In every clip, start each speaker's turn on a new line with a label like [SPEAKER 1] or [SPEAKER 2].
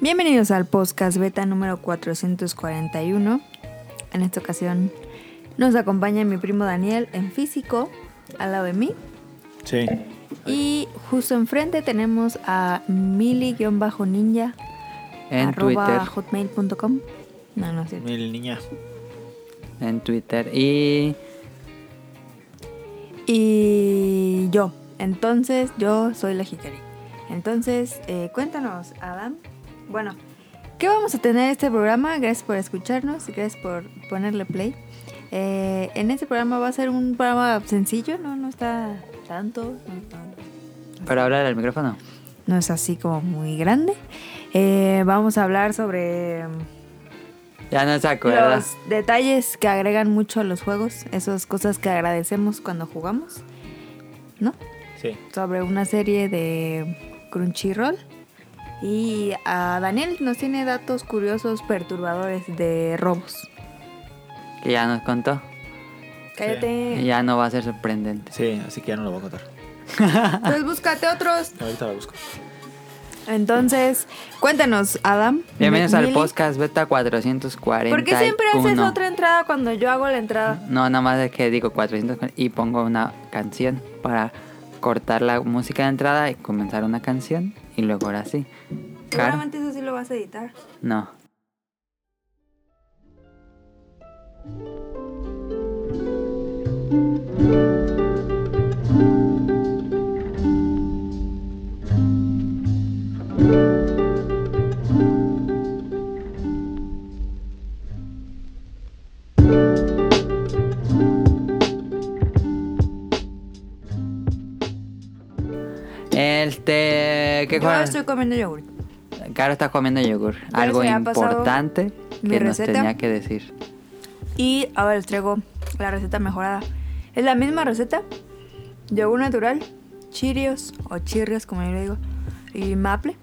[SPEAKER 1] Bienvenidos al podcast beta número 441. En esta ocasión nos acompaña mi primo Daniel en físico, al lado de mí.
[SPEAKER 2] Sí.
[SPEAKER 1] Y justo enfrente tenemos a mili-ninja
[SPEAKER 3] En
[SPEAKER 1] arroba
[SPEAKER 3] Twitter.
[SPEAKER 1] hotmail.com. No, no es cierto.
[SPEAKER 2] Mil niña.
[SPEAKER 3] En Twitter. Y
[SPEAKER 1] Y yo. Entonces, yo soy la Hikari. Entonces, eh, cuéntanos, Adam. Bueno, ¿qué vamos a tener este programa? Gracias por escucharnos, gracias por ponerle play. Eh, en este programa va a ser un programa sencillo, ¿no? No está tanto. no- no-
[SPEAKER 3] para hablar al micrófono.
[SPEAKER 1] no es así como muy grande. Eh, vamos a hablar sobre mm,
[SPEAKER 3] Ya no se acuerda.
[SPEAKER 1] los detalles que agregan mucho a los juegos, esas cosas que agradecemos cuando jugamos, ¿no?
[SPEAKER 2] Sí.
[SPEAKER 1] sobre una serie de Crunchyroll. Y a Daniel nos tiene datos curiosos perturbadores de robos.
[SPEAKER 3] Que ya nos contó.
[SPEAKER 1] Cállate.
[SPEAKER 3] Y ya no va a ser sorprendente.
[SPEAKER 2] Sí, así que ya no lo voy a contar.
[SPEAKER 1] Pues búscate otros.
[SPEAKER 2] Ahorita la busco.
[SPEAKER 1] Entonces, cuéntanos, Adam.
[SPEAKER 3] Bienvenidos al
[SPEAKER 1] Mili,
[SPEAKER 3] podcast Beta 441.
[SPEAKER 1] ¿Por qué siempre haces otra entrada cuando yo hago la entrada?
[SPEAKER 3] No, nada más es que digo 440 y pongo una canción para cortar la música de entrada y comenzar una canción. Y luego ahora sí. Claro.
[SPEAKER 1] Seguramente eso sí lo vas a editar.
[SPEAKER 3] No. Este, ¿qué
[SPEAKER 1] Yo
[SPEAKER 3] juegas?
[SPEAKER 1] estoy comiendo yogur.
[SPEAKER 3] Caro está comiendo yogur.
[SPEAKER 1] Ya
[SPEAKER 3] Algo
[SPEAKER 1] se me ha pasado
[SPEAKER 3] importante
[SPEAKER 1] mi
[SPEAKER 3] que nos
[SPEAKER 1] receta.
[SPEAKER 3] tenía que decir.
[SPEAKER 1] Y ahora les traigo la receta mejorada. Es la misma receta. Yogur natural, chirios o chirrios, como yo le digo, y maple.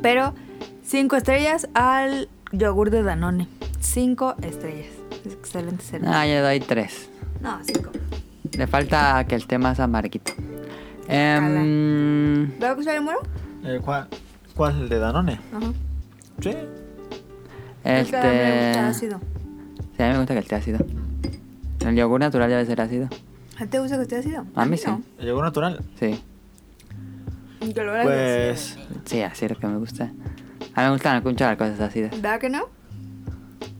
[SPEAKER 1] Pero 5 estrellas al yogur de Danone. 5 estrellas. Es excelente servicio.
[SPEAKER 3] Ah, yo doy tres.
[SPEAKER 1] No, 5.
[SPEAKER 3] Le falta que el tema sea amarguito. Em,
[SPEAKER 1] ¿Luego que sale muero?
[SPEAKER 2] Eh, ¿cuál, ¿Cuál? ¿El de Danone?
[SPEAKER 1] Ajá.
[SPEAKER 2] Sí.
[SPEAKER 1] Es que a mí me
[SPEAKER 3] este.
[SPEAKER 1] gusta ácido.
[SPEAKER 3] Sí, a mí me gusta que el té ácido. El yogur natural debe ser ácido.
[SPEAKER 1] ¿A ti te gusta que esté ácido?
[SPEAKER 3] A mí sí.
[SPEAKER 2] ¿El yogur natural?
[SPEAKER 3] Sí,
[SPEAKER 1] no. Que lo hagas
[SPEAKER 2] Pues.
[SPEAKER 3] sí, así es lo que me gusta. A mí me gustan mucho las cosas ácidas.
[SPEAKER 1] así. ¿Verdad que no?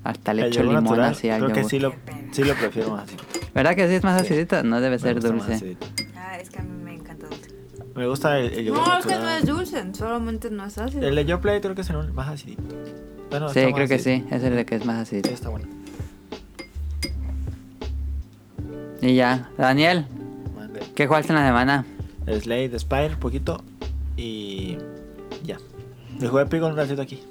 [SPEAKER 3] Hasta le
[SPEAKER 2] El
[SPEAKER 3] echo
[SPEAKER 2] yogur
[SPEAKER 3] limón
[SPEAKER 2] natural.
[SPEAKER 3] así al
[SPEAKER 2] Creo que
[SPEAKER 3] yogur.
[SPEAKER 2] sí lo, sí lo prefiero más así.
[SPEAKER 3] ¿Verdad que sí es más
[SPEAKER 2] Sí.
[SPEAKER 3] acidito? No debe
[SPEAKER 2] Me
[SPEAKER 3] ser
[SPEAKER 2] gusta más
[SPEAKER 3] dulce.
[SPEAKER 2] acidito.
[SPEAKER 1] Ah, es que a mí me encanta dulce.
[SPEAKER 2] Me gusta el, el yogur
[SPEAKER 1] No, es que no es
[SPEAKER 2] natural.
[SPEAKER 1] dulce, solamente no es ácido.
[SPEAKER 2] el de Yoplait creo que es el más acidito. Bueno,
[SPEAKER 3] Sí,
[SPEAKER 2] está más
[SPEAKER 3] creo que
[SPEAKER 2] acidito.
[SPEAKER 3] sí. Es el de que es más acidito.
[SPEAKER 2] Está bueno.
[SPEAKER 3] Y ya. Daniel,
[SPEAKER 2] Mande.
[SPEAKER 3] ¿qué jugaste en la semana?
[SPEAKER 2] Slade, Spire, poquito. Y. Ya. Le jugué Pico un ratito aquí.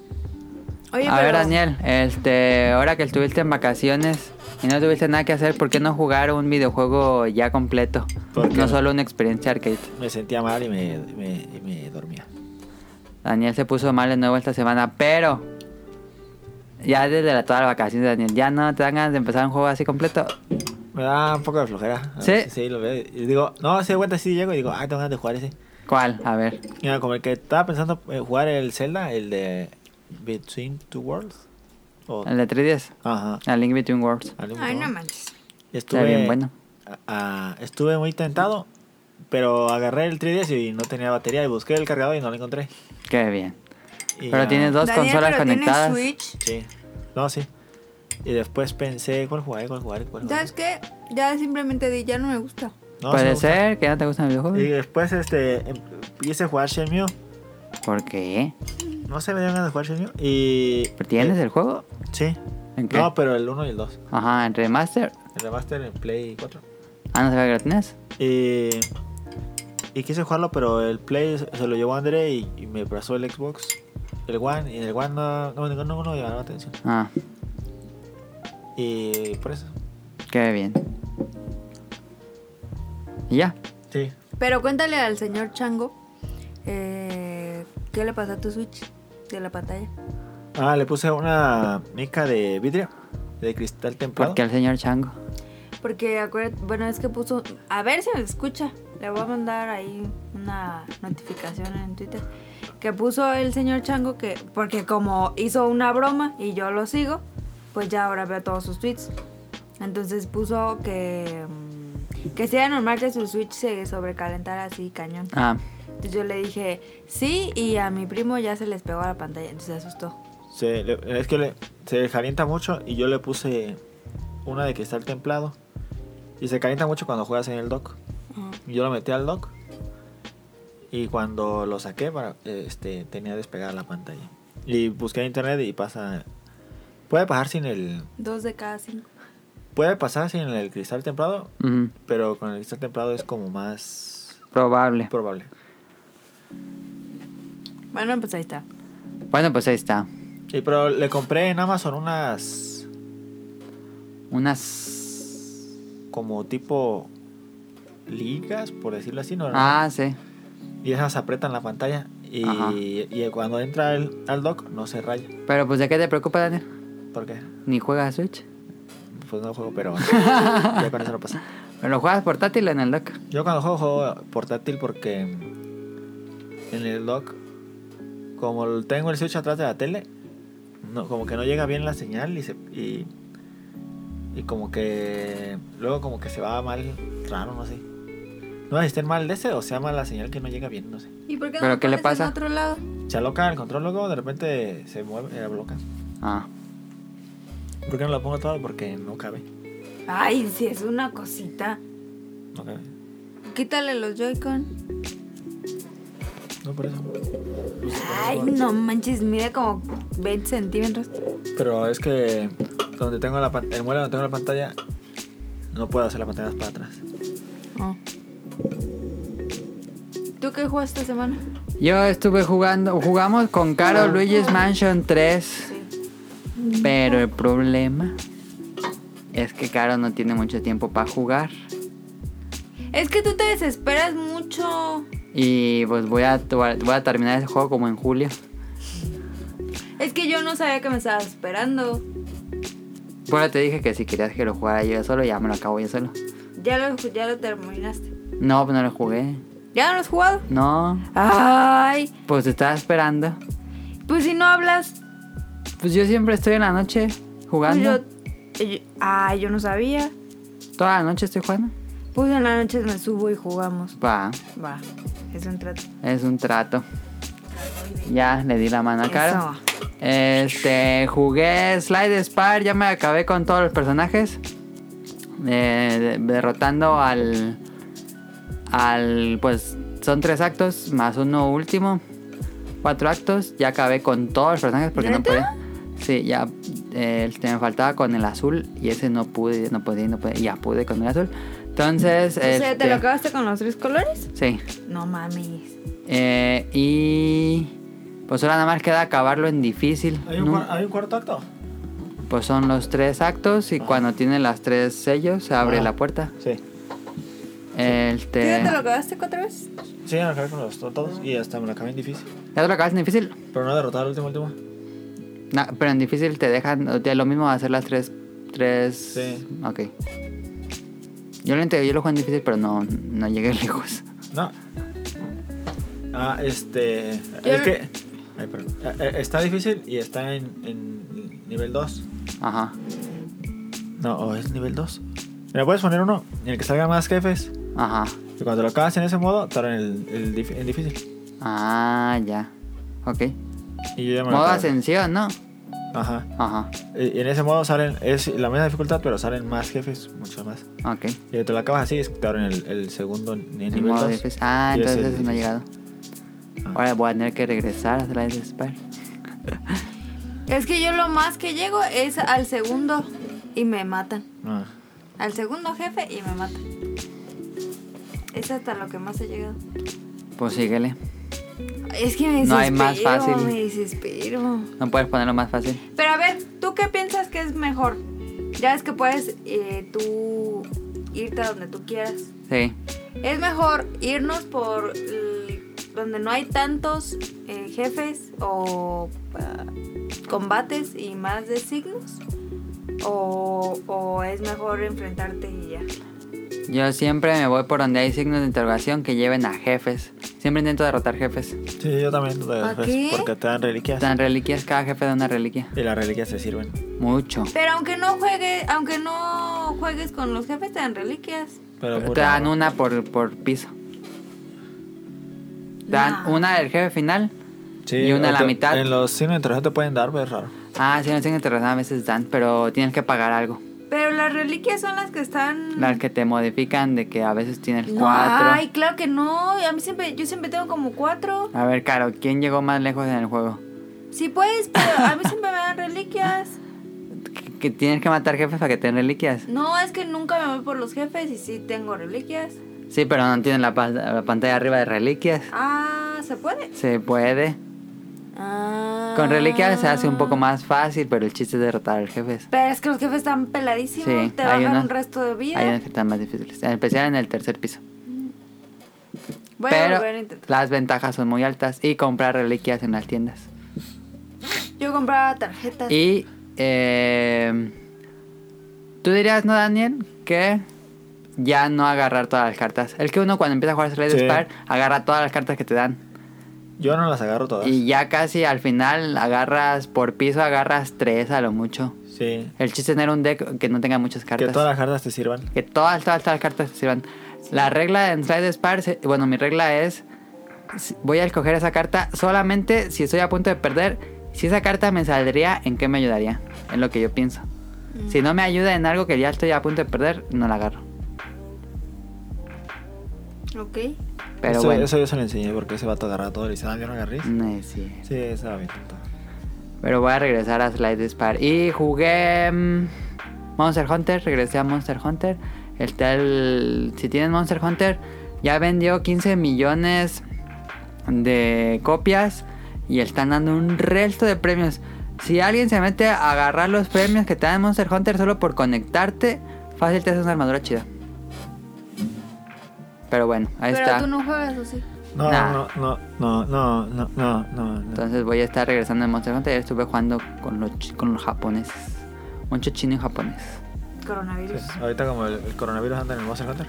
[SPEAKER 1] Oye,
[SPEAKER 3] a ver,
[SPEAKER 1] pero-
[SPEAKER 3] Daniel, este, ahora que estuviste en vacaciones y no tuviste nada que hacer, ¿por qué no jugar un videojuego ya completo?
[SPEAKER 2] ¿Por qué?
[SPEAKER 3] No solo una experiencia arcade.
[SPEAKER 2] Me sentía mal y me, y me, y me dormía.
[SPEAKER 3] Daniel se puso mal de nuevo esta semana, pero ya desde la, toda la vacación, Daniel, ya no te dan ganas de empezar un juego así completo.
[SPEAKER 2] Me da un poco de flojera. A
[SPEAKER 3] ¿Sí?
[SPEAKER 2] veces Sí, lo veo. Y digo, no, se da cuenta, sí llego y digo, ah, tengo ganas de jugar ese.
[SPEAKER 3] ¿Cuál? A ver.
[SPEAKER 2] Mira, como el que estaba pensando eh, jugar el Zelda, el de Between Two Worlds. O-
[SPEAKER 3] El de 3DS,
[SPEAKER 2] Ajá.
[SPEAKER 3] el Link Between Worlds.
[SPEAKER 2] algo
[SPEAKER 1] Ay,
[SPEAKER 2] como-
[SPEAKER 1] no manches.
[SPEAKER 2] Estuve,
[SPEAKER 3] bien bueno.
[SPEAKER 2] a- a- estuve muy tentado, pero agarré el 3DS y no tenía batería y busqué el cargador y no lo encontré.
[SPEAKER 3] Qué bien.
[SPEAKER 2] Y
[SPEAKER 3] Pero
[SPEAKER 2] ya-
[SPEAKER 3] tienes dos
[SPEAKER 1] Daniel,
[SPEAKER 3] consolas
[SPEAKER 1] pero tiene
[SPEAKER 3] conectadas.
[SPEAKER 1] Switch.
[SPEAKER 2] Sí. No, sí. Y después pensé, ¿cuál jugaré? ¿Cuál jugaré? ¿Cuál jugaré?
[SPEAKER 1] ¿Sabes qué? Ya simplemente di, ya no me gusta.
[SPEAKER 2] No, sí me
[SPEAKER 3] Puede
[SPEAKER 2] gusta.
[SPEAKER 3] ser que no te gustan los
[SPEAKER 2] Y
[SPEAKER 3] videojuegos.
[SPEAKER 2] después este, em- quise jugar Shenmue.
[SPEAKER 3] ¿Por qué?
[SPEAKER 2] No sé, me dieron ganas de jugar Shenmue. Y...
[SPEAKER 3] ¿Tienes
[SPEAKER 2] eh,
[SPEAKER 3] el juego?
[SPEAKER 2] Sí.
[SPEAKER 3] ¿En qué?
[SPEAKER 2] No, pero el 1 y el 2.
[SPEAKER 3] Ajá, en remaster.
[SPEAKER 2] El remaster en Play 4.
[SPEAKER 3] Ah, no sabía que lo tenías.
[SPEAKER 2] Eh, y quise jugarlo, pero el Play se se lo llevó André y, y me pasó el Xbox. El One, y el One no, no, no, no, no llamaba la atención.
[SPEAKER 3] Ah,
[SPEAKER 2] Y por eso.
[SPEAKER 3] qué bien. Y ya.
[SPEAKER 2] Sí.
[SPEAKER 1] Pero cuéntale al señor Chango eh, qué le pasó a tu Switch de la pantalla.
[SPEAKER 2] Ah, le puse una mica de vidrio, de cristal templado.
[SPEAKER 3] Porque el señor Chango.
[SPEAKER 1] Porque acuérdate, bueno, es que puso. A ver si me escucha. Le voy a mandar ahí una notificación en Twitter que puso el señor Chango que porque como hizo una broma y yo lo sigo, pues ya ahora veo todos sus tweets. Entonces puso que mm, que sería normal que su Switch se sobrecalentara así cañón.
[SPEAKER 3] Ah,
[SPEAKER 1] Entonces yo le dije, "Sí", y a mi primo ya se les pegó a la pantalla, entonces se asustó.
[SPEAKER 2] Se, le- es que le- se calienta mucho y yo le puse una de cristal templado. Y se calienta mucho cuando juegas en el dock. Y Yo lo metí al dock. Y cuando lo saqué, para, este, tenía despegada la pantalla. Y busqué en internet y pasa. Puede pasar sin el.
[SPEAKER 1] Dos de cada cinco.
[SPEAKER 2] Puede pasar sin el cristal templado,
[SPEAKER 3] ujú,
[SPEAKER 2] pero con el cristal templado es como más
[SPEAKER 3] probable.
[SPEAKER 2] probable.
[SPEAKER 1] Bueno, pues ahí está.
[SPEAKER 3] Bueno, pues ahí está.
[SPEAKER 2] Y pero le compré en Amazon unas
[SPEAKER 3] Unas...
[SPEAKER 2] como tipo ligas, por decirlo así, ¿no?
[SPEAKER 3] Ah, sí.
[SPEAKER 2] Y esas aprietan la pantalla y,
[SPEAKER 3] Ajá.
[SPEAKER 2] y cuando entra el, al dock no se raya.
[SPEAKER 3] Pero pues de qué te preocupa, Daniel.
[SPEAKER 2] ¿Por qué?
[SPEAKER 3] Ni juegas a Switch.
[SPEAKER 2] Pues no juego, pero ya con eso no pasa.
[SPEAKER 3] Pero juegas portátil en el dock.
[SPEAKER 2] Yo cuando juego juego portátil porque en el dock, como el- tengo el switch atrás de la tele, no, como que no llega bien la señal y, se, y, y como que luego como que se va mal, raro, no sé. No sé si esté mal de ese o sea mal la señal que no llega bien, no sé.
[SPEAKER 1] ¿Y por qué
[SPEAKER 3] ¿Pero
[SPEAKER 1] no
[SPEAKER 3] qué le
[SPEAKER 1] pones en
[SPEAKER 3] pasa?
[SPEAKER 1] otro lado?
[SPEAKER 2] Se aloca el control luego, de repente se mueve, se bloca.
[SPEAKER 3] Ah.
[SPEAKER 2] ¿Por qué no lo pongo todo? Porque no cabe.
[SPEAKER 1] Ay, si es una cosita.
[SPEAKER 2] No cabe.
[SPEAKER 1] Quítale los Joy-Con.
[SPEAKER 2] No por eso.
[SPEAKER 1] Ay, no manches, mide como 20 centímetros.
[SPEAKER 2] Pero es que donde tengo la pan- el mueble donde tengo la pantalla, no puedo hacer las pantallas para atrás.
[SPEAKER 1] Oh. ¿Tú qué jugaste esta semana?
[SPEAKER 3] Yo estuve jugando, jugamos con Caro Luigi's Mansion 3,
[SPEAKER 1] Sí.
[SPEAKER 3] pero el problema es que Caro no tiene mucho tiempo para jugar.
[SPEAKER 1] Es que tú te desesperas mucho.
[SPEAKER 3] Y pues voy a, voy a terminar ese juego como en julio.
[SPEAKER 1] Es que yo no sabía que me estabas esperando.
[SPEAKER 3] Bueno, te dije que si querías que lo jugara yo solo, ya me lo acabo yo solo.
[SPEAKER 1] Ya lo, ya lo terminaste.
[SPEAKER 3] No, pues no lo jugué.
[SPEAKER 1] ¿Ya no lo has jugado?
[SPEAKER 3] No,
[SPEAKER 1] Ay,
[SPEAKER 3] pues te estaba esperando.
[SPEAKER 1] pues si no hablas.
[SPEAKER 3] Pues yo siempre estoy en la noche
[SPEAKER 1] pues
[SPEAKER 3] jugando.
[SPEAKER 1] yo, yo- ay, yo no sabía.
[SPEAKER 3] Toda la noche estoy jugando.
[SPEAKER 1] Pues en la noche me subo y jugamos.
[SPEAKER 3] Va,
[SPEAKER 1] Va, es un trato.
[SPEAKER 3] es un trato. Ya le di la mano a Caro.
[SPEAKER 1] Eso.
[SPEAKER 3] Este, jugué Slide Spire, ya me acabé con todos los personajes. Eh, de- derrotando al. Al. Pues son tres actos, más uno último. Cuatro actos, ya acabé con todos los personajes porque no
[SPEAKER 1] ¿Neta?
[SPEAKER 3] podía. Sí, ya. eh, este, me faltaba con el azul y ese no pude, no podía, no podía. Ya pude con el azul. Entonces.
[SPEAKER 1] O sea, ¿te
[SPEAKER 3] este,
[SPEAKER 1] lo acabaste con los tres colores?
[SPEAKER 3] Sí.
[SPEAKER 1] No mames.
[SPEAKER 3] Eh, y pues ahora nada más queda acabarlo en difícil. ¿no?
[SPEAKER 2] cuarto acto?
[SPEAKER 3] Pues son los tres actos y cuando tiene las tres sellos se abre
[SPEAKER 2] Ah.
[SPEAKER 3] la puerta.
[SPEAKER 2] Sí.
[SPEAKER 1] ¿Tú
[SPEAKER 3] Este,
[SPEAKER 1] ya te lo acabaste cuatro veces?
[SPEAKER 2] Sí, me lo acabé con los to- todos y hasta me lo acabé en difícil.
[SPEAKER 3] ¿Ya te lo acabas en difícil?
[SPEAKER 2] Pero no derrotar al último, último.
[SPEAKER 3] No, pero en difícil te dejan o sea, lo mismo hacer las tres. tres...
[SPEAKER 2] Sí.
[SPEAKER 3] Ok. Yo lo entiendo, yo lo juego en difícil, pero no, no llegué lejos.
[SPEAKER 2] No. Ah, este.
[SPEAKER 1] Yo
[SPEAKER 2] Es
[SPEAKER 1] no-
[SPEAKER 2] que. Ay, perdón. Eh, eh, Está difícil y está en, en nivel 2.
[SPEAKER 3] Ajá.
[SPEAKER 2] No, o es nivel 2. Mira, puedes poner uno en el que salgan más jefes.
[SPEAKER 3] Ajá.
[SPEAKER 2] Y cuando lo acabas en ese modo, te abren el, el, dif- el difícil.
[SPEAKER 3] Ah, ya. Ok.
[SPEAKER 2] Y yo ya me lo
[SPEAKER 3] Modo
[SPEAKER 2] acabé.
[SPEAKER 3] ascensión, ¿no?
[SPEAKER 2] Ajá.
[SPEAKER 3] Ajá.
[SPEAKER 2] Y Eh, en ese modo salen, es la misma dificultad, pero salen más jefes, mucho más.
[SPEAKER 3] Ok.
[SPEAKER 2] Y te lo acabas así, es que te abren el, el segundo en
[SPEAKER 3] El
[SPEAKER 2] nivel
[SPEAKER 3] modo
[SPEAKER 2] 2.
[SPEAKER 3] difícil. Ah,
[SPEAKER 2] Y es
[SPEAKER 3] entonces
[SPEAKER 2] el
[SPEAKER 3] no ha
[SPEAKER 2] difícil.
[SPEAKER 3] llegado. Ahora voy a tener que regresar a la de Spire.
[SPEAKER 1] Es que yo lo más que llego es al segundo y me matan.
[SPEAKER 2] Ah.
[SPEAKER 1] Al segundo jefe y me matan. Es hasta lo que más he llegado.
[SPEAKER 3] Pues síguele.
[SPEAKER 1] Es que me desespero.
[SPEAKER 3] No hay más fácil.
[SPEAKER 1] Me desespero.
[SPEAKER 3] No puedes ponerlo más fácil.
[SPEAKER 1] Pero a ver, ¿tú qué piensas que es mejor? Ya es que puedes eh, tú irte a donde tú quieras.
[SPEAKER 3] Sí.
[SPEAKER 1] Es mejor irnos por eh, donde no hay tantos eh, jefes o ah, combates y más de signos. O, o es mejor enfrentarte y ya.
[SPEAKER 3] Yo siempre me voy por donde hay signos de interrogación que lleven a jefes. Siempre intento derrotar jefes.
[SPEAKER 2] Sí, yo también. lo de-
[SPEAKER 1] ¿Ok?
[SPEAKER 2] pues, Porque te dan reliquias.
[SPEAKER 3] Dan reliquias, cada jefe da una reliquia.
[SPEAKER 2] Y las reliquias te sirven.
[SPEAKER 3] Mucho.
[SPEAKER 1] Pero aunque no juegues, aunque no juegues con los jefes, te dan reliquias.
[SPEAKER 2] Pero
[SPEAKER 3] Te
[SPEAKER 2] muy
[SPEAKER 3] dan
[SPEAKER 2] raro.
[SPEAKER 3] una por, por piso. Te dan
[SPEAKER 1] No.
[SPEAKER 3] una del jefe final.
[SPEAKER 2] Sí,
[SPEAKER 3] y una a la
[SPEAKER 2] o te-
[SPEAKER 3] mitad.
[SPEAKER 2] En los cines de internet te pueden dar, pero es raro.
[SPEAKER 3] Ah, sí, no signos de interrogación a veces dan, pero tienes que pagar algo.
[SPEAKER 1] Pero las reliquias son las que están.
[SPEAKER 3] Las que te modifican de que a veces tienes
[SPEAKER 1] Mm. No,
[SPEAKER 3] cuatro.
[SPEAKER 1] Ay, claro que no. A mí siempre, yo siempre tengo como cuatro.
[SPEAKER 3] A ver, Caro, ¿quién llegó más lejos en el juego?
[SPEAKER 1] Sí, pues, pero a mí siempre me dan reliquias.
[SPEAKER 3] Que- Que tienes que matar jefes para que te den reliquias.
[SPEAKER 1] No, es que nunca me voy por los jefes y sí tengo reliquias.
[SPEAKER 3] Sí, pero no tienen la, pa- la pantalla arriba de reliquias.
[SPEAKER 1] Ah, ¿se puede?
[SPEAKER 3] Se puede.
[SPEAKER 1] Ah.
[SPEAKER 3] Con reliquias se hace un poco más fácil, pero el chiste es derrotar al jefe.
[SPEAKER 1] Pero es que los jefes están peladísimos.
[SPEAKER 3] Sí,
[SPEAKER 1] te
[SPEAKER 3] hay
[SPEAKER 1] bajan
[SPEAKER 3] unos-
[SPEAKER 1] un resto de vida.
[SPEAKER 3] Hay unas que están más difíciles, en especial en el tercer piso.
[SPEAKER 1] Voy a
[SPEAKER 3] pero
[SPEAKER 1] volver a intentar.
[SPEAKER 3] las ventajas son muy altas y comprar reliquias en las tiendas.
[SPEAKER 1] Yo compraba tarjetas.
[SPEAKER 3] Y eh, tú dirías, ¿no, Daniel? Que ya no agarrar todas las cartas. Es que uno cuando empieza a jugar Slay the
[SPEAKER 2] Sí.
[SPEAKER 3] Spire, agarra todas las cartas que te dan.
[SPEAKER 2] Yo no las agarro todas.
[SPEAKER 3] Y ya casi al final agarras por piso, agarras tres a lo mucho.
[SPEAKER 2] Sí.
[SPEAKER 3] El chiste es tener un deck que no tenga muchas cartas.
[SPEAKER 2] Que todas las cartas te sirvan.
[SPEAKER 3] Que todas, todas, todas las cartas te sirvan. La regla en Slide Spar, se- bueno, mi regla es: si- voy a escoger esa carta solamente si estoy a punto de perder. Si esa carta me saldría, ¿en qué me ayudaría? Es lo que yo pienso.
[SPEAKER 1] Mm,
[SPEAKER 3] Si no me ayuda en algo que ya estoy a punto de perder, no la agarro.
[SPEAKER 1] Ok.
[SPEAKER 3] Pero
[SPEAKER 2] eso,
[SPEAKER 3] bueno, Mm.
[SPEAKER 2] eso yo se lo enseñé porque ese vato agarraba todo y le dice, ah, yo no agarré.
[SPEAKER 3] no es cierto.
[SPEAKER 2] Sí, estaba bien tonto.
[SPEAKER 3] Pero voy a regresar a Slide Spar. Y jugué mm, Monster Hunter, regresé a Monster Hunter. El tal, si tienen Monster Hunter, ya vendió 15 millones de copias y están dando un resto de premios. Si alguien se mete a agarrar los premios que te dan en Monster Hunter solo por conectarte, fácil te haces una armadura chida. Pero bueno, ahí
[SPEAKER 1] Pero
[SPEAKER 3] está.
[SPEAKER 1] tú no juegas, ¿o sí?
[SPEAKER 2] No,
[SPEAKER 3] Nah.
[SPEAKER 2] no, no, no, no, no, no, no, no.
[SPEAKER 3] Entonces voy a estar regresando en Monster Hunter. Ayer estuve jugando con los, chi- con los japoneses. Mucho chino y japonés.
[SPEAKER 2] Sí,
[SPEAKER 1] Coronavirus.
[SPEAKER 2] Ahorita como el, el coronavirus anda en el Monster Hunter.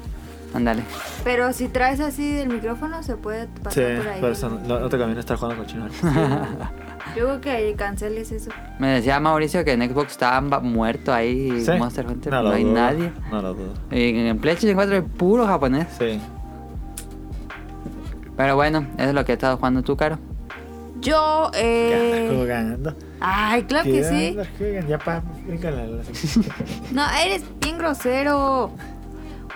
[SPEAKER 3] Ándale.
[SPEAKER 1] Pero si traes así el micrófono, se puede
[SPEAKER 2] Sí,
[SPEAKER 1] pasar por ahí.
[SPEAKER 2] pero eso no, no te conviene estar jugando con chinos.
[SPEAKER 1] Yo creo que ahí canceles eso.
[SPEAKER 3] Me decía Mauricio que en Xbox estaba ba- muerto ahí
[SPEAKER 2] Sí.
[SPEAKER 3] Monster Hunter.
[SPEAKER 2] No
[SPEAKER 3] No,
[SPEAKER 2] lo
[SPEAKER 3] hay
[SPEAKER 2] dudo,
[SPEAKER 3] nadie.
[SPEAKER 2] No lo dudo.
[SPEAKER 3] Y en PlayStation 4 es puro japonés.
[SPEAKER 2] Sí.
[SPEAKER 3] Pero bueno, eso es lo que he estado jugando tú, Caro.
[SPEAKER 1] Yo,
[SPEAKER 2] ¿Qué andas
[SPEAKER 1] eh.
[SPEAKER 2] jugando?
[SPEAKER 1] Ay, claro
[SPEAKER 2] ¿Qué
[SPEAKER 1] que sí.
[SPEAKER 2] andas jugando? Ya pa, explícale a la-
[SPEAKER 1] No, eres bien grosero.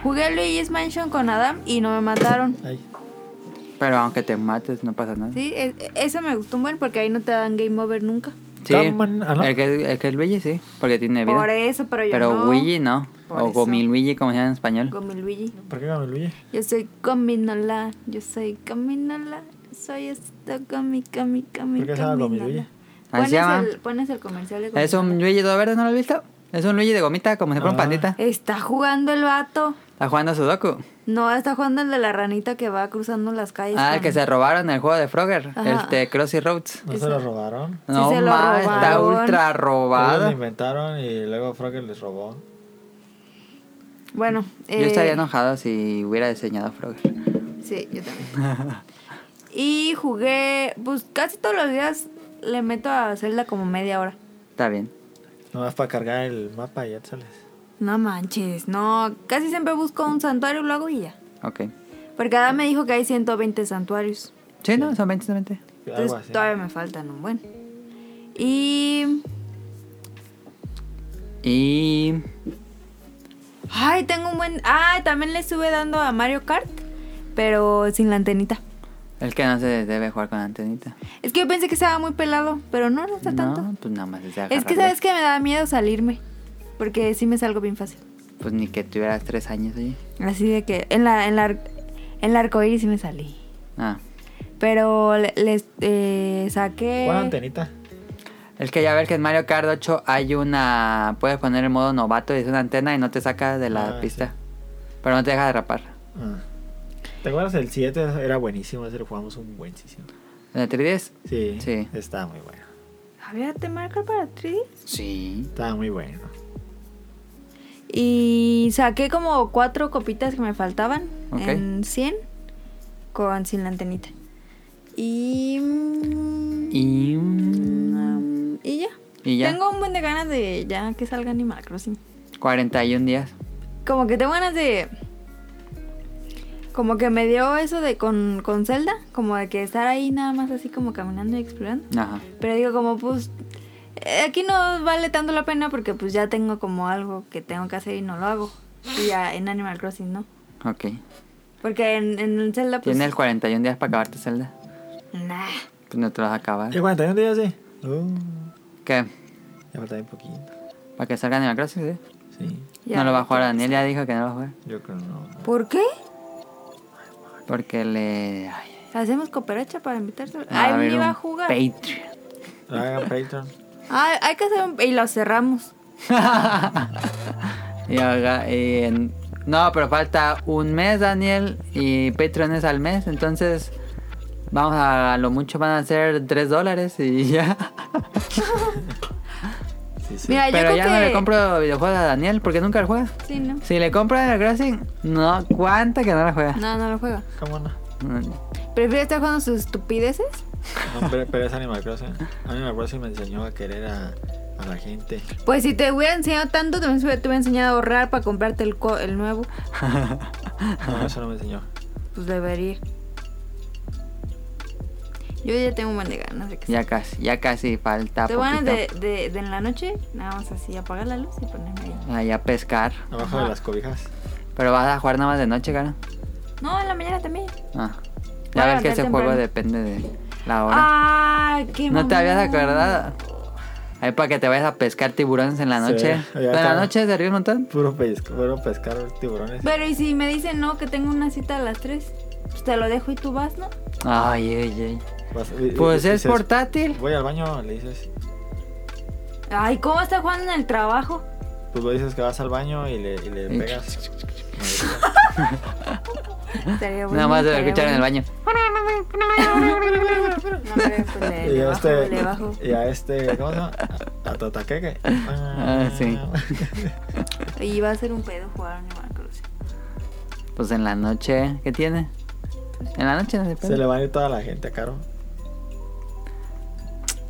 [SPEAKER 1] Jugué Luigi's Mansion con Adam y no me mataron.
[SPEAKER 2] Ay.
[SPEAKER 3] Pero aunque te mates, no pasa nada.
[SPEAKER 1] Sí, e- eso me gustó un buen porque ahí no te dan game over nunca.
[SPEAKER 3] Sí.
[SPEAKER 2] Come on, ah, ¿no?
[SPEAKER 3] El, que, el que es Luigi, sí. Porque tiene vida.
[SPEAKER 1] Por eso, pero yo
[SPEAKER 3] Eh, Pero
[SPEAKER 1] no.
[SPEAKER 3] Luigi no.
[SPEAKER 1] Por
[SPEAKER 3] o
[SPEAKER 1] eso.
[SPEAKER 3] Gomiluigi, como se llama en español.
[SPEAKER 1] Con mi Luigi.
[SPEAKER 2] ¿Por qué con Luigi?
[SPEAKER 1] Yo soy Gominola. Yo soy Gominola. Soy esto Gomi, Gomi, Gomi.
[SPEAKER 2] ¿Por qué se llama
[SPEAKER 1] Gominola.
[SPEAKER 2] Gomiluigi?
[SPEAKER 1] Pones,
[SPEAKER 3] Así se llama.
[SPEAKER 1] el, pones el comercial de
[SPEAKER 3] es un
[SPEAKER 1] Gominola.
[SPEAKER 3] Luigi todo verde, ¿no lo has visto? Es un Luigi de gomita, como si fuera un
[SPEAKER 2] Ah.
[SPEAKER 3] pandita.
[SPEAKER 1] Está jugando el vato.
[SPEAKER 3] Está jugando Sudoku.
[SPEAKER 1] No, está jugando el de la ranita que va cruzando las calles.
[SPEAKER 3] Ah,
[SPEAKER 1] con-
[SPEAKER 3] el que se robaron el juego de Frogger,
[SPEAKER 1] Ajá.
[SPEAKER 3] el de Crossy Roads.
[SPEAKER 2] ¿No se lo robaron?
[SPEAKER 3] No
[SPEAKER 1] se lo
[SPEAKER 3] mames, está
[SPEAKER 1] robaron.
[SPEAKER 3] ultra
[SPEAKER 2] Ellos
[SPEAKER 3] robado.
[SPEAKER 2] lo inventaron y luego Frogger les robó.
[SPEAKER 1] Bueno, eh,
[SPEAKER 3] Yo estaría enojado si hubiera diseñado Frogger.
[SPEAKER 1] Sí, yo también. y jugué, pues casi todos los días le meto a Zelda como media hora.
[SPEAKER 3] Está bien.
[SPEAKER 2] Nomás para cargar el mapa y ya te sales.
[SPEAKER 1] No manches, no, casi siempre busco un santuario, lo hago y ya.
[SPEAKER 3] Ok.
[SPEAKER 1] Porque Adam me dijo que hay 120 santuarios.
[SPEAKER 3] Sí, no, son 20, son 20.
[SPEAKER 2] Algo
[SPEAKER 1] Entonces
[SPEAKER 2] así.
[SPEAKER 1] todavía me faltan un buen. Y...
[SPEAKER 3] Y.
[SPEAKER 1] Ay, tengo un buen... Ay, también le estuve dando a Mario Kart, pero sin la antenita.
[SPEAKER 3] El que no se debe jugar con antenita.
[SPEAKER 1] Es que yo pensé que estaba muy pelado, pero no, no está tanto.
[SPEAKER 3] No, pues nada más es de
[SPEAKER 1] Es que
[SPEAKER 3] agarrarle.
[SPEAKER 1] sabes que me da miedo salirme, porque sí me salgo bien fácil.
[SPEAKER 3] Pues ni que tuvieras 3 años, oye.
[SPEAKER 1] Así de que en la, en la, en la arcoíris sí me salí.
[SPEAKER 3] Ah.
[SPEAKER 1] Pero le- les eh, saqué.
[SPEAKER 2] ¿Cuál antenita?
[SPEAKER 3] Es que ya ves que en Mario Kart 8 hay una. Puedes poner el modo novato y es una antena y no te saca de la
[SPEAKER 2] Ah,
[SPEAKER 3] pista. Pero no te deja derrapar.
[SPEAKER 2] Ah. ¿Te acuerdas? El 7 era buenísimo, ese lo jugamos un buenísimo.
[SPEAKER 3] ¿En el 3DS?
[SPEAKER 2] Sí,
[SPEAKER 3] Sí.
[SPEAKER 2] Estaba muy bueno.
[SPEAKER 1] Había te marca para 3
[SPEAKER 3] Sí.
[SPEAKER 2] Estaba muy bueno.
[SPEAKER 1] Y saqué como cuatro copitas que me faltaban
[SPEAKER 3] Ok.
[SPEAKER 1] en 100 con sin la antenita. Y. mm,
[SPEAKER 3] Y.
[SPEAKER 1] um, y ya.
[SPEAKER 3] Y ya.
[SPEAKER 1] Tengo un buen de ganas de ya que salga Animal Crossing.
[SPEAKER 3] 41 días.
[SPEAKER 1] Como que tengo ganas de. Como que me dio eso de con, con Zelda, como de que estar ahí nada más así como caminando y explorando.
[SPEAKER 3] Ajá.
[SPEAKER 1] Pero digo, como pues eh, aquí no vale tanto la pena porque pues ya tengo como algo que tengo que hacer y no lo hago. Y ya en Animal Crossing no.
[SPEAKER 3] Ok.
[SPEAKER 1] Porque en, en el Zelda pues...
[SPEAKER 3] Tiene el 41 días para acabarte Zelda.
[SPEAKER 1] Nah.
[SPEAKER 3] Pues no te lo vas a acabar.
[SPEAKER 2] ¿Y 41 días, sí? Uh,
[SPEAKER 3] ¿Qué?
[SPEAKER 2] ya falta un poquito.
[SPEAKER 3] ¿Para que salga Animal Crossing? sí?
[SPEAKER 2] Sí,
[SPEAKER 1] ya.
[SPEAKER 3] No lo va a jugar Daniel, ya dijo que no lo va a jugar.
[SPEAKER 2] yo creo no.
[SPEAKER 1] ¿Por qué?
[SPEAKER 3] Porque le. Ay,
[SPEAKER 1] Hacemos cooperacha para invitarte.
[SPEAKER 3] va a
[SPEAKER 1] Ay,
[SPEAKER 3] haber
[SPEAKER 1] me iba
[SPEAKER 3] un
[SPEAKER 1] a jugar.
[SPEAKER 3] Patreon.
[SPEAKER 2] Hagan Patreon.
[SPEAKER 1] Ay, hay que hacer un... Y lo cerramos.
[SPEAKER 3] Y haga- y en- No, pero falta un mes, Daniel. Y Patreon es al mes. Entonces, vamos a, a lo mucho van a ser 3 dólares y ya.
[SPEAKER 2] Sí, sí.
[SPEAKER 1] Mira, yo creo
[SPEAKER 3] Pero ya
[SPEAKER 1] que...
[SPEAKER 3] no le compro videojuegos a Daniel porque nunca lo juega.
[SPEAKER 1] Sí, no.
[SPEAKER 3] Si le compro Animal Crossing, no, ¿cuánta que no la juega?
[SPEAKER 1] No, no lo juega.
[SPEAKER 2] ¿Cómo no?
[SPEAKER 3] Mm,
[SPEAKER 1] Prefiero estar jugando sus estupideces.
[SPEAKER 2] No, pero, pero es Animal Crossing. Animal Crossing me enseñó a querer a, a la gente.
[SPEAKER 1] Pues si te hubiera enseñado tanto, también te hubiera enseñado a ahorrar para comprarte el, co- el nuevo.
[SPEAKER 2] No, eso no me enseñó.
[SPEAKER 1] Pues debería. Yo ya tengo un buen de ganas de que
[SPEAKER 3] Ya casi, ya casi falta
[SPEAKER 1] Te van de,
[SPEAKER 3] poquito.
[SPEAKER 1] de, de en la noche, nada más así, apagar la luz y ponerme ahí.
[SPEAKER 3] Ahí a pescar.
[SPEAKER 2] Abajo de las cobijas.
[SPEAKER 3] Pero vas a jugar nada más de noche, cara.
[SPEAKER 1] No, en la mañana también.
[SPEAKER 3] Ah.
[SPEAKER 1] Voy a
[SPEAKER 3] Ya ves que
[SPEAKER 1] levantar
[SPEAKER 3] ese
[SPEAKER 1] temprano.
[SPEAKER 3] juego depende de la hora.
[SPEAKER 1] ¡Ay, qué
[SPEAKER 3] ¿No
[SPEAKER 1] mamón!
[SPEAKER 3] te habías acordado? Ahí para que te vayas a pescar tiburones en la
[SPEAKER 2] Sí,
[SPEAKER 3] noche.
[SPEAKER 2] ya
[SPEAKER 3] Pero en la
[SPEAKER 2] está.
[SPEAKER 3] noche se ríe un montón.
[SPEAKER 2] Puro, pes puro pescar tiburones.
[SPEAKER 1] Pero y si me dicen no, que tengo una cita a las 3, pues te lo dejo y tú vas, ¿no?
[SPEAKER 3] Ay, ay, ay.
[SPEAKER 2] Vas- y- y-
[SPEAKER 3] Pues
[SPEAKER 2] y
[SPEAKER 3] es
[SPEAKER 2] dices,
[SPEAKER 3] portátil.
[SPEAKER 2] Voy al baño, le dices.
[SPEAKER 1] Ay, ¿cómo está jugando en el trabajo?
[SPEAKER 2] Pues le dices que vas al baño y le, y le
[SPEAKER 3] Y-
[SPEAKER 2] pegas.
[SPEAKER 1] Estaría bueno.
[SPEAKER 3] Nada más de lo
[SPEAKER 1] estaría
[SPEAKER 3] escuchar en el
[SPEAKER 1] bueno.
[SPEAKER 3] baño.
[SPEAKER 1] No, hombre, pues le,
[SPEAKER 2] y
[SPEAKER 1] le
[SPEAKER 2] a
[SPEAKER 1] bajo,
[SPEAKER 2] este.
[SPEAKER 1] le bajo.
[SPEAKER 2] Y a este. ¿Cómo se llama? A, a Totaqueque.
[SPEAKER 3] Ah, sí.
[SPEAKER 1] Y va a ser un pedo jugar a Animal Crossing.
[SPEAKER 3] Pues en la noche, ¿qué tiene? En la noche no se
[SPEAKER 2] Se
[SPEAKER 3] puede.
[SPEAKER 2] le va a ir toda la gente, Caro.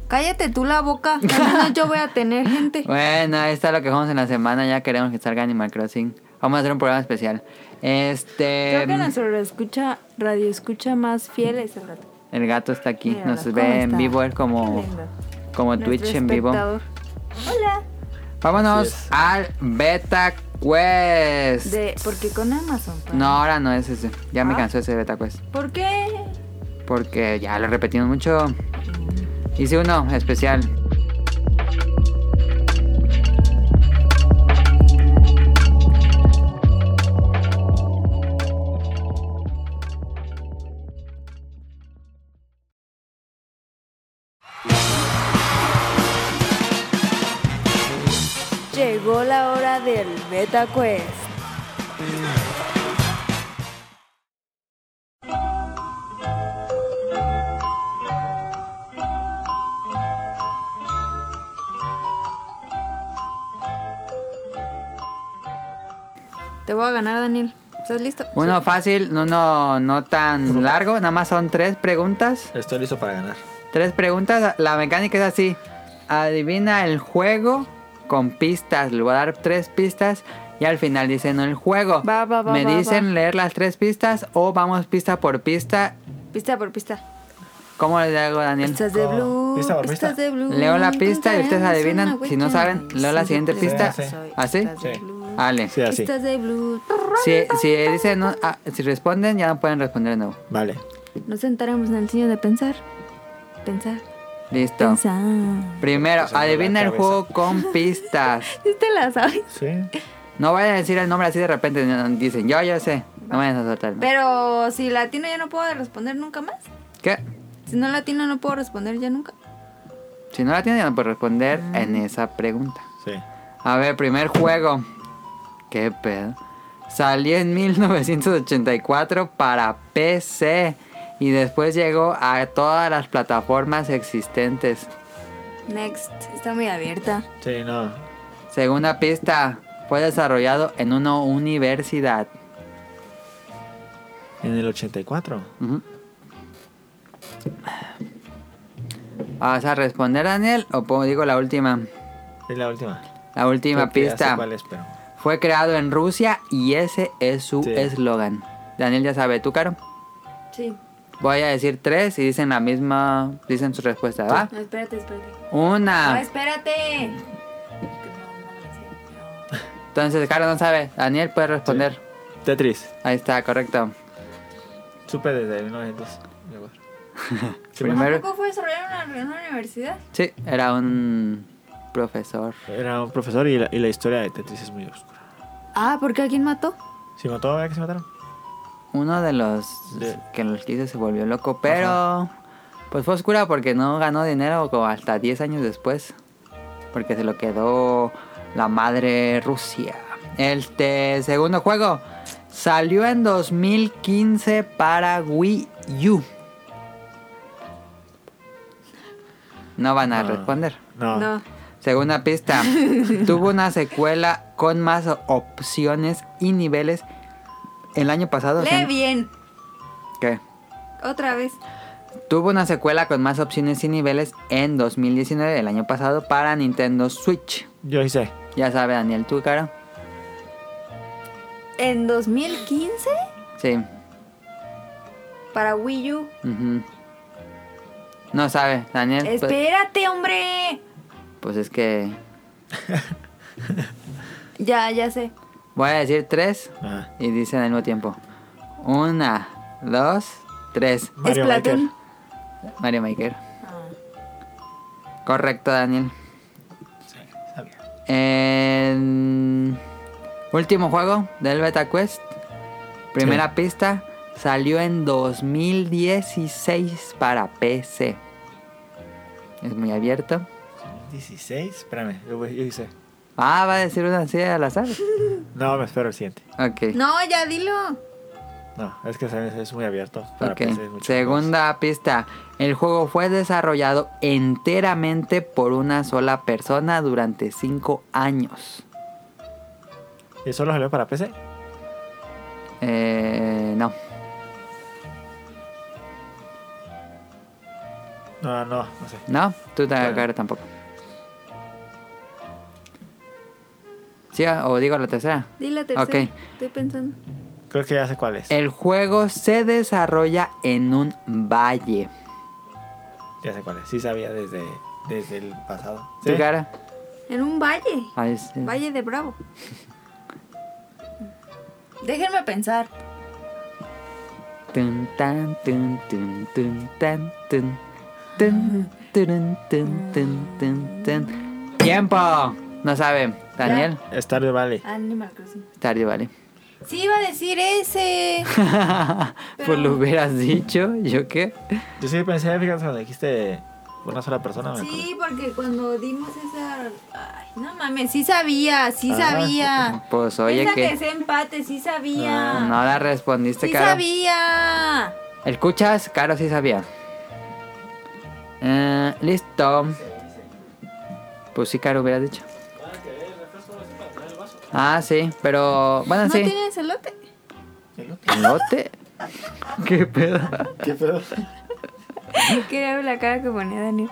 [SPEAKER 1] Cállate tú la boca. al menos yo voy a tener gente.
[SPEAKER 3] Bueno, ahí está lo que jugamos en la semana. Ya queremos que salga Animal Crossing. Vamos a hacer un programa especial. Este.
[SPEAKER 1] Creo que nuestro escucha, radio escucha más fiel es el rato.
[SPEAKER 3] El gato está aquí.
[SPEAKER 1] Míralo,
[SPEAKER 3] Nos
[SPEAKER 1] ¿cómo
[SPEAKER 3] ve en
[SPEAKER 1] está?
[SPEAKER 3] vivo. Es
[SPEAKER 1] Qué
[SPEAKER 3] como,
[SPEAKER 1] lindo.
[SPEAKER 3] como
[SPEAKER 1] Nuestro
[SPEAKER 3] Twitch en vivo.
[SPEAKER 1] espectador. Hola.
[SPEAKER 3] Vámonos
[SPEAKER 2] Así es.
[SPEAKER 3] al Beta Quest.
[SPEAKER 1] De, porque con Amazon. pa.
[SPEAKER 3] No, ahora no es ese. Ya me
[SPEAKER 1] Ah.
[SPEAKER 3] cansó ese Beta Quest.
[SPEAKER 1] ¿Por qué?
[SPEAKER 3] Porque ya lo repetimos mucho. Hice uno especial.
[SPEAKER 1] Llegó la hora del Beta Quest. Te voy a ganar, Daniel. ¿Estás listo?
[SPEAKER 3] Uno fácil, uno no tan largo. Nada más son tres preguntas.
[SPEAKER 2] Estoy listo para ganar.
[SPEAKER 3] Tres preguntas. La mecánica es así. Adivina el juego con pistas. Le voy a dar tres pistas. Y al final dicen el juego.
[SPEAKER 1] Va, va, va,
[SPEAKER 3] Me
[SPEAKER 1] va,
[SPEAKER 3] dicen
[SPEAKER 1] va.
[SPEAKER 3] leer las tres pistas o vamos pista por pista.
[SPEAKER 1] Pista por pista.
[SPEAKER 3] ¿Cómo le hago, Daniel?
[SPEAKER 1] Pistas de
[SPEAKER 2] Oh,
[SPEAKER 1] blue.
[SPEAKER 2] pista por
[SPEAKER 1] pistas
[SPEAKER 2] pista.
[SPEAKER 1] de blue.
[SPEAKER 3] Leo la pista y ustedes
[SPEAKER 1] encontraremos
[SPEAKER 3] adivinan.
[SPEAKER 1] una
[SPEAKER 3] Si no
[SPEAKER 1] huella.
[SPEAKER 3] saben, leo la
[SPEAKER 1] Sí,
[SPEAKER 3] siguiente
[SPEAKER 1] yo
[SPEAKER 3] pista. ¿Ah,
[SPEAKER 1] soy
[SPEAKER 3] ¿Así?
[SPEAKER 1] pistas de
[SPEAKER 2] Sí.
[SPEAKER 1] blue.
[SPEAKER 3] Ale.
[SPEAKER 2] Sí, así.
[SPEAKER 1] Pistas de blue.
[SPEAKER 3] Si, si dicen, no- ah, si responden, ya no pueden responder de nuevo.
[SPEAKER 2] Vale.
[SPEAKER 1] Nos sentaremos en el sillón de pensar. Pensar.
[SPEAKER 3] Listo.
[SPEAKER 1] Pensar.
[SPEAKER 3] Primero,
[SPEAKER 2] Pues,
[SPEAKER 3] adivina el
[SPEAKER 2] la cabeza.
[SPEAKER 3] juego con pistas.
[SPEAKER 1] ¿Sí te la sabes?
[SPEAKER 2] Sí.
[SPEAKER 3] No vayan a decir el nombre así de repente. no, Dicen, yo ya sé. No vayan a soltar. ¿no?
[SPEAKER 1] Pero si latino ya no puedo responder nunca más.
[SPEAKER 3] ¿Qué?
[SPEAKER 1] Si no latino no puedo responder ya nunca.
[SPEAKER 3] Si no la tienen, ya no pueden responder en esa pregunta.
[SPEAKER 2] Sí.
[SPEAKER 3] A ver, primer juego. ¿Qué pedo? Salió en 1984 para PC y después llegó a todas las plataformas existentes.
[SPEAKER 1] Next. Está muy abierta.
[SPEAKER 2] Sí, no.
[SPEAKER 3] Segunda pista, fue desarrollado en una universidad.
[SPEAKER 2] En el 84.
[SPEAKER 3] Ujú. ¿Vas a responder, Daniel? ¿O pongo- digo la última?
[SPEAKER 2] Es la última.
[SPEAKER 3] La última
[SPEAKER 2] Creo que ya sé
[SPEAKER 3] pista.
[SPEAKER 2] cuál es, pero-
[SPEAKER 3] Fue creado en Rusia y ese es su
[SPEAKER 2] Sí.
[SPEAKER 3] eslogan. Daniel ya sabe, ¿tú, Caro?
[SPEAKER 1] Sí.
[SPEAKER 3] Voy a decir tres y dicen la misma, dicen su respuesta, ¿va?
[SPEAKER 1] No, espérate, espérate. No,
[SPEAKER 2] Ah.
[SPEAKER 3] Una.
[SPEAKER 1] espérate. Que no, no me la sé.
[SPEAKER 3] Entonces, Caro no sabe. Daniel puede responder.
[SPEAKER 2] Tetris.
[SPEAKER 3] Ahí está, correcto.
[SPEAKER 2] Supe desde 1900. Sí,
[SPEAKER 1] No.
[SPEAKER 3] Primero-
[SPEAKER 1] ¿Tampoco fue desarrollado en una, en una universidad?
[SPEAKER 3] Sí, era un profesor.
[SPEAKER 2] Era un profesor y la, y la historia de Tetris es muy oscura.
[SPEAKER 1] Ah, ¿por qué alguien mató?
[SPEAKER 2] ¿Se mató? ¿Verdad que se mataron?
[SPEAKER 3] Uno de los
[SPEAKER 2] De-
[SPEAKER 3] que los quiso se volvió loco, pero pues fue oscura porque no ganó dinero como hasta 10 años después. Porque se lo quedó la madre Rusia. El te- segundo juego salió en 2015 para Wii U. No van a
[SPEAKER 2] No.
[SPEAKER 3] responder.
[SPEAKER 2] No.
[SPEAKER 1] No.
[SPEAKER 3] Segunda pista. tuvo una secuela con más opciones y niveles el año pasado. o sea,
[SPEAKER 1] Lee bien.
[SPEAKER 3] ¿Qué?
[SPEAKER 1] Otra vez.
[SPEAKER 3] Tuvo una secuela con más opciones y niveles en 2019, el año pasado, para Nintendo Switch.
[SPEAKER 2] Yo hice.
[SPEAKER 3] Ya sabe, Daniel, tú, cara.
[SPEAKER 1] ¿En 2015?
[SPEAKER 3] Sí.
[SPEAKER 1] Para Wii U.
[SPEAKER 3] ujú. No sabe, Daniel. pues-
[SPEAKER 1] Espérate, hombre.
[SPEAKER 3] pues es que.
[SPEAKER 1] Ya, ya sé.
[SPEAKER 3] Voy a decir tres
[SPEAKER 2] Ajá.
[SPEAKER 3] y dicen al mismo tiempo: Una, dos, tres.
[SPEAKER 2] Mario
[SPEAKER 1] es Platón.
[SPEAKER 2] Maker.
[SPEAKER 3] Mario Maker.
[SPEAKER 1] Ah.
[SPEAKER 3] Correcto, Daniel.
[SPEAKER 2] Sí, sabía.
[SPEAKER 3] En- Último juego del Beta Quest. Primera pista. Salió en 2016 para PC. Es muy abierto.
[SPEAKER 2] 16. Espérame. Yo, yo hice.
[SPEAKER 3] Ah, va a decir una así al azar.
[SPEAKER 2] No, me espero el siguiente.
[SPEAKER 3] Ok.
[SPEAKER 1] No, ya dilo.
[SPEAKER 2] No, es que ¿sabes? es muy abierto. Para
[SPEAKER 3] Ok.
[SPEAKER 2] PC es mucho
[SPEAKER 3] Segunda pista. El juego fue desarrollado enteramente por una sola persona durante 5 años.
[SPEAKER 2] más. ¿Y solo salió para PC?
[SPEAKER 3] Eh, no.
[SPEAKER 2] No, no, no sé.
[SPEAKER 3] No, tú te
[SPEAKER 2] Claro.
[SPEAKER 3] claro. tampoco. ¿Sí? ¿O digo la tercera?
[SPEAKER 1] Di la tercera.
[SPEAKER 3] Ok.
[SPEAKER 1] Estoy pensando.
[SPEAKER 2] Creo que ya sé cuál es.
[SPEAKER 3] El juego se desarrolla en un valle.
[SPEAKER 2] Ya sé cuál es. Sí sabía desde, desde el pasado.
[SPEAKER 3] ¿Tu
[SPEAKER 2] Sí.
[SPEAKER 3] cara?
[SPEAKER 1] En un valle.
[SPEAKER 3] Ay, sí.
[SPEAKER 1] Valle de Bravo. Déjenme pensar.
[SPEAKER 3] Tun, tan, tun, tun, tun, tan, tun. Tun, turun, tun, tun, tun, tun. ¡Tiempo! No sabe. Daniel,
[SPEAKER 2] Stardew Valley.
[SPEAKER 1] Animal Crossing.
[SPEAKER 3] tarde, vale.
[SPEAKER 1] Sí, iba a decir ese.
[SPEAKER 3] Pues lo hubieras dicho, ¿yo qué?
[SPEAKER 2] Yo sí pensé, fíjate, cuando dijiste una sola persona. me acordé.
[SPEAKER 1] Sí, porque cuando dimos esa. Ay, no mames, sí sabía, sí
[SPEAKER 2] Ah,
[SPEAKER 1] sabía.
[SPEAKER 3] Pues oye
[SPEAKER 1] Piensa que
[SPEAKER 3] que Ah,
[SPEAKER 1] ese empate, sí sabía.
[SPEAKER 3] no este la respondiste,
[SPEAKER 1] sí
[SPEAKER 3] cara.
[SPEAKER 1] sabía.
[SPEAKER 3] ¿Escuchas? Caro sí sabía. Eh, listo. Pues sí, Caro hubiera dicho. Ah, sí, pero. Bueno,
[SPEAKER 1] ¿No
[SPEAKER 3] sí.
[SPEAKER 1] tienes elote?
[SPEAKER 3] ¿Lote? ¿Qué pedo?
[SPEAKER 2] ¿Qué pedo?
[SPEAKER 1] Quería ver la cara que ponía Daniel.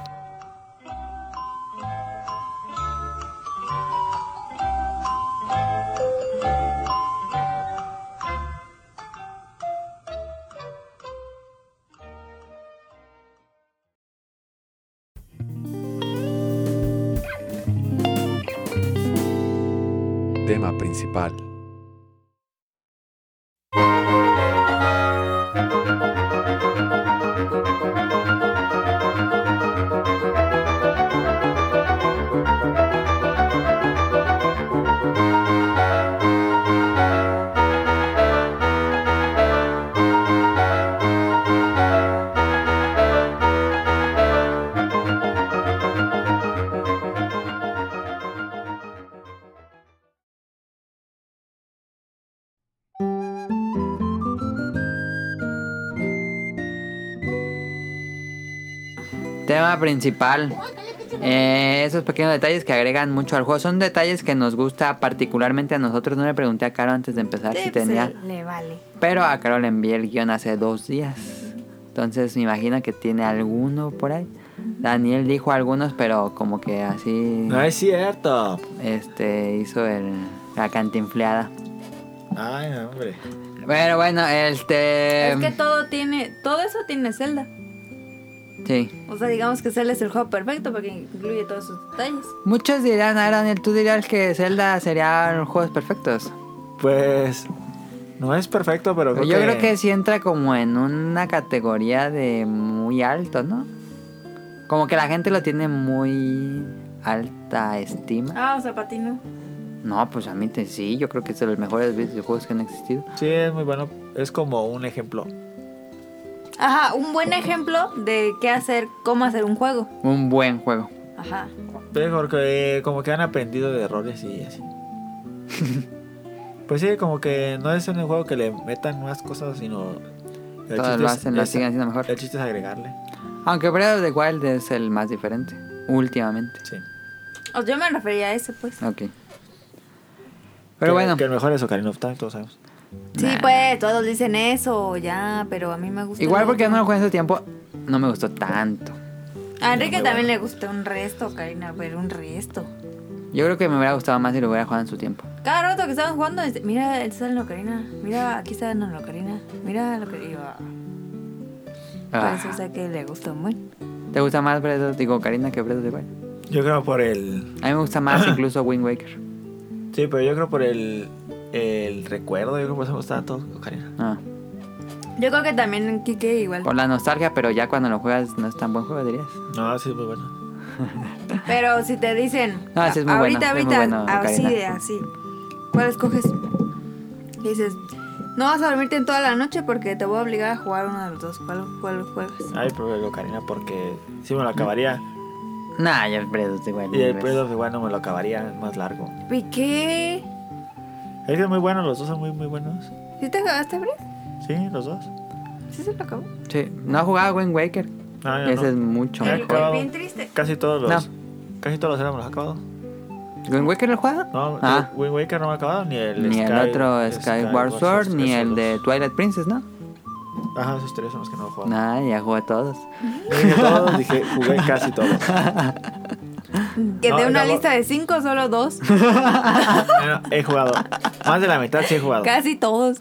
[SPEAKER 4] Tema principal.
[SPEAKER 3] Tema principal. Eh, esos pequeños detalles que agregan mucho al juego son detalles que nos gusta particularmente a nosotros. No le pregunté a Caro antes de empezar si
[SPEAKER 1] Sí, pues,
[SPEAKER 3] Ah, tenía,
[SPEAKER 1] le vale.
[SPEAKER 3] pero a Caro le envié el guión hace dos días. Entonces me imagino que tiene alguno por ahí. Daniel dijo algunos, pero como que así
[SPEAKER 2] No es cierto.
[SPEAKER 3] este hizo el, la cantinfleada.
[SPEAKER 2] Ay, no, hombre.
[SPEAKER 3] Pero bueno, este.
[SPEAKER 1] es que todo tiene, todo eso tiene Zelda.
[SPEAKER 3] Sí.
[SPEAKER 1] O sea, digamos que Zelda es el juego perfecto porque incluye todos sus detalles.
[SPEAKER 3] Muchos dirán, ah, Daniel, tú dirías que Zelda serían juegos perfectos.
[SPEAKER 2] Pues no es perfecto, pero creo
[SPEAKER 3] Pues Yo
[SPEAKER 2] que...
[SPEAKER 3] creo que sí entra como en una categoría de muy alto, ¿no? Como que la gente lo tiene muy alta estima.
[SPEAKER 1] Ah, o sea, para ti no.
[SPEAKER 3] No, pues a mí te- sí, yo creo que es de los mejores videojuegos que han existido.
[SPEAKER 2] sí es muy bueno. Es como un ejemplo.
[SPEAKER 1] Ajá, un buen ejemplo de qué hacer, cómo hacer un juego.
[SPEAKER 3] Un buen juego.
[SPEAKER 1] Ajá.
[SPEAKER 2] Pues, porque como que han aprendido de errores y así. pues sí, como que no es un juego que le metan más cosas, sino... el
[SPEAKER 3] Todos
[SPEAKER 2] chiste
[SPEAKER 3] lo
[SPEAKER 2] es-
[SPEAKER 3] hacen, lo
[SPEAKER 2] es-
[SPEAKER 3] siguen haciendo mejor.
[SPEAKER 2] El chiste es agregarle.
[SPEAKER 3] Aunque Breath of the Wild es el más diferente, últimamente.
[SPEAKER 2] Sí.
[SPEAKER 1] O sea, yo me refería a ese, pues.
[SPEAKER 3] Ok.
[SPEAKER 2] Que-
[SPEAKER 3] Pero bueno,
[SPEAKER 2] Que el mejor es Ocarina of Time, todos sabemos.
[SPEAKER 1] Sí,
[SPEAKER 3] Nah.
[SPEAKER 1] pues, todos dicen eso, ya, pero a mí me gusta.
[SPEAKER 3] igual
[SPEAKER 1] el
[SPEAKER 3] porque no
[SPEAKER 1] otro.
[SPEAKER 3] lo jugué en su tiempo, no me gustó tanto.
[SPEAKER 1] A Enrique
[SPEAKER 2] Muy
[SPEAKER 1] también le
[SPEAKER 2] bueno.
[SPEAKER 1] gusta un resto, Karina, pero un resto.
[SPEAKER 3] Yo creo que me hubiera gustado más si lo hubiera jugado en su tiempo.
[SPEAKER 1] Cada rato que estaban jugando, dice, mira, él está en la ocarina, mira, aquí está en la ocarina, mira lo que iba.
[SPEAKER 3] Ah.
[SPEAKER 1] Por eso sé que le gustó muy.
[SPEAKER 3] ¿Te gusta más Breath of- digo, Karina que Breath of the Wild?
[SPEAKER 2] Yo creo por el...
[SPEAKER 3] A mí me gusta más incluso Wind Waker.
[SPEAKER 2] Sí, pero yo creo por el... El recuerdo, yo creo por eso me gusta tanto Ocarina.
[SPEAKER 3] Ah,
[SPEAKER 1] Yo creo que también Kike igual.
[SPEAKER 3] Por la nostalgia, pero ya cuando lo juegas no es tan buen juego, dirías.
[SPEAKER 2] No, sí, es muy bueno.
[SPEAKER 1] Pero si te dicen,
[SPEAKER 3] No, Ah, sí es muy
[SPEAKER 1] ahorita,
[SPEAKER 3] bueno, es muy
[SPEAKER 1] ahorita,
[SPEAKER 3] bueno,
[SPEAKER 1] así
[SPEAKER 3] Ocarina.
[SPEAKER 1] de así, ¿cuál escoges? Y dices, no vas a dormirte en toda la noche porque te voy a obligar a jugar uno de los dos. ¿Cuál, cuál juegas?
[SPEAKER 2] Ay, pero el Ocarina porque... Sí, me lo acabaría.
[SPEAKER 3] Mm. Nah, ya el Breath of the Wild.
[SPEAKER 2] Y el
[SPEAKER 3] mil
[SPEAKER 2] Breath
[SPEAKER 3] veces.
[SPEAKER 2] of the Wild no me lo acabaría, es más largo.
[SPEAKER 1] Piqué.
[SPEAKER 2] Es que es muy bueno, los dos son muy, muy buenos.
[SPEAKER 1] ¿Sí te acabaste, Brett?
[SPEAKER 2] Sí, los dos.
[SPEAKER 1] ¿Sí se lo acabó?
[SPEAKER 3] Sí, no he jugado Wind Waker.
[SPEAKER 2] No, yo
[SPEAKER 3] Ese es
[SPEAKER 2] no.
[SPEAKER 3] mucho
[SPEAKER 2] Ah, Ya
[SPEAKER 1] El-
[SPEAKER 3] mejor.
[SPEAKER 2] acabó.
[SPEAKER 1] bien triste.
[SPEAKER 2] Casi todos los.
[SPEAKER 3] No.
[SPEAKER 2] Casi todos los éramos los acabados.
[SPEAKER 3] ¿Wind Waker lo he jugado?
[SPEAKER 2] No,
[SPEAKER 3] Ah,
[SPEAKER 2] el Wind Waker no me ha acabado, ni el
[SPEAKER 3] ni el
[SPEAKER 2] Sky-
[SPEAKER 3] otro Skyward Sword, ni
[SPEAKER 2] esos
[SPEAKER 3] el de
[SPEAKER 2] dos.
[SPEAKER 3] Twilight Princess, ¿no?
[SPEAKER 2] Ajá, esos tres son los que no he jugado.
[SPEAKER 3] Nah, ya jugué todos.
[SPEAKER 2] Yo dije todos, dije, jugué casi todos.
[SPEAKER 1] Que
[SPEAKER 2] No,
[SPEAKER 1] de una
[SPEAKER 2] acabó.
[SPEAKER 1] lista de cinco, solo dos.
[SPEAKER 2] No, no, he jugado. Más de la mitad sí he jugado.
[SPEAKER 1] Casi todos.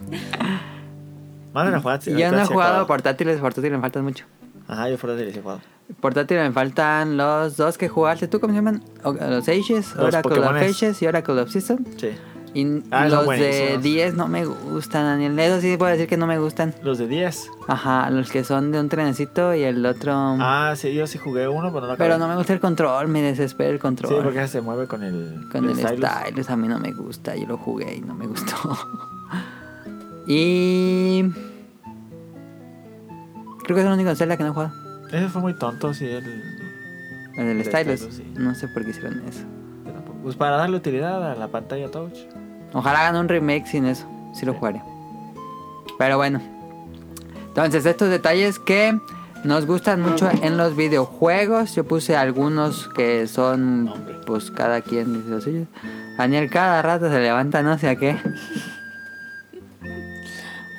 [SPEAKER 2] Más de la jugada sí-
[SPEAKER 3] Y
[SPEAKER 2] mitad
[SPEAKER 3] yo no he
[SPEAKER 2] sí
[SPEAKER 3] jugado portátiles, portátiles me faltan mucho.
[SPEAKER 2] Ajá, yo fuera de sí he jugado.
[SPEAKER 3] Portátiles me faltan los dos que jugaste tú, ¿cómo se llaman? O- los Ages,
[SPEAKER 2] Los
[SPEAKER 3] Oracle of
[SPEAKER 2] Pokémones.
[SPEAKER 3] Ages y Oracle of Season.
[SPEAKER 2] Sí.
[SPEAKER 3] Y
[SPEAKER 2] Ah, son
[SPEAKER 3] los de
[SPEAKER 2] buenísimos.
[SPEAKER 3] 10 no me gustan, Daniel. Eso sí puedo decir que no me gustan.
[SPEAKER 2] Los de 10.
[SPEAKER 3] Ajá, los que son de un trenecito y el otro.
[SPEAKER 2] Ah, sí, yo sí jugué uno, pero no lo acabé.
[SPEAKER 3] pero no me gusta el control, me desespera el control.
[SPEAKER 2] Sí, porque se mueve con el.
[SPEAKER 3] Con el
[SPEAKER 2] stylus.
[SPEAKER 3] stylus a mí no me gusta, yo lo jugué y no me gustó. y. Creo que es el único Zelda que no he jugado.
[SPEAKER 2] Ese fue muy tonto, sí, el.
[SPEAKER 3] El del
[SPEAKER 2] El
[SPEAKER 3] stylus.
[SPEAKER 2] stylus, sí.
[SPEAKER 3] No sé por qué hicieron eso.
[SPEAKER 2] Yo tampoco. Pues para darle utilidad a la pantalla touch.
[SPEAKER 3] Ojalá hagan un remake sin eso. Si lo
[SPEAKER 2] Sí.
[SPEAKER 3] jugaré. Pero bueno. Entonces, estos detalles que nos gustan mucho en los videojuegos. Yo puse algunos que son,
[SPEAKER 2] Hombre.
[SPEAKER 3] pues cada quien dice los suyos. Daniel cada rato se levanta, no sé a qué.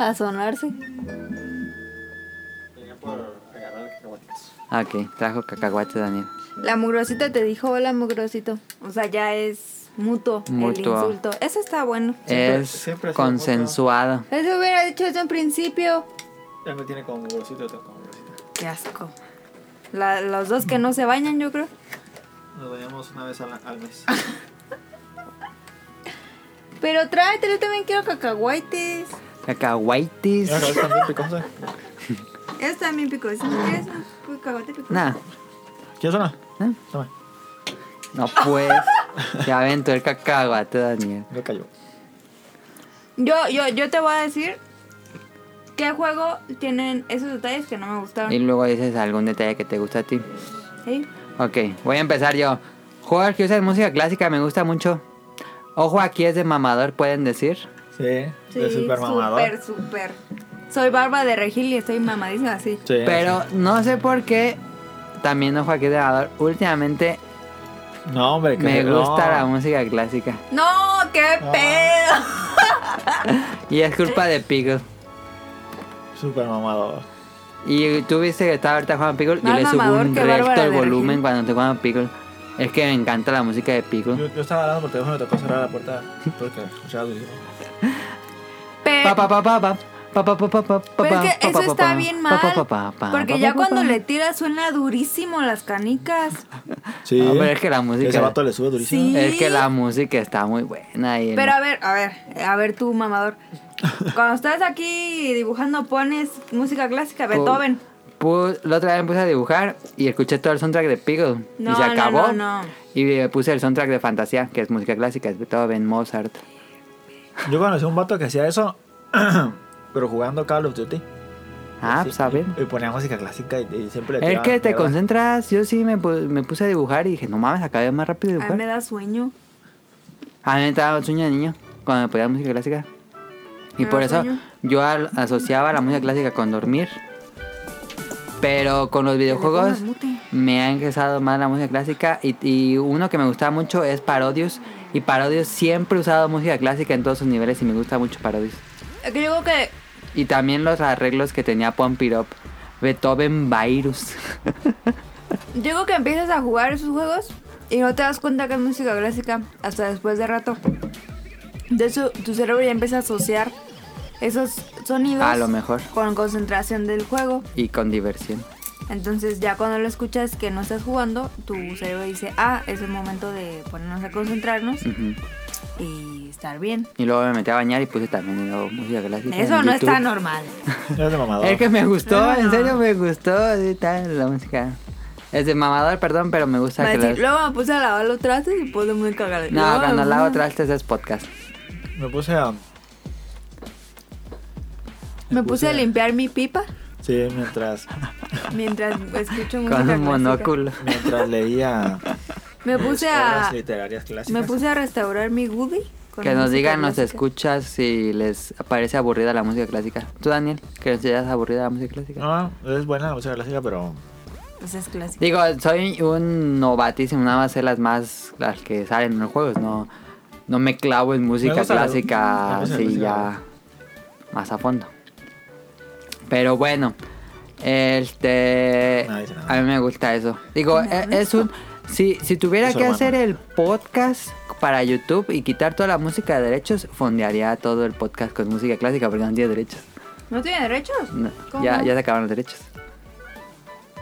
[SPEAKER 1] A sonarse.
[SPEAKER 3] Ah, Ok, trajo cacahuate Daniel.
[SPEAKER 1] La mugrosita te dijo hola mugrosito. O sea, ya es mutuo,
[SPEAKER 3] Mutuo. Eh.
[SPEAKER 1] el insulto. Eso está bueno.
[SPEAKER 2] Siempre-
[SPEAKER 3] es
[SPEAKER 2] siempre ha sido
[SPEAKER 3] consensuado.
[SPEAKER 1] Eso hubiera dicho desde un principio.
[SPEAKER 2] Ya me tiene como bolsito, tengo como bolsito.
[SPEAKER 1] Qué asco. La- los dos que no se bañan, yo creo.
[SPEAKER 2] Nos bañamos una vez al, al mes.
[SPEAKER 1] Pero tráete, yo también quiero cacahuaites.
[SPEAKER 3] Cacahuaitis.
[SPEAKER 2] ¿Ya acabaste también, picosa?
[SPEAKER 1] Eso también picoso. ¿Quieres un cacahuate picoso?
[SPEAKER 3] Ah. Nah,
[SPEAKER 2] ¿Quieres una?
[SPEAKER 3] ¿eh?
[SPEAKER 2] Toma,
[SPEAKER 3] no pues. Te aventó el cacahuate Daniel.
[SPEAKER 2] me cayó.
[SPEAKER 1] Yo, yo, yo te voy a decir qué juego tienen esos detalles que no me gustaron.
[SPEAKER 3] Y luego dices algún detalle que te gusta a ti.
[SPEAKER 1] Sí.
[SPEAKER 3] Ok, voy a empezar yo. Juegos que usan música clásica me gusta mucho. Ojo, aquí es de mamador, pueden decir.
[SPEAKER 2] Sí, de super mamador.
[SPEAKER 1] Súper, súper. Soy barba de regil y estoy mamadísima así.
[SPEAKER 2] Sí,
[SPEAKER 3] Pero no sé por qué También, ojo, aquí te va a dar. Últimamente
[SPEAKER 2] No, hombre, que
[SPEAKER 3] me
[SPEAKER 2] no.
[SPEAKER 3] gusta la música clásica.
[SPEAKER 1] ¡No! ¡Qué
[SPEAKER 2] No.
[SPEAKER 1] pedo!
[SPEAKER 3] Y es culpa de Pickle.
[SPEAKER 2] Super mamador.
[SPEAKER 3] Y tú viste que estaba ahorita jugando Pickle. Yo
[SPEAKER 1] Más
[SPEAKER 3] le subo
[SPEAKER 1] mamador
[SPEAKER 3] un
[SPEAKER 1] que
[SPEAKER 3] recto
[SPEAKER 1] Bárbara
[SPEAKER 3] el
[SPEAKER 1] de
[SPEAKER 3] volumen
[SPEAKER 1] Regil.
[SPEAKER 3] cuando estoy jugando Pickle. Es que me encanta la música de Pickle.
[SPEAKER 2] Yo, yo estaba hablando por teléfono y me tocó cerrar la puerta porque escuchaba durísimo.
[SPEAKER 1] Pe-
[SPEAKER 3] Pa, pa, pa, pa, pa. Pa, pa, pa, pa, pa, pa,
[SPEAKER 1] Eh. Pero es
[SPEAKER 3] pa,
[SPEAKER 1] que eso
[SPEAKER 3] pa, pa,
[SPEAKER 1] está
[SPEAKER 3] pa.
[SPEAKER 1] bien
[SPEAKER 3] Pa,
[SPEAKER 1] mal.
[SPEAKER 3] pa, pa, pa, pa, pa,
[SPEAKER 1] Porque ya
[SPEAKER 3] pa, pa,
[SPEAKER 1] cuando
[SPEAKER 3] pa.
[SPEAKER 1] le tiras suena durísimo las canicas.
[SPEAKER 2] Sí.
[SPEAKER 3] No, pero Ah, es que la
[SPEAKER 2] Ese
[SPEAKER 3] música.
[SPEAKER 2] vato le sube durísimo.
[SPEAKER 1] Sí.
[SPEAKER 3] Es que la música está muy buena. Y el-
[SPEAKER 1] Pero a ver, a ver, a ver tú, mamador. Cuando estás aquí dibujando pones música clásica,
[SPEAKER 3] pu-
[SPEAKER 1] Beethoven.
[SPEAKER 3] pu- la otra vez me puse a dibujar y escuché todo el soundtrack de Pickle. y
[SPEAKER 1] No,
[SPEAKER 3] se
[SPEAKER 1] no,
[SPEAKER 3] acabó.
[SPEAKER 1] no, no.
[SPEAKER 3] Y eh, puse el soundtrack de Fantasía, que es música clásica, es Beethoven, Mozart.
[SPEAKER 2] Yo conocí a un vato que hacía eso, pero jugando Call of Duty.
[SPEAKER 3] Ah,
[SPEAKER 2] Sí,
[SPEAKER 3] pues a ver.
[SPEAKER 2] Y, y ponía música clásica y, y siempre le
[SPEAKER 3] Es que te
[SPEAKER 2] concentra
[SPEAKER 3] concentras. Yo sí me, pu- me puse a dibujar y dije, no mames, acabé más rápido de
[SPEAKER 1] A mí me
[SPEAKER 3] dibujar.
[SPEAKER 1] da sueño.
[SPEAKER 3] A mí me estaba sueño de niño cuando me ponía música clásica. Y
[SPEAKER 1] Me
[SPEAKER 3] por
[SPEAKER 1] da
[SPEAKER 3] eso
[SPEAKER 1] sueño.
[SPEAKER 3] yo al- asociaba la música clásica con dormir. Pero con los videojuegos
[SPEAKER 1] pongas mute.
[SPEAKER 3] me ha ingresado más la música clásica. Y, y uno que me gustaba mucho es Parodius. Y Parodius siempre he usado música clásica en todos sus niveles y me gusta mucho Parodius.
[SPEAKER 1] Es que yo digo que
[SPEAKER 3] Y también los arreglos que tenía Pump It Up. Beethoven Virus.
[SPEAKER 1] yo digo que empiezas a jugar esos juegos y no te das cuenta que es música clásica hasta después de rato. De hecho, tu cerebro ya empieza a asociar esos sonidos
[SPEAKER 3] A lo mejor.
[SPEAKER 1] con concentración del juego.
[SPEAKER 3] y con diversión.
[SPEAKER 1] Entonces ya cuando lo escuchas que no estás jugando, tu cerebro dice, ah, es el momento de ponernos a concentrarnos
[SPEAKER 3] Ujú. Mm.
[SPEAKER 1] y estar bien.
[SPEAKER 3] Y luego me metí a bañar y puse también de nuevo música clásica.
[SPEAKER 1] Eso
[SPEAKER 3] en
[SPEAKER 1] no
[SPEAKER 3] YouTube.
[SPEAKER 1] está normal.
[SPEAKER 2] Es de mamador.
[SPEAKER 3] Es que me gustó,
[SPEAKER 1] No,
[SPEAKER 3] en
[SPEAKER 1] no.
[SPEAKER 3] serio me gustó así tal, la música. Es de mamador, perdón, pero me gusta
[SPEAKER 1] Va a
[SPEAKER 3] que
[SPEAKER 1] decir,
[SPEAKER 3] las-
[SPEAKER 1] Luego me puse a lavar los trastes y pude muy cagada.
[SPEAKER 3] No,
[SPEAKER 1] Luego
[SPEAKER 3] cuando
[SPEAKER 1] me
[SPEAKER 3] lavo
[SPEAKER 1] puse-
[SPEAKER 3] trastes es podcast.
[SPEAKER 2] Me puse a.
[SPEAKER 1] Me puse a limpiar mi pipa
[SPEAKER 2] Sí, mientras,
[SPEAKER 1] mientras escucho música
[SPEAKER 3] Con un
[SPEAKER 1] clásica.
[SPEAKER 3] monóculo.
[SPEAKER 2] mientras leía.
[SPEAKER 1] Me
[SPEAKER 2] mis
[SPEAKER 1] puse a
[SPEAKER 2] obras literarias clásicas.
[SPEAKER 1] me puse a restaurar mi Woody. con
[SPEAKER 3] Que nos
[SPEAKER 1] música
[SPEAKER 3] digan, nos
[SPEAKER 1] clásica.
[SPEAKER 3] escuchas si les parece aburrida la música clásica. Tú, Daniel, que nos digas aburrida la música clásica.
[SPEAKER 2] No, es buena la música clásica, pero.
[SPEAKER 1] Pues es clásico.
[SPEAKER 3] Digo, soy un novatísimo, nada más sé las más, las que salen en los juegos, no, no me clavo en música
[SPEAKER 2] Me gusta la-
[SPEAKER 3] clásica
[SPEAKER 2] la música
[SPEAKER 3] así ya
[SPEAKER 2] clásica.
[SPEAKER 3] más a fondo. Pero bueno, este,
[SPEAKER 2] No, dice nada.
[SPEAKER 3] a mí me gusta eso. Digo,
[SPEAKER 1] No,
[SPEAKER 3] e-
[SPEAKER 1] no
[SPEAKER 3] es un, si, si tuviera
[SPEAKER 2] Eso
[SPEAKER 3] que
[SPEAKER 2] bueno.
[SPEAKER 3] hacer el podcast para YouTube y quitar toda la música de derechos, fondearía todo el podcast con música clásica porque no tiene derechos.
[SPEAKER 1] ¿No tiene derechos?
[SPEAKER 3] No,
[SPEAKER 1] ¿Cómo
[SPEAKER 3] ya,
[SPEAKER 1] no?
[SPEAKER 3] ya se acabaron los derechos.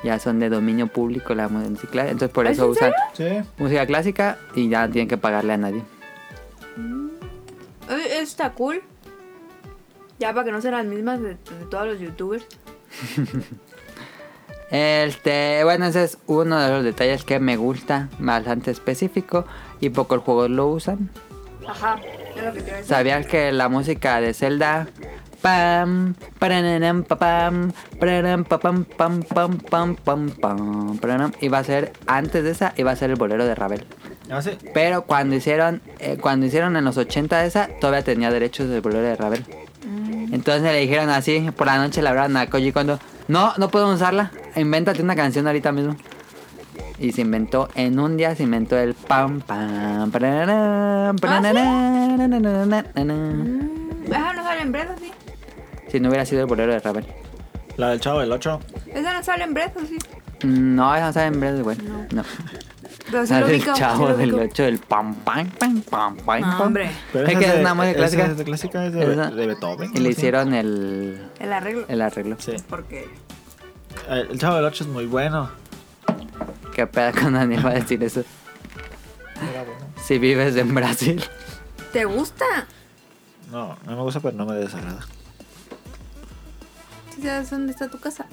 [SPEAKER 3] Ya son de dominio público la música. clá- Entonces por
[SPEAKER 1] ¿Es
[SPEAKER 3] eso
[SPEAKER 1] ¿Ah, en
[SPEAKER 3] usan
[SPEAKER 2] Sí.
[SPEAKER 3] música clásica y ya no tienen que pagarle a nadie.
[SPEAKER 1] Eh, Eso está cool. Ya para que no sean las mismas de, de todos los youtubers.
[SPEAKER 3] Este, bueno, ese es uno de los detalles que me gusta, bastante específico y pocos juegos lo usan.
[SPEAKER 1] Ajá, es lo que quiero decir.
[SPEAKER 3] ¿Sabían que la música de Zelda pam paranam, pa, pam pararam, pa, pam pam pam pam pam pam pararam, iba a ser antes de esa iba a ser el bolero de Ravel?
[SPEAKER 2] Ah, sí.
[SPEAKER 3] Pero cuando hicieron eh, cuando hicieron en los 80 esa, todavía tenía derechos del bolero de Ravel.
[SPEAKER 1] Mm.
[SPEAKER 3] Entonces le dijeron así, por la noche le hablaron a Koji Kondo, no, no podemos usarla, invéntate una canción ahorita mismo. Y se inventó, en un día se inventó el pam pam pararam, pararara, nananana, nanana.
[SPEAKER 1] ¿Ah, Mm, Esa no sale en Breath, ¿o sí.
[SPEAKER 3] Si no hubiera sido el bolero de Ravel.
[SPEAKER 2] La del Chavo del 8.
[SPEAKER 1] Esa no sale en Breath, ¿o sí.
[SPEAKER 3] No, esa saben breve, güey. No.
[SPEAKER 1] Pero sí
[SPEAKER 3] Sale
[SPEAKER 1] lo
[SPEAKER 3] el
[SPEAKER 1] ubico, sí
[SPEAKER 3] chavo
[SPEAKER 1] lo
[SPEAKER 3] del
[SPEAKER 1] ubico.
[SPEAKER 3] 8 del pam pam pam pam pam.
[SPEAKER 1] No,
[SPEAKER 3] pam.
[SPEAKER 1] hombre.
[SPEAKER 2] Pero
[SPEAKER 3] es
[SPEAKER 2] esa
[SPEAKER 3] que es
[SPEAKER 2] de-
[SPEAKER 3] una
[SPEAKER 2] esa
[SPEAKER 3] música clásica.
[SPEAKER 2] Es de clásica, es de,
[SPEAKER 3] Esa-
[SPEAKER 2] de Beethoven.
[SPEAKER 3] Y
[SPEAKER 2] Pues ¿no?
[SPEAKER 3] le hicieron el,
[SPEAKER 1] El arreglo.
[SPEAKER 3] el arreglo.
[SPEAKER 2] Sí.
[SPEAKER 1] Porque
[SPEAKER 2] Eh, El el Chavo del 8 es muy bueno.
[SPEAKER 3] ¿Qué pedo con Daniel va a decir eso? Si vives en Brasil.
[SPEAKER 1] te gusta.
[SPEAKER 2] No, no me gusta, pero no me desagrada.
[SPEAKER 1] ¿Sí sabes dónde está tu casa?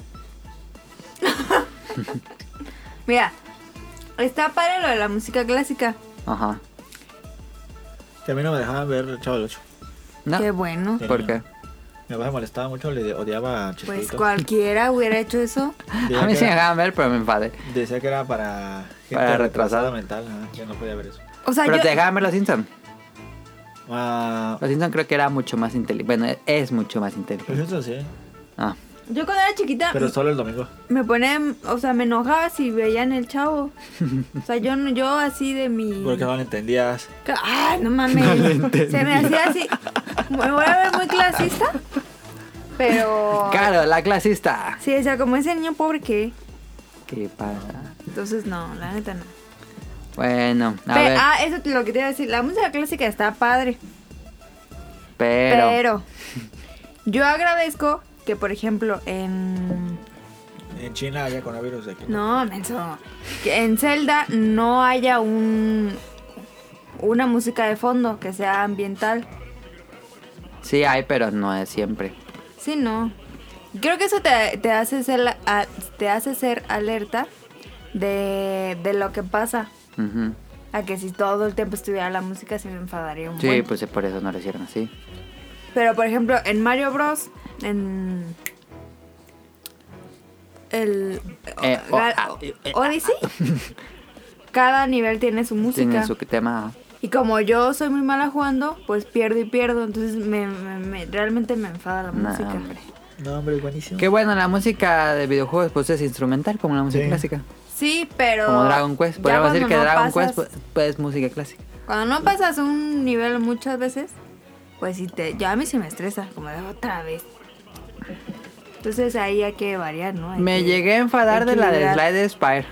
[SPEAKER 1] Mira, está padre lo de la música clásica.
[SPEAKER 3] Ajá.
[SPEAKER 2] Que a mí no me dejaban ver el Chavo del 8.
[SPEAKER 3] No,
[SPEAKER 1] Qué bueno.
[SPEAKER 2] Sí.
[SPEAKER 3] ¿por qué?
[SPEAKER 2] Mi papá se molestaba mucho, le odiaba a Chespirito.
[SPEAKER 1] Pues cualquiera hubiera hecho eso.
[SPEAKER 2] Decía
[SPEAKER 3] A mí
[SPEAKER 2] que
[SPEAKER 3] sí me
[SPEAKER 2] era-
[SPEAKER 3] dejaban ver, pero me enfadé.
[SPEAKER 2] Decía que era para gente
[SPEAKER 3] Para
[SPEAKER 2] retrasada
[SPEAKER 3] retrasado.
[SPEAKER 2] mental, ajá, que no podía ver eso.
[SPEAKER 1] O sea,
[SPEAKER 3] Pero
[SPEAKER 1] yo.
[SPEAKER 3] te dejaban ver los Simpsons.
[SPEAKER 2] Ah,
[SPEAKER 3] Pues, Los Simpsons creo que era mucho más inteligente. Bueno, es mucho más inteligente.
[SPEAKER 2] pues eso sí.
[SPEAKER 3] Ah.
[SPEAKER 1] Yo cuando era chiquita
[SPEAKER 2] Pero solo el domingo.
[SPEAKER 1] me ponía, o sea, me enojaba si veían el chavo. O sea, yo no- yo así de mi
[SPEAKER 2] Porque no lo entendías.
[SPEAKER 1] Ay, no mames. Se me hacía así. Me voy a ver muy clasista. Pero
[SPEAKER 3] Claro, la clasista.
[SPEAKER 1] sí, o sea, como ese niño pobre que
[SPEAKER 3] ¿Qué pasa?
[SPEAKER 1] entonces no, la neta no.
[SPEAKER 3] Bueno, a
[SPEAKER 1] Pe-
[SPEAKER 3] ver.
[SPEAKER 1] ah, eso es lo que te iba a decir. La música clásica está padre.
[SPEAKER 3] pero.
[SPEAKER 1] Pero, yo agradezco que, por ejemplo, en.
[SPEAKER 2] En China haya coronavirus aquí.
[SPEAKER 1] No, menso. Que en Zelda no haya un. Una música de fondo que sea ambiental.
[SPEAKER 3] Sí hay, pero no es siempre.
[SPEAKER 1] Sí, no. Creo que eso te, te hace, ser, la- a- te hace ser alerta de, de lo que pasa.
[SPEAKER 3] Ujú.
[SPEAKER 1] A que si todo el tiempo estuviera la música, se me enfadaría un
[SPEAKER 3] Sí,
[SPEAKER 1] buen.
[SPEAKER 3] pues por eso no lo hicieron así.
[SPEAKER 1] Pero por ejemplo, en Mario Bros. En. El.
[SPEAKER 3] Eh, o-
[SPEAKER 1] Gal-
[SPEAKER 3] ah, eh, eh,
[SPEAKER 1] Odyssey. Cada nivel tiene su música.
[SPEAKER 3] Tienen su tema.
[SPEAKER 1] Y como yo soy muy mala jugando, pues pierdo y pierdo. Entonces me, me- me- realmente me enfada la
[SPEAKER 3] Nah,
[SPEAKER 1] música.
[SPEAKER 3] hombre.
[SPEAKER 2] No, hombre, buenísimo.
[SPEAKER 3] Qué bueno, la música de videojuegos pues es instrumental, como la música
[SPEAKER 2] Sí.
[SPEAKER 3] clásica.
[SPEAKER 1] Sí, pero.
[SPEAKER 3] Como Dragon Quest.
[SPEAKER 1] ya
[SPEAKER 3] Podríamos
[SPEAKER 1] cuando
[SPEAKER 3] decir que
[SPEAKER 1] no
[SPEAKER 3] Dragon
[SPEAKER 1] pasas-
[SPEAKER 3] Quest pues, pues, es música clásica.
[SPEAKER 1] Cuando no pasas un nivel muchas veces, pues sí te. Ya a mí sí me estresa, como de otra vez. Entonces ahí hay que variar, ¿no? Hay
[SPEAKER 3] Me
[SPEAKER 1] que
[SPEAKER 3] llegué a enfadar de la de
[SPEAKER 1] equilibrar.
[SPEAKER 3] Slide Spire.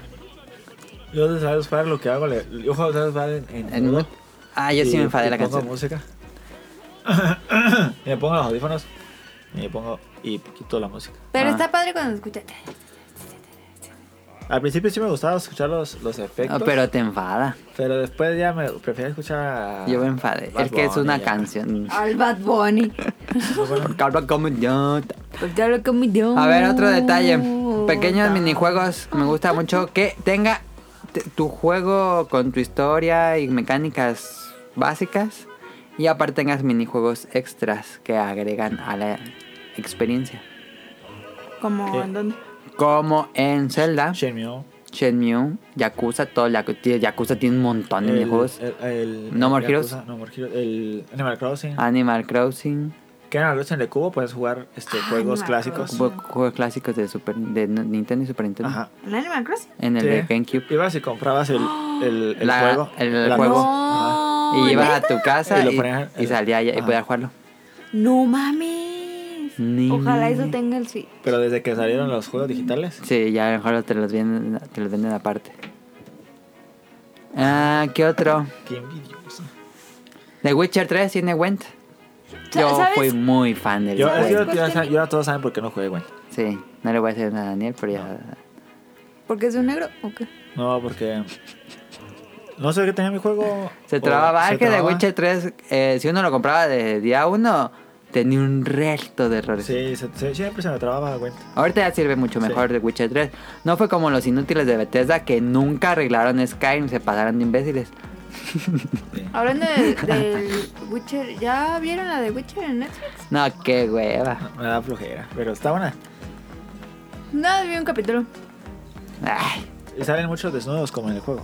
[SPEAKER 2] Yo de Slide Spire lo que hago, le, yo juego Slide Spire en, en,
[SPEAKER 3] En-
[SPEAKER 2] mudo.
[SPEAKER 3] Ah, yo sí
[SPEAKER 2] Y-
[SPEAKER 3] me enfadé
[SPEAKER 2] y
[SPEAKER 3] la
[SPEAKER 2] pongo
[SPEAKER 3] canción.
[SPEAKER 2] música. y me pongo los audífonos. Y me pongo y quito la música.
[SPEAKER 1] Pero
[SPEAKER 3] Ah.
[SPEAKER 1] está padre cuando escuchas.
[SPEAKER 2] Al principio sí me gustaba escuchar los, los efectos.
[SPEAKER 3] No, Ah, pero te enfada.
[SPEAKER 2] pero después ya me prefería escuchar.
[SPEAKER 3] Yo me enfadé.
[SPEAKER 2] Bad
[SPEAKER 3] es que es
[SPEAKER 2] Bunny,
[SPEAKER 3] una
[SPEAKER 2] ya.
[SPEAKER 3] canción.
[SPEAKER 1] Al Bad Bunny. Pues
[SPEAKER 3] Porque habla como yo.
[SPEAKER 1] Porque hablo con mi Dios.
[SPEAKER 3] A ver, otro detalle. Pequeños minijuegos. Me gusta mucho que tenga t- tu juego con tu historia y mecánicas básicas. Y aparte tengas minijuegos extras que agregan a la experiencia.
[SPEAKER 1] Como
[SPEAKER 2] ¿Qué?
[SPEAKER 1] en dónde.
[SPEAKER 3] Como en Zelda,
[SPEAKER 2] Shenmue.
[SPEAKER 3] Shenmue, Yakuza, todo. el Yaku- tiene- Yakuza tiene un montón de minijuegos.
[SPEAKER 2] el- el-
[SPEAKER 3] No More
[SPEAKER 2] el
[SPEAKER 3] Heroes. Ah.
[SPEAKER 2] Yakuza, No More Heroes. El Animal Crossing.
[SPEAKER 3] Animal Crossing,
[SPEAKER 2] Que en la luz en el cubo puedes jugar este,
[SPEAKER 1] Ah,
[SPEAKER 2] juegos
[SPEAKER 1] Animal
[SPEAKER 2] clásicos.
[SPEAKER 1] Crossing.
[SPEAKER 3] jue- juegos clásicos de, Super, de Nintendo y Super Nintendo.
[SPEAKER 2] Ajá.
[SPEAKER 1] ¿En Animal Crossing?
[SPEAKER 3] En el
[SPEAKER 2] Sí.
[SPEAKER 3] de GameCube.
[SPEAKER 2] Ibas y comprabas el, el, el
[SPEAKER 3] La-
[SPEAKER 2] juego.
[SPEAKER 3] el
[SPEAKER 2] la
[SPEAKER 3] juego.
[SPEAKER 2] luz. Ajá.
[SPEAKER 1] No.
[SPEAKER 3] Y ibas a
[SPEAKER 1] ¿neta?
[SPEAKER 3] tu casa
[SPEAKER 2] Y lo
[SPEAKER 3] y,
[SPEAKER 2] ponías en-
[SPEAKER 3] y salía y, y
[SPEAKER 2] Ajá.
[SPEAKER 3] podías jugarlo.
[SPEAKER 1] No mames.
[SPEAKER 3] Ni-
[SPEAKER 1] Ojalá eso tenga el Switch.
[SPEAKER 2] Pero desde que salieron los juegos digitales.
[SPEAKER 3] Sí, ya a lo mejor te los venden, te los venden aparte. Ah, ¿qué otro?
[SPEAKER 2] Qué envidioso.
[SPEAKER 3] The Witcher 3 tiene Went.
[SPEAKER 1] Sa-
[SPEAKER 3] Yo
[SPEAKER 1] ¿sabes?
[SPEAKER 3] fui muy fan del
[SPEAKER 2] Yo,
[SPEAKER 1] ¿Sabes
[SPEAKER 2] yo,
[SPEAKER 3] Gwent.
[SPEAKER 1] cuál
[SPEAKER 2] yo-
[SPEAKER 1] tiene?
[SPEAKER 2] yo- todos saben por qué no jugué, güey.
[SPEAKER 3] Sí, no le voy a decir nada a Daniel, pero ya.
[SPEAKER 1] ¿Porque es un negro o qué?
[SPEAKER 2] No, porque. No sé qué tenía mi juego.
[SPEAKER 3] Se
[SPEAKER 2] o-
[SPEAKER 3] trababa.
[SPEAKER 2] se
[SPEAKER 3] Es que The
[SPEAKER 2] trababa.
[SPEAKER 3] Witcher 3, eh, si uno lo compraba de día 1, tenía un resto de errores.
[SPEAKER 2] Sí, se- se- siempre se me trababa, güey.
[SPEAKER 3] Ahorita ya sirve mucho mejor The Witcher 3. No fue como los inútiles de Bethesda que nunca arreglaron Skyrim, se pasaron de imbéciles.
[SPEAKER 1] Hablando de- del Witcher, ¿ya vieron la de Witcher en Netflix?
[SPEAKER 3] No, qué hueva.
[SPEAKER 2] Me da flojera. Pero está buena.
[SPEAKER 1] No, vi un capítulo.
[SPEAKER 3] Ay.
[SPEAKER 2] Y salen muchos desnudos como en el juego.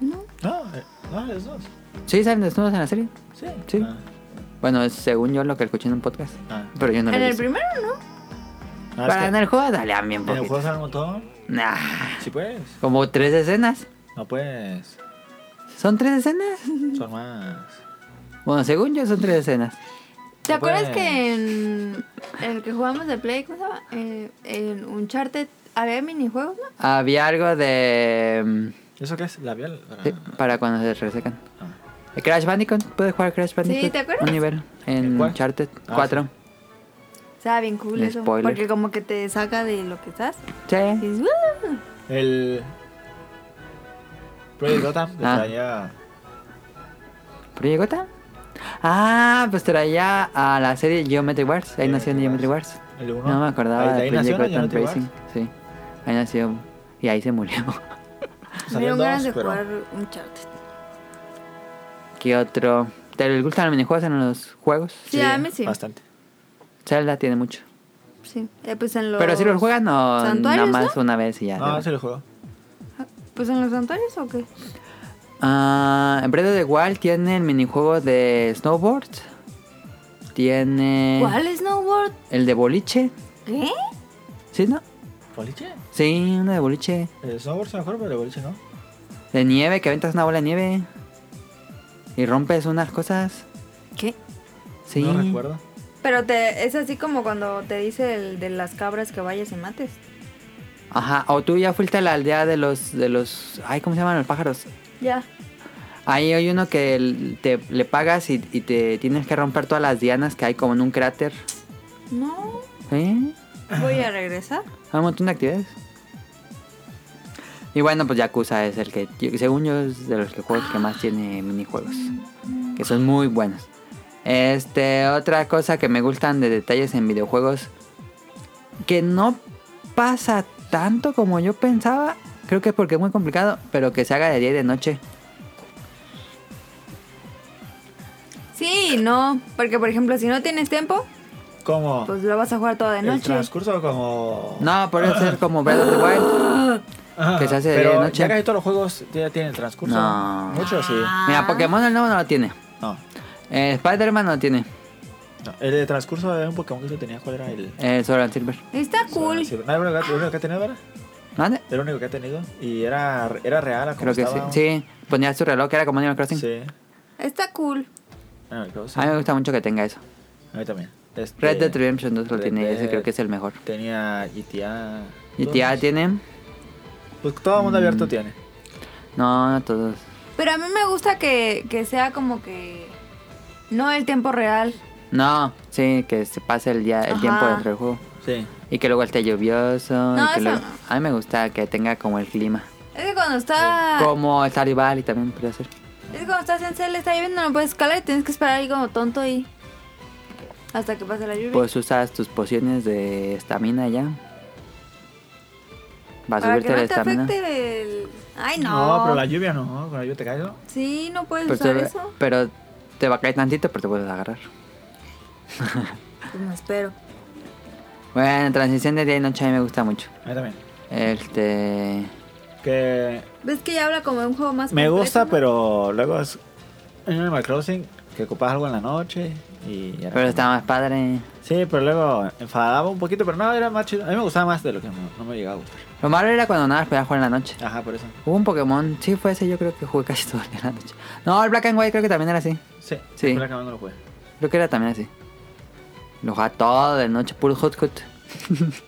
[SPEAKER 1] No.
[SPEAKER 2] No, eh, no, desnudos.
[SPEAKER 3] ¿Sí salen desnudos en la serie?
[SPEAKER 2] Sí.
[SPEAKER 3] Sí.
[SPEAKER 2] Ah,
[SPEAKER 3] Bueno, es según yo lo que escuché en un podcast.
[SPEAKER 2] ah.
[SPEAKER 3] Pero yo no lo
[SPEAKER 1] ¿En
[SPEAKER 3] he
[SPEAKER 1] el
[SPEAKER 3] visto.
[SPEAKER 1] primero no?
[SPEAKER 2] Ah, es
[SPEAKER 3] Para
[SPEAKER 2] que
[SPEAKER 3] en el juego, dale a mí un
[SPEAKER 2] en el
[SPEAKER 3] poquito.
[SPEAKER 2] juego salen un montón.
[SPEAKER 3] Nah,
[SPEAKER 2] Sí, pues.
[SPEAKER 3] como tres escenas.
[SPEAKER 2] No, pues.
[SPEAKER 3] ¿Son tres escenas?
[SPEAKER 2] Son más.
[SPEAKER 3] Bueno, según yo son tres escenas.
[SPEAKER 1] ¿Te
[SPEAKER 3] Pues,
[SPEAKER 2] No
[SPEAKER 1] acuerdas
[SPEAKER 2] puedes.
[SPEAKER 1] que en el que jugamos de Play, ¿cómo se llama? Eh, en Uncharted había minijuegos, ¿no?
[SPEAKER 3] Había algo de... mm,
[SPEAKER 2] ¿Eso qué es? ¿Labial? Ah. Para-
[SPEAKER 3] sí, para cuando se resecan.
[SPEAKER 2] Ah.
[SPEAKER 3] El Crash Bandicoot, puedes jugar Crash Bandicoot.
[SPEAKER 1] ¿te acuerdas?
[SPEAKER 3] Un nivel en
[SPEAKER 2] ¿En cuál?
[SPEAKER 3] Uncharted
[SPEAKER 2] Ah,
[SPEAKER 3] 4.
[SPEAKER 1] Estaba bien cool
[SPEAKER 3] El
[SPEAKER 1] eso.
[SPEAKER 3] spoiler.
[SPEAKER 1] Porque como que te saca de lo que estás. Y
[SPEAKER 3] Sí.
[SPEAKER 1] dices, "Woo".
[SPEAKER 2] El. Project Gotham que
[SPEAKER 3] Ah.
[SPEAKER 2] traía.
[SPEAKER 3] ¿Pero llegó ta? Ah, pues traía a la serie Geometry Wars. Ahí nació en
[SPEAKER 2] Geometry
[SPEAKER 3] Geometry Wars.
[SPEAKER 2] El uno.
[SPEAKER 3] No me acordaba
[SPEAKER 2] Ahí-
[SPEAKER 3] de
[SPEAKER 2] ahí nació,
[SPEAKER 3] Project
[SPEAKER 2] ¿no?
[SPEAKER 3] Gotham
[SPEAKER 2] Geometry
[SPEAKER 3] Racing. Sí. Ahí nació. Y ahí se murió.
[SPEAKER 1] Me
[SPEAKER 2] Salieron
[SPEAKER 1] dieron ganas
[SPEAKER 2] dos,
[SPEAKER 1] de
[SPEAKER 2] pero.
[SPEAKER 1] jugar Uncharted.
[SPEAKER 3] ¿Qué otro? ¿Te gustan los minijuegos en los juegos?
[SPEAKER 1] Sí, a mí sí.
[SPEAKER 2] Bastante.
[SPEAKER 3] Zelda tiene mucho.
[SPEAKER 1] Sí. Eh, pues en los...
[SPEAKER 3] Pero si los juegan o nada
[SPEAKER 1] santuarios,
[SPEAKER 3] más una vez y ya.
[SPEAKER 2] No,
[SPEAKER 3] se
[SPEAKER 2] ese
[SPEAKER 3] va.
[SPEAKER 2] lo juego.
[SPEAKER 1] ¿Pues en los santuarios o qué?
[SPEAKER 3] Ah, en Breath of the Wild tiene el minijuego de snowboard. Tiene Eh.
[SPEAKER 1] ¿Cuál snowboard?
[SPEAKER 3] el de boliche.
[SPEAKER 1] ¿Qué?
[SPEAKER 3] ¿Sí, no?
[SPEAKER 2] ¿Boliche?
[SPEAKER 3] Sí, una de boliche.
[SPEAKER 2] El snowboard se mejor, pero el boliche no.
[SPEAKER 3] De nieve, que aventas una bola de nieve. Y rompes unas cosas.
[SPEAKER 1] ¿Qué?
[SPEAKER 3] Sí.
[SPEAKER 2] No recuerdo.
[SPEAKER 1] Pero te, es así como cuando te dice el de las cabras que vayas y mates.
[SPEAKER 3] Ajá. O tú ya fuiste a la aldea de los, de los. Ay, ¿cómo se llaman los pájaros?
[SPEAKER 1] Ya.
[SPEAKER 3] Ahí hay uno que l- te, le pagas y, y te tienes que romper todas las dianas que hay como en un cráter. ¿Eh?
[SPEAKER 1] No,
[SPEAKER 3] ¿Sí?
[SPEAKER 1] voy a regresar.
[SPEAKER 3] Hay un montón de actividades. Y bueno, pues Yakuza es el que, yo- según yo, es de los que juegos que más tiene minijuegos. Que son muy buenos. Este, otra cosa que me gustan de detalles en videojuegos. Que no pasa tanto como yo pensaba. Creo que es porque es muy complicado, pero que se haga de día y de noche.
[SPEAKER 1] Sí, no, porque por ejemplo, si no tienes tiempo,
[SPEAKER 2] ¿Cómo?
[SPEAKER 1] pues lo vas a jugar todo de
[SPEAKER 2] ¿El
[SPEAKER 1] noche.
[SPEAKER 2] transcurso como.?
[SPEAKER 3] No, puede ser como Breath of the Wild.
[SPEAKER 2] Ajá,
[SPEAKER 3] que se hace de
[SPEAKER 2] pero
[SPEAKER 3] día y noche.
[SPEAKER 2] Ya casi todos los juegos ya tienen el transcurso.
[SPEAKER 3] No.
[SPEAKER 2] Muchos sí.
[SPEAKER 3] Mira, Pokémon el nuevo no lo tiene.
[SPEAKER 2] No.
[SPEAKER 3] Eh, Spider-Man no lo tiene.
[SPEAKER 2] no. El de transcurso de un Pokémon que yo tenía, ¿cuál era el.?
[SPEAKER 3] Eh, Solar and Silver.
[SPEAKER 1] Está cool.
[SPEAKER 2] Sí, no, era el único que ha tenido, ¿verdad?
[SPEAKER 3] ¿Dónde?
[SPEAKER 2] Era el único que ha tenido. Y era, era real. a como
[SPEAKER 3] Creo que sí.
[SPEAKER 2] estaba.
[SPEAKER 3] Sí, ponías tu reloj, que era como Animal Crossing.
[SPEAKER 2] Sí.
[SPEAKER 1] Está cool.
[SPEAKER 2] Ah, creo que sí.
[SPEAKER 3] A mí me gusta mucho que tenga eso.
[SPEAKER 2] A mí también. Este,
[SPEAKER 3] Red Dead Redemption 2 lo
[SPEAKER 2] Red
[SPEAKER 3] tiene y ese
[SPEAKER 2] Dead.
[SPEAKER 3] creo que es el mejor.
[SPEAKER 2] Tenía GTA.
[SPEAKER 3] ¿Y tía
[SPEAKER 2] Todos.
[SPEAKER 3] tiene? Mm.
[SPEAKER 2] Pues todo el mundo abierto tiene.
[SPEAKER 3] No, no todos.
[SPEAKER 1] Pero a mí me gusta que, que sea como que no el tiempo real.
[SPEAKER 3] No, sí, que se pase el, día, el
[SPEAKER 1] Ajá.
[SPEAKER 3] tiempo dentro del juego.
[SPEAKER 2] Sí.
[SPEAKER 3] Y que luego esté lluvioso. y
[SPEAKER 1] No,
[SPEAKER 3] que
[SPEAKER 1] eso
[SPEAKER 3] luego-
[SPEAKER 1] no.
[SPEAKER 3] A mí me gusta que tenga como el clima.
[SPEAKER 1] Es que cuando está
[SPEAKER 3] Como Stardew Valley también podría ser.
[SPEAKER 1] es que cuando estás en cel está lloviendo, no puedes escalar y tienes que esperar ahí como tonto y hasta que pase la lluvia.
[SPEAKER 3] Pues usas tus pociones de estamina ya. Va a
[SPEAKER 1] para
[SPEAKER 3] subirte
[SPEAKER 1] que no
[SPEAKER 3] la
[SPEAKER 1] te
[SPEAKER 3] estamina.
[SPEAKER 1] afecte el Ay, no.
[SPEAKER 2] No. pero la lluvia no. Con la lluvia te caes, ¿no?
[SPEAKER 1] Sí, no puedes
[SPEAKER 3] Pues, Pero
[SPEAKER 1] usar
[SPEAKER 3] te,
[SPEAKER 1] eso.
[SPEAKER 3] pero te va a caer tantito, pero te puedes agarrar.
[SPEAKER 1] Pues me espero.
[SPEAKER 3] Bueno, transición de día y noche a mí me gusta mucho.
[SPEAKER 2] A mí también.
[SPEAKER 3] Este.
[SPEAKER 2] Que
[SPEAKER 1] ¿Ves que ya habla como de un juego más
[SPEAKER 2] me
[SPEAKER 1] completo,
[SPEAKER 2] gusta,
[SPEAKER 1] no?
[SPEAKER 2] pero luego es. En Animal Crossing, que ocupas algo en la noche. Y ya era
[SPEAKER 3] Pero este
[SPEAKER 2] como-
[SPEAKER 3] está más padre.
[SPEAKER 2] Sí, pero luego enfadaba un poquito, pero no, era más chido. A mí me gustaba más de lo que no, no me llegaba a gustar.
[SPEAKER 3] Lo malo era cuando nada más podía jugar en la noche.
[SPEAKER 2] Ajá, por eso.
[SPEAKER 3] Hubo un Pokémon, sí fue ese, yo creo que jugué casi todo el día en la noche. No, el Black and White creo que también era así.
[SPEAKER 2] Sí,
[SPEAKER 3] Sí.
[SPEAKER 2] fue la que más no lo jugué.
[SPEAKER 3] Creo que era también así. Lo jugaba todo de noche, puro hotcut.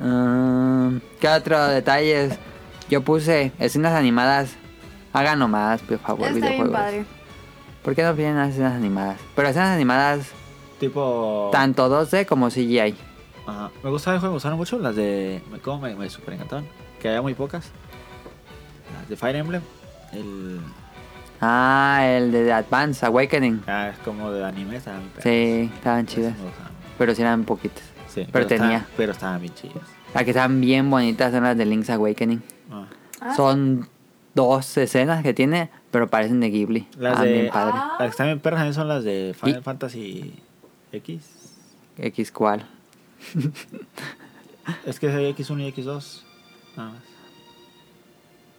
[SPEAKER 3] Um, ¿Qué otro detalles? Yo puse escenas animadas. Hagan nomás, por favor,
[SPEAKER 1] Está bien
[SPEAKER 3] videojuegos.
[SPEAKER 1] padre.
[SPEAKER 3] ¿Por qué no piden las escenas animadas? Pero escenas animadas,
[SPEAKER 2] Tipo.
[SPEAKER 3] tanto 2D como CGI.
[SPEAKER 2] Ajá. Me gustaban, me gustaron mucho las de. Me, como me, me super encantaban. Que había muy pocas. Las de Fire Emblem. El.
[SPEAKER 3] Ah, el de Advance Awakening.
[SPEAKER 2] Ah, es como de anime, estaban bien
[SPEAKER 3] Sí, estaban chidas.
[SPEAKER 2] Esas me gustaban.
[SPEAKER 3] Pero sí eran poquitas.
[SPEAKER 2] Sí,
[SPEAKER 3] Pero tenía.
[SPEAKER 2] estaban- pero estaban bien chidas.
[SPEAKER 3] Las que están bien bonitas son las de Link's Awakening.
[SPEAKER 2] Ah.
[SPEAKER 1] Ah,
[SPEAKER 3] Son dos escenas que tiene, pero parecen de Ghibli.
[SPEAKER 2] Las
[SPEAKER 3] Ah,
[SPEAKER 2] de-
[SPEAKER 3] bien padre.
[SPEAKER 1] Ah.
[SPEAKER 2] Las que están bien perras también son las de Final
[SPEAKER 3] Y-
[SPEAKER 2] Fantasy X.
[SPEAKER 3] X cual.
[SPEAKER 2] Es que hay X1 y X2. Nada más.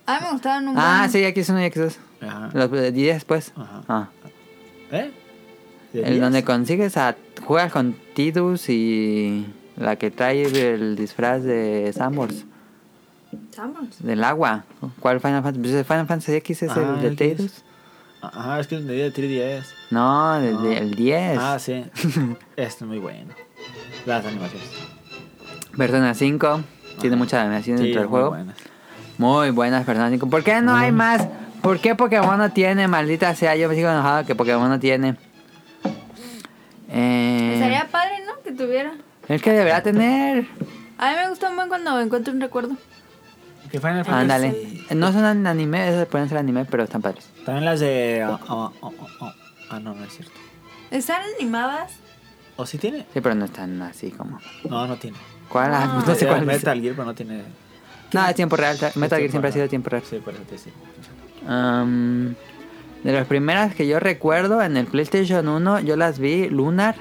[SPEAKER 1] A mí me gustaron un
[SPEAKER 3] Ah,
[SPEAKER 1] buen.
[SPEAKER 3] sí, X1 y X2.
[SPEAKER 2] Ajá.
[SPEAKER 3] Los de 10 pues.
[SPEAKER 2] Ah. Ajá.
[SPEAKER 3] Ah.
[SPEAKER 2] ¿Eh? ¿De
[SPEAKER 3] El
[SPEAKER 2] 10?
[SPEAKER 3] donde consigues a... Juegas con Tidus y... La que trae el disfraz de Sambors.
[SPEAKER 1] Samus.
[SPEAKER 3] Del agua. ¿Cuál Final Fantasy? Pues el Final Fantasy X es
[SPEAKER 2] Ah,
[SPEAKER 3] el de
[SPEAKER 2] el
[SPEAKER 3] Tidus.
[SPEAKER 2] Ajá, es que es de 3DS.
[SPEAKER 3] No, el,
[SPEAKER 2] No.
[SPEAKER 3] de- el 10.
[SPEAKER 2] Ah, sí. Este es muy bueno. Las animaciones.
[SPEAKER 3] Persona 5. Tiene
[SPEAKER 2] Ajá.
[SPEAKER 3] mucha animación
[SPEAKER 2] Sí,
[SPEAKER 3] dentro del
[SPEAKER 2] muy
[SPEAKER 3] juego.
[SPEAKER 2] buenas.
[SPEAKER 3] Muy buenas Persona 5. ¿Por qué no hay más? ¿Por qué Pokémon no tiene? Maldita sea, yo me sigo enojado que Pokémon no tiene. Eh,
[SPEAKER 1] Estaría padre, ¿no? Que tuviera.
[SPEAKER 3] es que deberá tener.
[SPEAKER 1] A mí me gusta un buen cuando encuentro un recuerdo.
[SPEAKER 2] Que Final Fantasy.
[SPEAKER 3] Ándale. No son an- anime, esas pueden ser anime, pero están padres.
[SPEAKER 2] También las de. ah, ah, ah, ah, ah. Ah, no, no es cierto.
[SPEAKER 1] Están animadas.
[SPEAKER 2] ¿O sí tiene?
[SPEAKER 3] Sí, pero no están así como.
[SPEAKER 2] No, no tiene.
[SPEAKER 3] ¿Cuál? Ah, pues no sé
[SPEAKER 2] Era
[SPEAKER 3] cuál es.
[SPEAKER 2] Metal Gear, pero no tiene.
[SPEAKER 3] No, es tiempo real. Metal Gear siempre ha sido
[SPEAKER 2] real.
[SPEAKER 3] tiempo real.
[SPEAKER 2] Sí, por eso te decía.
[SPEAKER 3] Am, de las primeras que yo recuerdo en el PlayStation 1, yo las vi Lunar.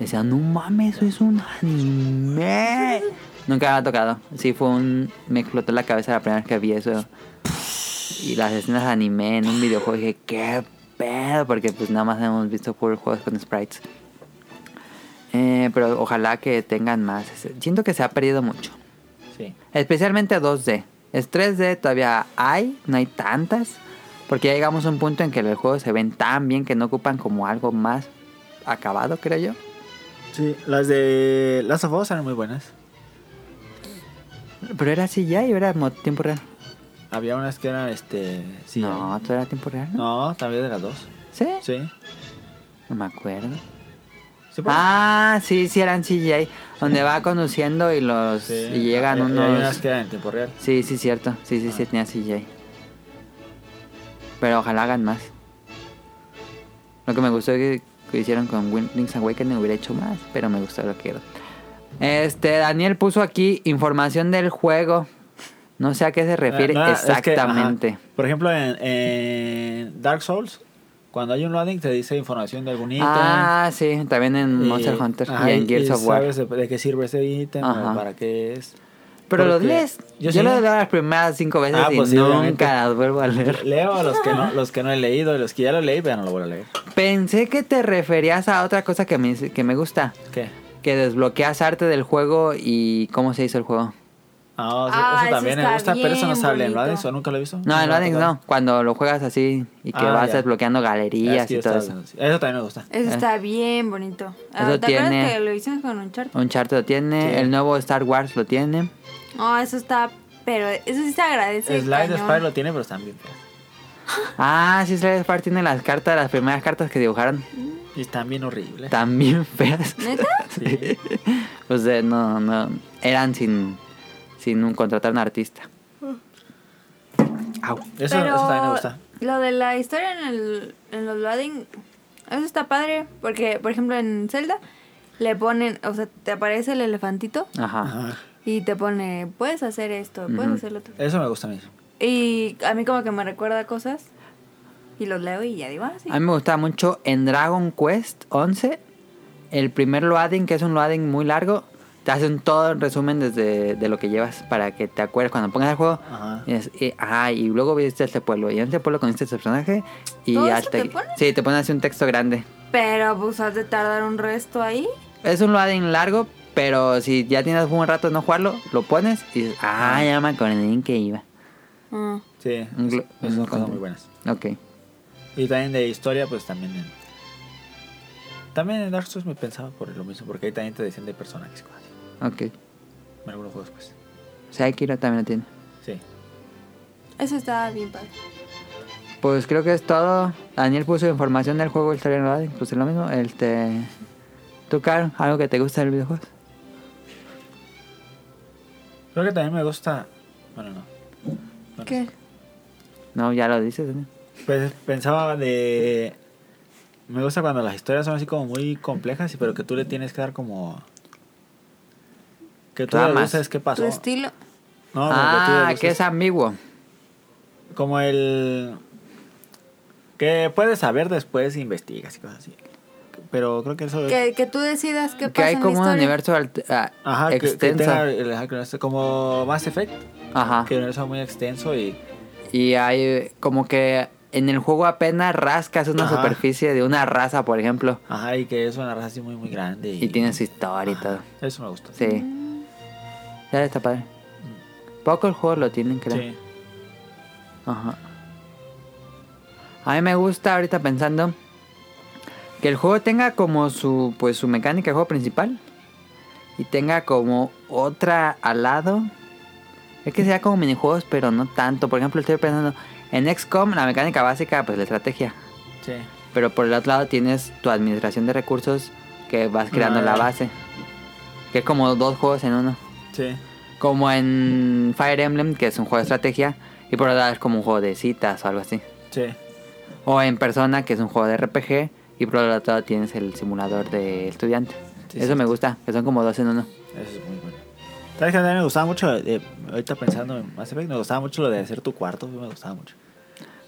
[SPEAKER 3] Decía, no mames, eso es un anime. Nunca había tocado. Sí, fue un. Me explotó la cabeza la primera vez que vi eso. Y las escenas de anime en un videojuego. Dije, qué pedo. Porque pues nada más hemos visto puros juegos con sprites. Eh, pero ojalá que tengan más. Siento que se ha perdido mucho.
[SPEAKER 2] Sí.
[SPEAKER 3] Especialmente 2D. Es 3D todavía hay, no hay tantas. Porque ya llegamos a un punto en que los juegos se ven tan bien que no ocupan como algo más acabado, creo yo.
[SPEAKER 2] Sí, las de Last of Us eran muy buenas.
[SPEAKER 3] Pero era así ya y era mo- tiempo real.
[SPEAKER 2] Había unas que eran este. Sí,
[SPEAKER 3] no, todo era tiempo real. ¿no?
[SPEAKER 2] No, también de las dos.
[SPEAKER 3] ¿Sí?
[SPEAKER 2] Sí.
[SPEAKER 3] No me acuerdo.
[SPEAKER 2] Sí, porque-
[SPEAKER 3] Ah, sí, sí eran CGI. Donde va conduciendo y los
[SPEAKER 2] Sí. Ah,
[SPEAKER 3] y llegan
[SPEAKER 2] Hay- hay
[SPEAKER 3] unos.
[SPEAKER 2] unas que eran en tiempo real.
[SPEAKER 3] Sí, sí, cierto. Sí, sí,
[SPEAKER 2] Ah.
[SPEAKER 3] sí, tenía CGI. Pero ojalá hagan más. Lo que me gustó que, que hicieron con Win- Link's Awakening hubiera hecho más, pero me gustó lo que era. Este, Daniel puso aquí información del juego. No sé a qué se refiere
[SPEAKER 2] Eh, no, es que, ajá,
[SPEAKER 3] exactamente.
[SPEAKER 2] por ejemplo, en, en Dark Souls, cuando hay un loading, te dice información de algún ítem.
[SPEAKER 3] ah, sí, también en
[SPEAKER 2] y-
[SPEAKER 3] Monster Hunter
[SPEAKER 2] ajá,
[SPEAKER 3] y en Gears of War.
[SPEAKER 2] sabes de, de qué sirve ese ítem,
[SPEAKER 3] Ajá.
[SPEAKER 2] o para qué es.
[SPEAKER 3] Pero los
[SPEAKER 2] porque-
[SPEAKER 3] lees. Yo,
[SPEAKER 2] yo sí.
[SPEAKER 3] los leo las primeras cinco veces
[SPEAKER 2] Ah,
[SPEAKER 3] y
[SPEAKER 2] pues sí,
[SPEAKER 3] nunca
[SPEAKER 2] obviamente.
[SPEAKER 3] las vuelvo a leer.
[SPEAKER 2] Leo los que no, los que no he leído, y los que ya lo leí, pero ya no lo vuelvo a leer.
[SPEAKER 3] Pensé que te referías a otra cosa que me, que me gusta.
[SPEAKER 2] ¿Qué?
[SPEAKER 3] Que desbloqueas arte del juego y cómo se hizo el juego.
[SPEAKER 2] Ah, sí,
[SPEAKER 1] Ah,
[SPEAKER 2] eso
[SPEAKER 1] eso
[SPEAKER 2] también me
[SPEAKER 1] está
[SPEAKER 2] gusta, pero eso no
[SPEAKER 1] bien
[SPEAKER 2] sale en
[SPEAKER 1] bonito.
[SPEAKER 2] Loading, ¿o nunca lo he visto?
[SPEAKER 3] No,
[SPEAKER 2] me
[SPEAKER 3] el
[SPEAKER 2] ha
[SPEAKER 3] Loading
[SPEAKER 2] tocado.
[SPEAKER 3] no. Cuando lo juegas así y que
[SPEAKER 2] Ah,
[SPEAKER 3] vas
[SPEAKER 2] ya.
[SPEAKER 3] desbloqueando galerías
[SPEAKER 2] Es que
[SPEAKER 3] y
[SPEAKER 2] yo
[SPEAKER 3] todo
[SPEAKER 2] estaba-
[SPEAKER 3] eso.
[SPEAKER 2] Eso también me gusta.
[SPEAKER 1] Eso
[SPEAKER 3] Eh.
[SPEAKER 1] está bien bonito. Ah,
[SPEAKER 3] Eso
[SPEAKER 1] ¿Te acuerdas
[SPEAKER 3] tiene-
[SPEAKER 1] que lo hicimos con un chart?
[SPEAKER 3] Un chart lo tiene,
[SPEAKER 2] Sí.
[SPEAKER 3] el nuevo Star Wars lo tiene.
[SPEAKER 1] No, eso está. Pero eso sí se agradece.
[SPEAKER 2] Slide
[SPEAKER 1] cañón.
[SPEAKER 2] Spire lo tiene, pero están bien feas.
[SPEAKER 3] Ah, sí, Slade Spire tiene las cartas, las primeras cartas que dibujaron.
[SPEAKER 2] Y están bien horribles.
[SPEAKER 3] También feas.
[SPEAKER 1] ¿Neta?
[SPEAKER 2] Sí.
[SPEAKER 3] Pues eh, no, no. Eran sin, sin un, contratar un artista.
[SPEAKER 2] Ah.
[SPEAKER 3] Au.
[SPEAKER 2] Eso,
[SPEAKER 1] Pero
[SPEAKER 2] eso también me gusta.
[SPEAKER 1] Lo de la historia en, el, en los loading, eso está padre. Porque, por ejemplo, en Zelda le ponen, o sea, te aparece el elefantito
[SPEAKER 3] Ajá.
[SPEAKER 2] Ajá.
[SPEAKER 1] y te pone, puedes hacer esto, puedes
[SPEAKER 3] Ah. Ujú.
[SPEAKER 1] hacer lo otro.
[SPEAKER 2] Eso me gusta a mí.
[SPEAKER 1] Y a mí como que me recuerda cosas y los leo y ya digo, ah, sí.
[SPEAKER 3] A mí me gustaba mucho en Dragon Quest 11. El primer loading, que es un loading muy largo, te hacen todo el resumen desde de lo que llevas para que te acuerdes. Cuando pongas el juego,
[SPEAKER 2] Ajá.
[SPEAKER 3] es, eh, ah, y luego viste este pueblo, y en este pueblo conociste este personaje, y
[SPEAKER 1] ¿Todo eso
[SPEAKER 3] hasta.
[SPEAKER 1] te ponen?
[SPEAKER 3] Sí, te ponen así un texto grande.
[SPEAKER 1] Pero pues has de tardar un resto ahí.
[SPEAKER 3] Es un loading largo, pero si ya tienes un rato de no jugarlo, lo pones y dices, ah, ya me acordé en que iba. Mm.
[SPEAKER 1] Ah.
[SPEAKER 2] Sí, es-
[SPEAKER 3] Un gl-
[SPEAKER 2] esas son cosas
[SPEAKER 3] un
[SPEAKER 2] muy
[SPEAKER 3] control.
[SPEAKER 2] buenas.
[SPEAKER 3] Ok.
[SPEAKER 2] Y también de historia, pues también en... También en Dark Souls me pensaba por lo mismo, porque ahí también te decían de personajes cosas así.
[SPEAKER 3] Ok.
[SPEAKER 2] En algunos juegos, pues.
[SPEAKER 3] Sekiro también lo tiene.
[SPEAKER 2] Sí.
[SPEAKER 1] Eso está bien padre.
[SPEAKER 3] Pues creo que es todo. Daniel puso información del juego, el trailer loading. Pues es lo mismo. Este. ¿Tú, Caro, algo que te gusta del videojuego?
[SPEAKER 2] Creo que también me gusta... Bueno, no. Bueno,
[SPEAKER 1] ¿Qué?
[SPEAKER 3] No, ya lo dices, Daniel.
[SPEAKER 2] Pues pensaba de... Me gusta cuando las historias son así como muy complejas, y- pero que tú le tienes que dar como... Que tú
[SPEAKER 3] Ramas.
[SPEAKER 2] deduces qué pasó.
[SPEAKER 1] Tu estilo.
[SPEAKER 2] No, no, que tú
[SPEAKER 3] ah,
[SPEAKER 2] deduces.
[SPEAKER 3] que es ambiguo.
[SPEAKER 2] Como el... Que puedes saber después, investigas y cosas así. Pero creo que eso...
[SPEAKER 1] Que, que tú decidas qué
[SPEAKER 3] Que
[SPEAKER 1] pasa
[SPEAKER 3] hay
[SPEAKER 1] en la
[SPEAKER 3] como un
[SPEAKER 1] historia.
[SPEAKER 3] universo alt- ah,
[SPEAKER 2] Ajá, que- que,
[SPEAKER 3] extenso.
[SPEAKER 2] tenga el- ajá, que no esté como Mass Effect,
[SPEAKER 3] Ajá.
[SPEAKER 2] que no es muy extenso y
[SPEAKER 3] Y hay eh, como que en el juego apenas rascas una
[SPEAKER 2] Ajá.
[SPEAKER 3] superficie de una raza, por ejemplo.
[SPEAKER 2] ajá, y que es una raza así muy muy grande y,
[SPEAKER 3] Y tiene su historia y todo.
[SPEAKER 2] Eso me gusta.
[SPEAKER 3] Sí.
[SPEAKER 1] Ah.
[SPEAKER 3] Ya está padre. Pocos juegos lo tienen, creo.
[SPEAKER 2] Sí.
[SPEAKER 3] Ajá. A mí me gusta ahorita pensando que el juego tenga como su pues su mecánica de juego principal y tenga como otra al lado. Es que sea como minijuegos, pero no tanto. Por ejemplo, estoy pensando en XCOM, la mecánica básica pues la estrategia,
[SPEAKER 2] sí.
[SPEAKER 3] pero por el otro lado tienes tu administración de recursos que vas creando
[SPEAKER 2] Ah,
[SPEAKER 3] la
[SPEAKER 2] ya.
[SPEAKER 3] base. Que es como dos juegos en uno.
[SPEAKER 2] Sí.
[SPEAKER 3] Como en Fire Emblem, que es un juego de estrategia, y por otro lado es como un juego de citas o algo así.
[SPEAKER 2] Sí.
[SPEAKER 3] O en Persona, que es un juego de RPG, y por otro lado tienes el simulador de estudiante.
[SPEAKER 2] Sí,
[SPEAKER 3] Eso
[SPEAKER 2] sí.
[SPEAKER 3] me gusta, que son como dos en uno.
[SPEAKER 2] Eso es muy bueno. ¿Sabes que también me gustaba mucho? eh, ahorita pensando en Mass Effect, me gustaba mucho lo de hacer tu cuarto, me gustaba mucho.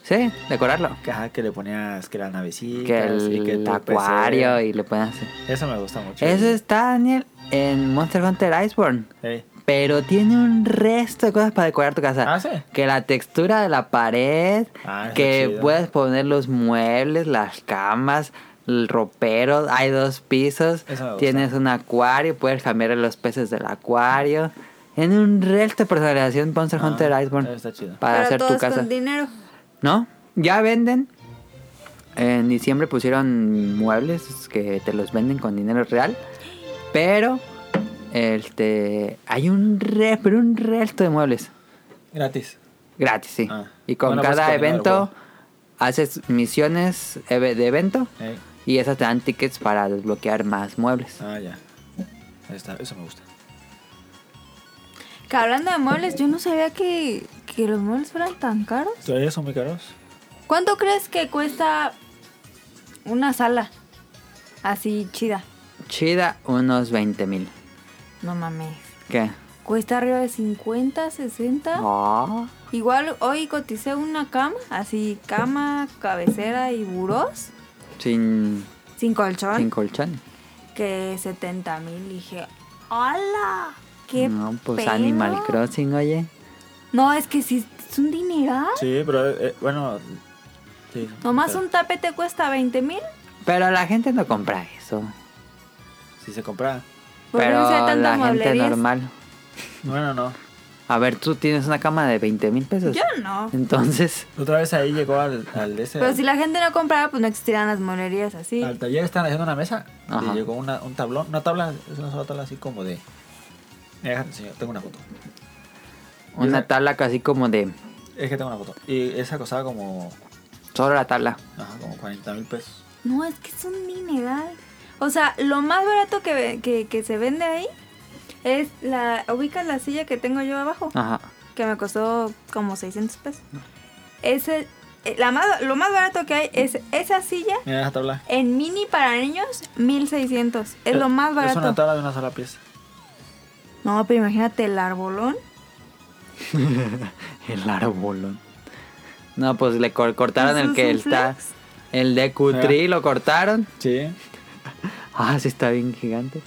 [SPEAKER 3] Sí, decorarlo.
[SPEAKER 2] Que, ajá, que le ponías que la navecita
[SPEAKER 3] Que
[SPEAKER 2] y que
[SPEAKER 3] el
[SPEAKER 2] tu PC.
[SPEAKER 3] acuario y lo pueden hacer.
[SPEAKER 2] Eso me gusta mucho.
[SPEAKER 3] Eso está, Daniel, en Monster Hunter Iceborne.
[SPEAKER 2] Sí.
[SPEAKER 3] Pero tiene un resto de cosas para decorar tu casa.
[SPEAKER 2] Ah, sí.
[SPEAKER 3] Que la textura de la pared,
[SPEAKER 2] Ah, está
[SPEAKER 3] que
[SPEAKER 2] chido.
[SPEAKER 3] puedes poner los muebles, las camas, el ropero, hay dos pisos,
[SPEAKER 2] Eso me gusta.
[SPEAKER 3] tienes un acuario, puedes cambiar a los peces del acuario. En un resto de personalización Monster
[SPEAKER 2] Ah,
[SPEAKER 3] Hunter Iceborne
[SPEAKER 2] Está chido.
[SPEAKER 3] para
[SPEAKER 1] Pero
[SPEAKER 3] hacer
[SPEAKER 1] todos
[SPEAKER 3] tu casa.
[SPEAKER 1] con dinero.
[SPEAKER 3] ¿No? Ya venden. En diciembre pusieron muebles que te los venden con dinero real. Pero este hay un re, pero un resto de muebles.
[SPEAKER 2] Gratis.
[SPEAKER 3] Gratis, sí.
[SPEAKER 2] Ah.
[SPEAKER 3] y con
[SPEAKER 2] Bueno, pues,
[SPEAKER 3] cada
[SPEAKER 2] con dinero del
[SPEAKER 3] evento
[SPEAKER 2] juego.
[SPEAKER 3] haces misiones eve- de evento
[SPEAKER 2] Ey.
[SPEAKER 3] y esas te dan tickets para desbloquear más muebles.
[SPEAKER 2] Ah, ya. Ahí está, eso me gusta.
[SPEAKER 1] Que hablando de muebles, yo no sabía que, que los muebles fueran tan caros.
[SPEAKER 2] ¿Todavía son muy caros?
[SPEAKER 1] ¿Cuánto crees que cuesta una sala así chida?
[SPEAKER 3] Chida, unos 20 mil.
[SPEAKER 1] No mames.
[SPEAKER 3] ¿Qué?
[SPEAKER 1] Cuesta arriba de 50, 60.
[SPEAKER 3] Ah.
[SPEAKER 1] Igual hoy coticé una cama, así cama, cabecera y burós,
[SPEAKER 3] sin,
[SPEAKER 1] sin colchón,
[SPEAKER 3] sin colchón.
[SPEAKER 1] que 70 mil. Dije, ¡hala! ¡Qué
[SPEAKER 3] No, pues
[SPEAKER 1] pedo!
[SPEAKER 3] Animal Crossing, oye.
[SPEAKER 1] No, es que sí, es un dineral.
[SPEAKER 2] Sí, pero eh, bueno. Sí.
[SPEAKER 1] Nomás
[SPEAKER 2] pero
[SPEAKER 1] un tapete cuesta 20 mil.
[SPEAKER 3] Pero la gente no compra eso.
[SPEAKER 2] Si se compra.
[SPEAKER 1] ¿Por qué
[SPEAKER 3] Pero
[SPEAKER 1] no se ve tanta
[SPEAKER 3] la gente
[SPEAKER 1] mueblería?
[SPEAKER 3] normal.
[SPEAKER 2] Bueno, no.
[SPEAKER 3] A ver, tú tienes una cama de 20 mil pesos.
[SPEAKER 1] Yo no.
[SPEAKER 3] Entonces,
[SPEAKER 2] Otra vez ahí llegó al, al de ese.
[SPEAKER 1] Pero si la gente no compraba, pues no existirían las mueblerías así.
[SPEAKER 2] Al taller estaban haciendo una mesa
[SPEAKER 3] Ajá.
[SPEAKER 2] y llegó una, un tablón, una tabla, es una sola tabla así como de. Mira, déjame, señor, tengo una foto.
[SPEAKER 3] una tabla casi como de.
[SPEAKER 2] Es que tengo una foto. Y esa costaba como,
[SPEAKER 3] Solo la tabla.
[SPEAKER 2] ajá, como 40 mil pesos.
[SPEAKER 1] No, es que es un dineral. O sea, lo más barato que, ve- que, que se vende ahí es la. Ubicas la silla que tengo yo abajo,
[SPEAKER 3] Ajá.
[SPEAKER 1] que me costó como 600 pesos. Ese, eh, la más, lo más barato que hay es esa silla
[SPEAKER 2] Mira esa tabla.
[SPEAKER 1] en mini para niños, 1600. Es lo más
[SPEAKER 2] Eh, Es una
[SPEAKER 1] barato.
[SPEAKER 2] tabla de una sola pieza.
[SPEAKER 1] No, pero imagínate el arbolón.
[SPEAKER 3] El arbolón. No, pues le cor- cortaron
[SPEAKER 1] ¿Eso
[SPEAKER 3] el que
[SPEAKER 1] es un
[SPEAKER 3] está.
[SPEAKER 1] flex?
[SPEAKER 3] El de
[SPEAKER 2] Ah.
[SPEAKER 3] Cutri lo cortaron.
[SPEAKER 2] Sí.
[SPEAKER 3] Ah, sí, está bien gigante.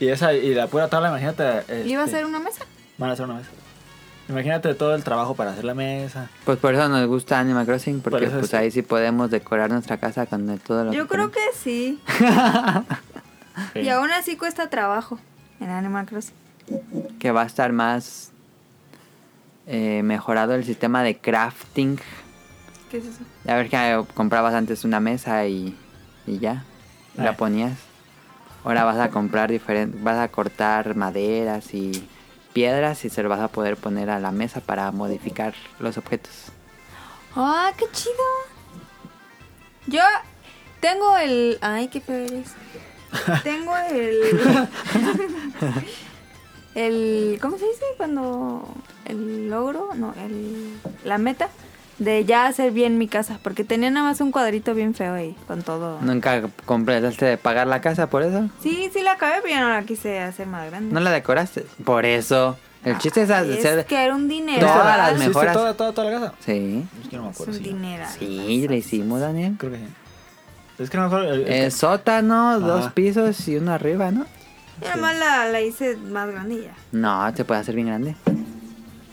[SPEAKER 2] Y esa, y la pura tabla, imagínate.
[SPEAKER 1] ¿Y iba a
[SPEAKER 2] este,
[SPEAKER 1] ser una mesa?
[SPEAKER 2] Van a hacer una mesa. Imagínate todo el trabajo para hacer la mesa.
[SPEAKER 3] Pues por eso nos gusta Animal Crossing,
[SPEAKER 2] Por
[SPEAKER 3] porque
[SPEAKER 2] eso
[SPEAKER 3] pues
[SPEAKER 2] es-
[SPEAKER 3] ahí sí podemos decorar nuestra casa con de todo lo
[SPEAKER 1] Yo creo
[SPEAKER 3] tenemos.
[SPEAKER 1] que sí.
[SPEAKER 2] Sí.
[SPEAKER 1] Y aún así cuesta trabajo en Animal Crossing.
[SPEAKER 3] que va a estar más eh, mejorado el sistema de crafting.
[SPEAKER 1] ¿Qué es eso?
[SPEAKER 3] A ver que eh, comprabas antes una mesa y, y ya, y
[SPEAKER 2] Ah.
[SPEAKER 3] la ponías. Ahora vas a comprar diferentes, vas a cortar maderas y piedras y se lo vas a poder poner a la mesa para modificar los objetos.
[SPEAKER 1] ¡Ah, qué chido! Yo tengo el. Ay, qué feo eres. Tengo el. el. ¿Cómo se dice? Cuando. El logro, no, el. La meta de ya hacer bien mi casa. Porque tenía nada más un cuadrito bien feo ahí, con todo.
[SPEAKER 3] ¿Nunca completaste de pagar la casa por eso?
[SPEAKER 1] Sí, sí la acabé, pero ya no la quise hacer más grande.
[SPEAKER 3] ¿No la decoraste? Por eso. El chiste es
[SPEAKER 1] Ah, es
[SPEAKER 3] hacer...
[SPEAKER 1] que era un dinero.
[SPEAKER 3] Todas las
[SPEAKER 2] ¿Hiciste
[SPEAKER 3] mejoras.
[SPEAKER 2] toda, toda, toda la casa?
[SPEAKER 3] Sí.
[SPEAKER 2] Es que no me
[SPEAKER 1] Es
[SPEAKER 2] acuerdo.
[SPEAKER 1] un
[SPEAKER 2] si-
[SPEAKER 1] dinero.
[SPEAKER 3] Sí, le hicimos, Daniel.
[SPEAKER 2] Creo que sí. Es que Ah. no me acuerdo. el- el-
[SPEAKER 3] Eh, sótano, dos
[SPEAKER 2] Ajá.
[SPEAKER 3] pisos y uno arriba, ¿no?
[SPEAKER 1] Yo nomás la, la hice más grande y ya.
[SPEAKER 3] No, te puede hacer bien grande.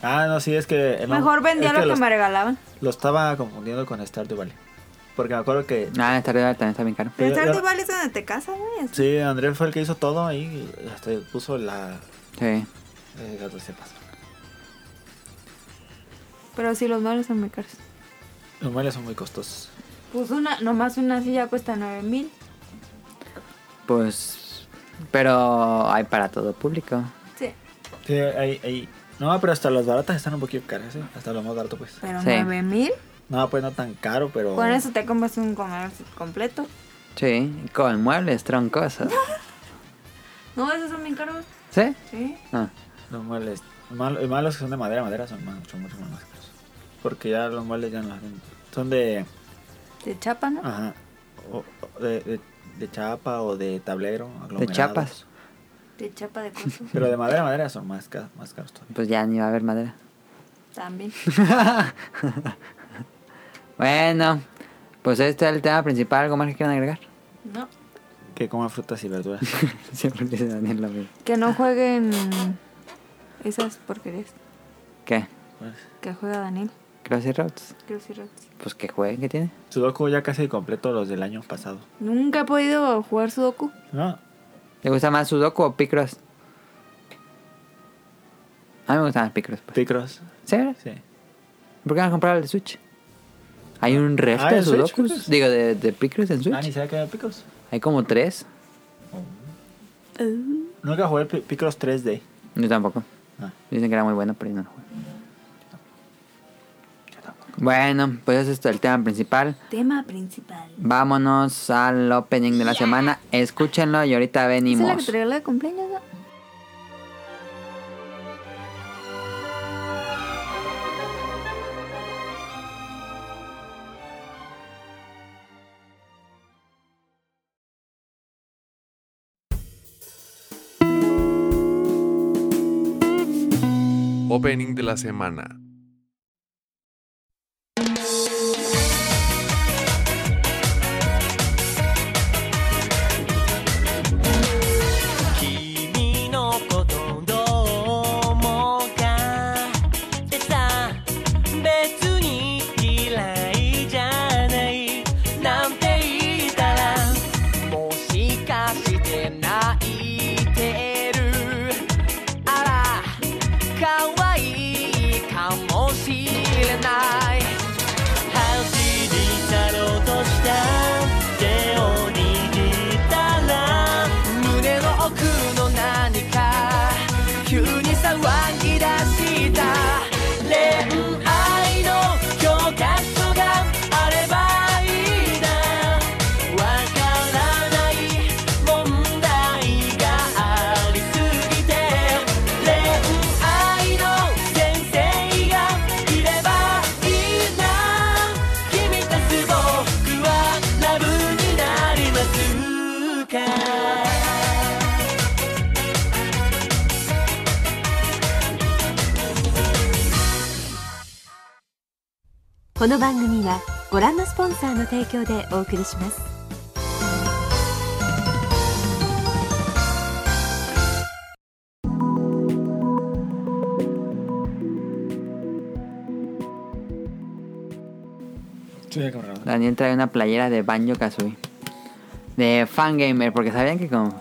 [SPEAKER 2] Ah, no, sí, es que. eh, no,
[SPEAKER 1] Mejor vendía
[SPEAKER 2] es
[SPEAKER 1] lo que
[SPEAKER 2] los-
[SPEAKER 1] me regalaban.
[SPEAKER 2] Lo estaba confundiendo con Stardew Valley. Porque me acuerdo que.
[SPEAKER 3] Ah, esta arriba también está bien caro.
[SPEAKER 1] Pero
[SPEAKER 2] Yo-
[SPEAKER 1] Stardew
[SPEAKER 2] yo-
[SPEAKER 1] Valley es donde te casas, güey.
[SPEAKER 2] Sí, Andrés fue el que hizo todo ahí. y Hasta puso la.
[SPEAKER 3] Sí.
[SPEAKER 2] eh, gato cepas.
[SPEAKER 1] Pero sí, los muebles son muy caros.
[SPEAKER 2] Los muebles son muy costosos.
[SPEAKER 1] Pues una, nomás una silla cuesta 9 mil.
[SPEAKER 3] Pues. Pero hay para todo público.
[SPEAKER 1] Sí.
[SPEAKER 2] Sí, ahí, ahí. No, pero hasta las baratas están un poquito caras, ¿sí? Hasta lo más barato, pues.
[SPEAKER 1] Pero
[SPEAKER 3] Sí.
[SPEAKER 1] 9 mil.
[SPEAKER 2] No, pues no tan caro, pero.
[SPEAKER 1] Con eso te compras un comedor completo.
[SPEAKER 3] Sí, con muebles troncosos.
[SPEAKER 1] No, esos son bien caros.
[SPEAKER 3] ¿Sí?
[SPEAKER 1] Sí.
[SPEAKER 3] Ah,
[SPEAKER 2] Los muebles. mal- Los malos que son de madera, madera son mucho, mucho más caros. Porque ya los muebles ya no hacen- Son de.
[SPEAKER 1] De chapa, ¿no?
[SPEAKER 2] Ajá. o- o de, de- de chapa o de tablero.
[SPEAKER 3] de
[SPEAKER 2] aglomerados.
[SPEAKER 3] chapas.
[SPEAKER 1] De chapa de coso.
[SPEAKER 2] Pero de madera, madera son más, ca- más caros todavía.
[SPEAKER 3] Pues ya ni va a haber madera.
[SPEAKER 1] También.
[SPEAKER 3] Bueno, pues este es el tema principal. ¿Algo más que quieran agregar?
[SPEAKER 1] No.
[SPEAKER 2] Que coman frutas y verduras.
[SPEAKER 3] Siempre dice Daniel lo mismo.
[SPEAKER 1] Que no jueguen esas porquerías
[SPEAKER 3] ¿Qué?
[SPEAKER 2] Pues,
[SPEAKER 1] que juega Daniel.
[SPEAKER 3] Crossroads.
[SPEAKER 1] Crossroads.
[SPEAKER 3] Pues que jueguen, que tiene?
[SPEAKER 2] Sudoku ya casi completo los del año pasado.
[SPEAKER 1] Nunca he podido jugar Sudoku.
[SPEAKER 2] No,
[SPEAKER 3] ¿Le gusta más Sudoku o Picross? A mí me gusta más Picross. Pues.
[SPEAKER 2] Picross.
[SPEAKER 3] ¿Sí? ¿verdad?
[SPEAKER 2] Sí.
[SPEAKER 3] ¿Por qué no comprar el de Switch? Hay un resto
[SPEAKER 2] Ah,
[SPEAKER 3] de
[SPEAKER 2] ¿el Switch?
[SPEAKER 3] Sudokus. Digo, de, de Picross en Switch.
[SPEAKER 2] Ah, ni sabía que había Picross.
[SPEAKER 3] Hay como tres.
[SPEAKER 1] Ah.
[SPEAKER 2] Nunca jugué Pi- Picross 3D.
[SPEAKER 3] Yo tampoco.
[SPEAKER 2] Ah.
[SPEAKER 3] Dicen que era muy bueno, pero yo no lo jugué. Bueno, pues eso es todo el tema principal.
[SPEAKER 1] Tema principal.
[SPEAKER 3] Vámonos al opening de la semana. Escúchenlo y ahorita
[SPEAKER 1] ¿Esa es la que
[SPEAKER 3] venimos.
[SPEAKER 1] te regaló de cumpleaños? no?
[SPEAKER 4] Opening de la semana.
[SPEAKER 5] 「君のことどう思うかってさ」「別に嫌いじゃない」なんて言ったら「もしかして泣いてる」「あら可愛いかもしれない」走り去ろうとした手を握ったら胸の奥の何か急に騒ぎ出した恋愛の教科書があればいいなわからない問題がありすぎて恋愛の先生がいればいいな君たち僕はラブになりますか
[SPEAKER 6] この番組はご覧のスポンサーの提供でお送りします
[SPEAKER 2] Sí, cabrón.
[SPEAKER 3] Daniel trae una playera de Banjo Kazooie. De Fangamer, porque sabían que como.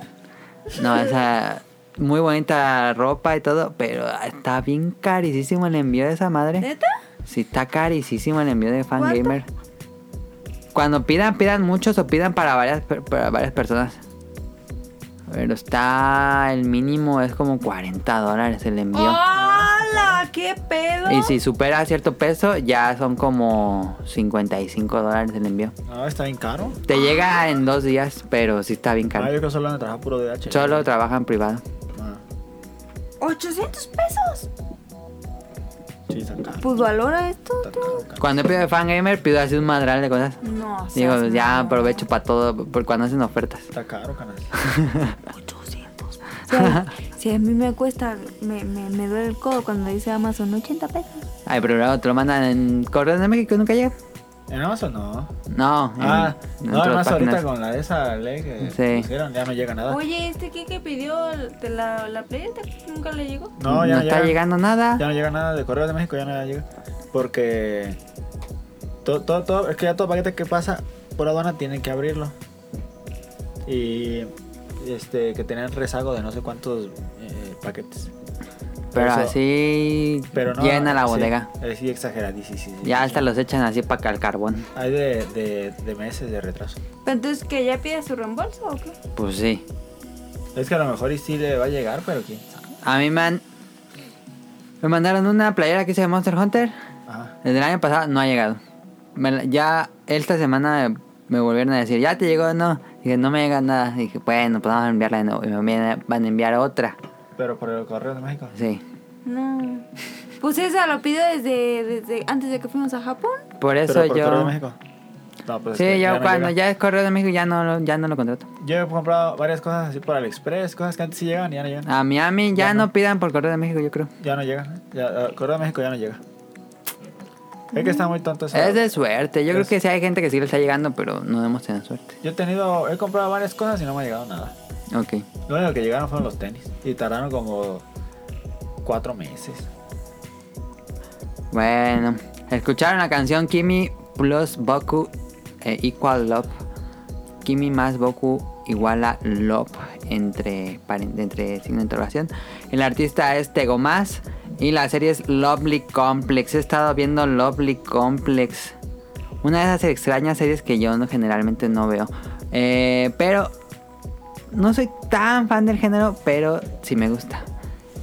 [SPEAKER 3] No, esa. Muy bonita ropa y todo, pero está bien carísimo el envío de esa madre.
[SPEAKER 1] ¿Neta?
[SPEAKER 3] Sí, está carísimo el envío de
[SPEAKER 1] ¿Cuánto?
[SPEAKER 3] Fangamer. Cuando pidan, pidan muchos o pidan para varias, per- para varias personas. Pero está. El mínimo es como 40 dólares el envío.
[SPEAKER 1] ¡Hola! ¡Qué pedo!
[SPEAKER 3] Y si supera cierto peso, ya son como 55 dólares el envío.
[SPEAKER 2] Ah, está bien caro.
[SPEAKER 3] Te llega en dos días, pero sí está bien
[SPEAKER 2] Ah, yo
[SPEAKER 3] caro.
[SPEAKER 2] creo que solo han trabajado puro DH.
[SPEAKER 3] Solo trabajan privado.
[SPEAKER 2] Ah,
[SPEAKER 1] ¡800 pesos!
[SPEAKER 2] sí, está caro.
[SPEAKER 1] Pues valora esto.
[SPEAKER 2] Está caro, caro.
[SPEAKER 3] Cuando pido de fangamer, pido así un madral de cosas.
[SPEAKER 1] No,
[SPEAKER 3] Digo,
[SPEAKER 1] seas
[SPEAKER 3] ya
[SPEAKER 1] mamón.
[SPEAKER 3] aprovecho para todo, por cuando hacen ofertas.
[SPEAKER 2] Está caro, canal.
[SPEAKER 1] 800 pesos. Si a mí me cuesta, me, me, me duele el codo cuando dice Amazon 80 pesos.
[SPEAKER 3] Ay, pero luego te lo mandan en Correos de México y nunca llega.
[SPEAKER 2] En Amazon no.
[SPEAKER 3] No. en-
[SPEAKER 2] Ah,
[SPEAKER 3] en
[SPEAKER 2] no,
[SPEAKER 3] otras
[SPEAKER 2] además ahorita
[SPEAKER 3] Mm, páginas.
[SPEAKER 2] con la de esa ley que
[SPEAKER 3] Sí.
[SPEAKER 2] pusieron ya no llega nada.
[SPEAKER 1] Oye, este que pidió te la, la playera nunca le llegó.
[SPEAKER 2] No, ya
[SPEAKER 3] No está
[SPEAKER 2] llega.
[SPEAKER 3] llegando nada.
[SPEAKER 2] Ya no llega nada de Correos de México, ya nada llega. Porque todo, todo, todo- es que ya todo paquete que pasa por aduana tienen que abrirlo. Y este que tenían rezago de no sé cuántos eh, paquetes.
[SPEAKER 3] pero
[SPEAKER 2] eso-
[SPEAKER 3] así
[SPEAKER 2] Pero no,
[SPEAKER 3] llena la
[SPEAKER 2] sí,
[SPEAKER 3] bodega.
[SPEAKER 2] eh, sí, exageradísimo. sí, sí, sí.
[SPEAKER 3] Ya hasta los echan así para el carbón.
[SPEAKER 2] Hay de, de- de meses de retraso.
[SPEAKER 1] Entonces, ¿que ya pida su reembolso o qué?
[SPEAKER 3] Pues sí.
[SPEAKER 2] Es que a lo mejor y sí le va a llegar, pero quién sabe.
[SPEAKER 3] A mí me han... Me mandaron una playera que hice de Monster Hunter.
[SPEAKER 2] Ajá.
[SPEAKER 3] Desde el año pasado no ha llegado. Me la- ya esta semana me volvieron a decir, ya te llegó, no. Dije, no me llega nada. Dije, bueno, pues vamos a enviarla de nuevo. Y me envían- van a enviar otra.
[SPEAKER 2] Pero por el correo de México.
[SPEAKER 3] Sí.
[SPEAKER 1] No. Pues esa lo pidió desde, desde antes de que fuimos a Japón.
[SPEAKER 3] Por eso
[SPEAKER 2] pero por Correo de
[SPEAKER 3] yo.
[SPEAKER 2] México. No, pues es
[SPEAKER 3] Sí,
[SPEAKER 2] que
[SPEAKER 3] yo
[SPEAKER 2] no
[SPEAKER 3] cuando
[SPEAKER 2] llega.
[SPEAKER 3] ya es correo de México ya no, lo- ya no lo contrato.
[SPEAKER 2] Yo he comprado varias cosas así por AliExpress, cosas que antes sí llegaban y ya no llegan.
[SPEAKER 3] A Miami ya,
[SPEAKER 2] Ya
[SPEAKER 3] no.
[SPEAKER 2] no.
[SPEAKER 3] pidan por correo de México, yo creo.
[SPEAKER 2] Ya no llegan. Ya, eh, Correo de México ya no llega. Es que está muy tonto eso.
[SPEAKER 3] Es de suerte. Yo creo
[SPEAKER 2] Es-
[SPEAKER 3] que sí hay gente que sí le está llegando, pero no hemos tenido suerte.
[SPEAKER 2] Yo he tenido, he comprado varias cosas y no me ha llegado nada.
[SPEAKER 3] Ok.
[SPEAKER 2] Lo único que llegaron fueron los tenis. Y tardaron como cuatro meses.
[SPEAKER 3] Bueno, Escucharon la canción Kimi plus Boku eh, equal love. Kimi más Boku igual a love entre, paren- entre signo de interrogación. El artista es Tego Más y la serie es Lovely Complex. He estado viendo Lovely Complex. Una de esas extrañas series que yo no- generalmente no veo. Eh, pero no soy tan fan del género, pero sí me gusta.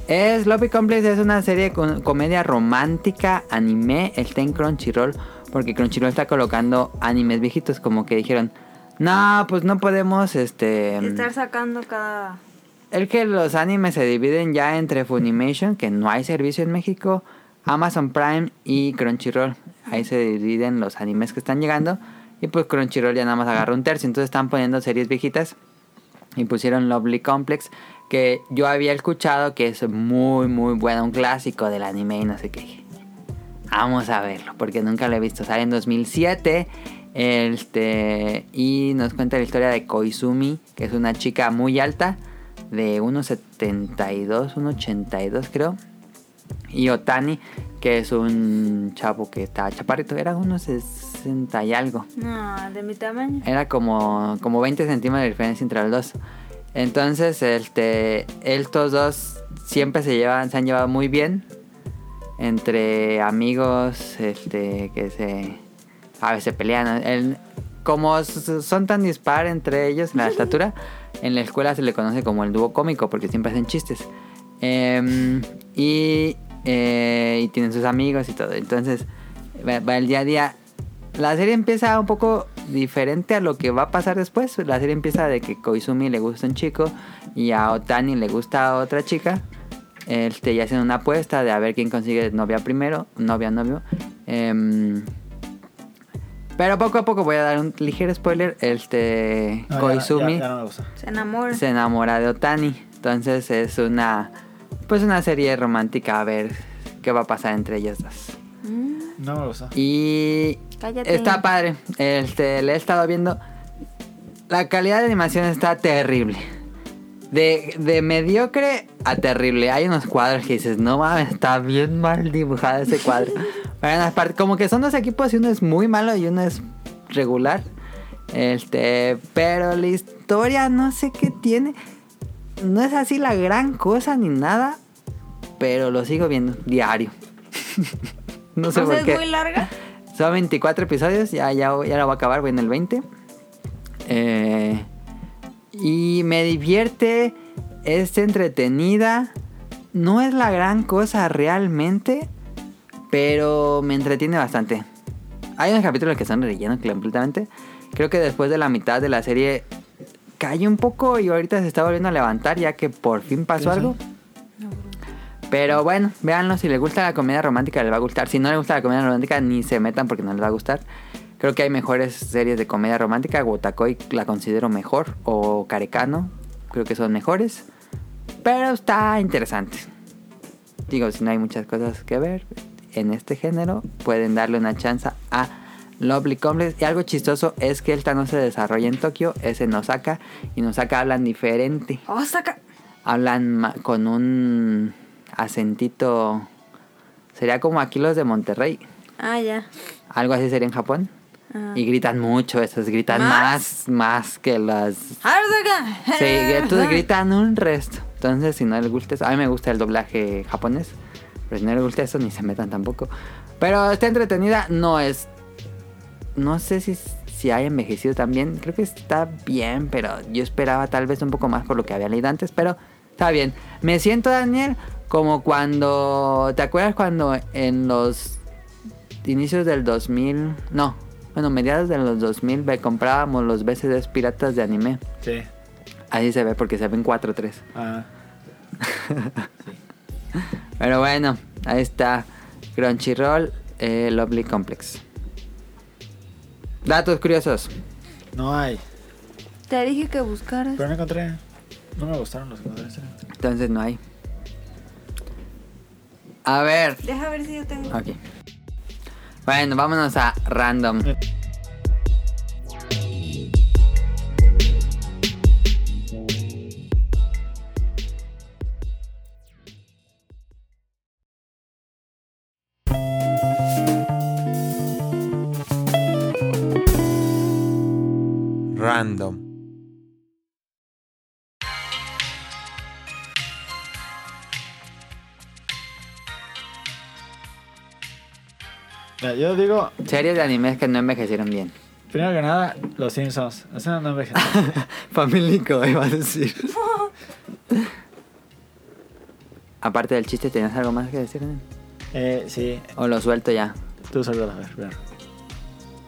[SPEAKER 3] Es Lobby Complex es una serie de com- comedia romántica, anime, está en Crunchyroll, porque Crunchyroll está colocando animes viejitos, como que dijeron, no, pues no podemos, este...
[SPEAKER 1] Estar sacando cada.
[SPEAKER 3] El que los animes se dividen ya entre Funimation, que no hay servicio en México, Amazon Prime y Crunchyroll. Ahí se dividen los animes que están llegando. Y pues Crunchyroll ya nada más agarra un tercio. Entonces están poniendo series viejitas. Y pusieron Lovely Complex, que yo había escuchado que es muy, muy bueno. Un clásico del anime y no sé qué. Dije, Vamos a verlo, porque nunca lo he visto. Sale en 2007. Este, y nos cuenta la historia de Koizumi, que es una chica muy alta, de 1,72, 1,82 creo. Y Otani, que es un chavo que está chaparrito, era 1,60 y algo.
[SPEAKER 1] No, de mi tamaño.
[SPEAKER 3] Era como, como 20 centímetros de diferencia entre los dos. Entonces, este, estos dos siempre se llevan, se han llevado muy bien. Entre amigos, este, que se. A veces pelean. El- como s- son tan dispar entre ellos en la estatura, en la escuela se le conoce como el dúo cómico porque siempre hacen chistes. Em, y, eh, y tienen sus amigos y todo. Entonces, va, va el día a día. La serie empieza un poco diferente a lo que va a pasar después. La serie empieza de que Koizumi le gusta un chico y a Otani le gusta otra chica. Este, y hacen una apuesta de a ver quién consigue novia primero, novia, novio. Em, pero poco a poco voy a dar un ligero spoiler. Este,
[SPEAKER 2] No, ya-
[SPEAKER 3] Koizumi
[SPEAKER 2] Ya, ya no me gusta.
[SPEAKER 1] Se enamora.
[SPEAKER 3] se enamora de Otani. Entonces es una pues una serie romántica a ver qué va a pasar entre ellas dos.
[SPEAKER 1] Mm,
[SPEAKER 2] No me gusta.
[SPEAKER 3] Y
[SPEAKER 1] cállate.
[SPEAKER 3] está padre. Este le he estado viendo la calidad de animación está terrible. De, de mediocre a terrible. Hay unos cuadros que dices, no mames, está bien mal dibujado ese cuadro. Hay unas partes- como que son dos equipos y uno es muy malo y uno es regular. Este, pero la historia no sé qué tiene. No es así la gran cosa ni nada, pero lo sigo viendo diario. no sé
[SPEAKER 1] O sea,
[SPEAKER 3] por
[SPEAKER 1] es
[SPEAKER 3] qué.
[SPEAKER 1] muy larga.
[SPEAKER 3] Son 24 episodios, ya, ya, ya lo voy a acabar, voy en el 20. Eh, y me divierte, es entretenida, no es la gran cosa realmente, pero me entretiene bastante. Hay unos capítulos que son rellenos completamente. Creo que después de la mitad de la serie cae un poco y ahorita se está volviendo a levantar ya que por fin pasó
[SPEAKER 2] Sí, sí.
[SPEAKER 3] algo. Pero bueno, véanlo, si les gusta la comedia romántica les va a gustar. Si no les gusta la comedia romántica ni se metan porque no les va a gustar. Creo que hay mejores series de comedia romántica. Wotakoi la considero mejor o Carecano, creo que son mejores. Pero está interesante. Digo, si no hay muchas cosas que ver en este género, pueden darle una chance a Lovely Complex. Y algo chistoso es que esta no se desarrolla en Tokio, es en Osaka. Y en Osaka hablan diferente
[SPEAKER 1] Oh, saca.
[SPEAKER 3] hablan ma- con un acentito. Sería como aquí los de Monterrey.
[SPEAKER 1] Ah, ya.
[SPEAKER 3] Algo así sería en Japón.
[SPEAKER 1] Ah.
[SPEAKER 3] Y gritan mucho, esos gritan
[SPEAKER 1] ¿Más?
[SPEAKER 3] más, más que las. Sí,
[SPEAKER 1] Ah, saca.
[SPEAKER 3] estos gritan un resto. Entonces, si no les gusta eso, a mí me gusta el doblaje japonés. Pero si no les gusta eso, ni se metan tampoco. Pero está entretenida, no es. No sé si, si haya envejecido también. Creo que está bien, pero yo esperaba tal vez un poco más por lo que había leído antes, pero está bien. Me siento, Daniel, como cuando. ¿Te acuerdas cuando en los inicios del 2000? No, bueno, mediados de los 2000 ve- comprábamos los BCDs piratas de anime.
[SPEAKER 2] Sí.
[SPEAKER 3] Así se ve porque se ven 4-3.
[SPEAKER 2] Ah,
[SPEAKER 3] Pero bueno, ahí está Crunchyroll eh, Lovely Complex. Datos curiosos.
[SPEAKER 2] no hay.
[SPEAKER 1] Te dije que buscaras.
[SPEAKER 2] Pero no encontré. No me gustaron los que encontré. en serio.
[SPEAKER 3] Entonces no hay. A ver.
[SPEAKER 1] Deja ver si yo tengo.
[SPEAKER 3] Ok. Bueno, vámonos a random.
[SPEAKER 7] Fandom.
[SPEAKER 2] Mira, yo digo,
[SPEAKER 3] Series de animes que no envejecieron bien.
[SPEAKER 2] primero que nada, Los Simpsons. Eso no envejeció.
[SPEAKER 3] Famílico, iba a decir. Aparte del chiste, ¿tenías algo más que decir? Daniel?
[SPEAKER 2] eh, sí,
[SPEAKER 3] O lo suelto ya.
[SPEAKER 2] tú saludas a ver, primero.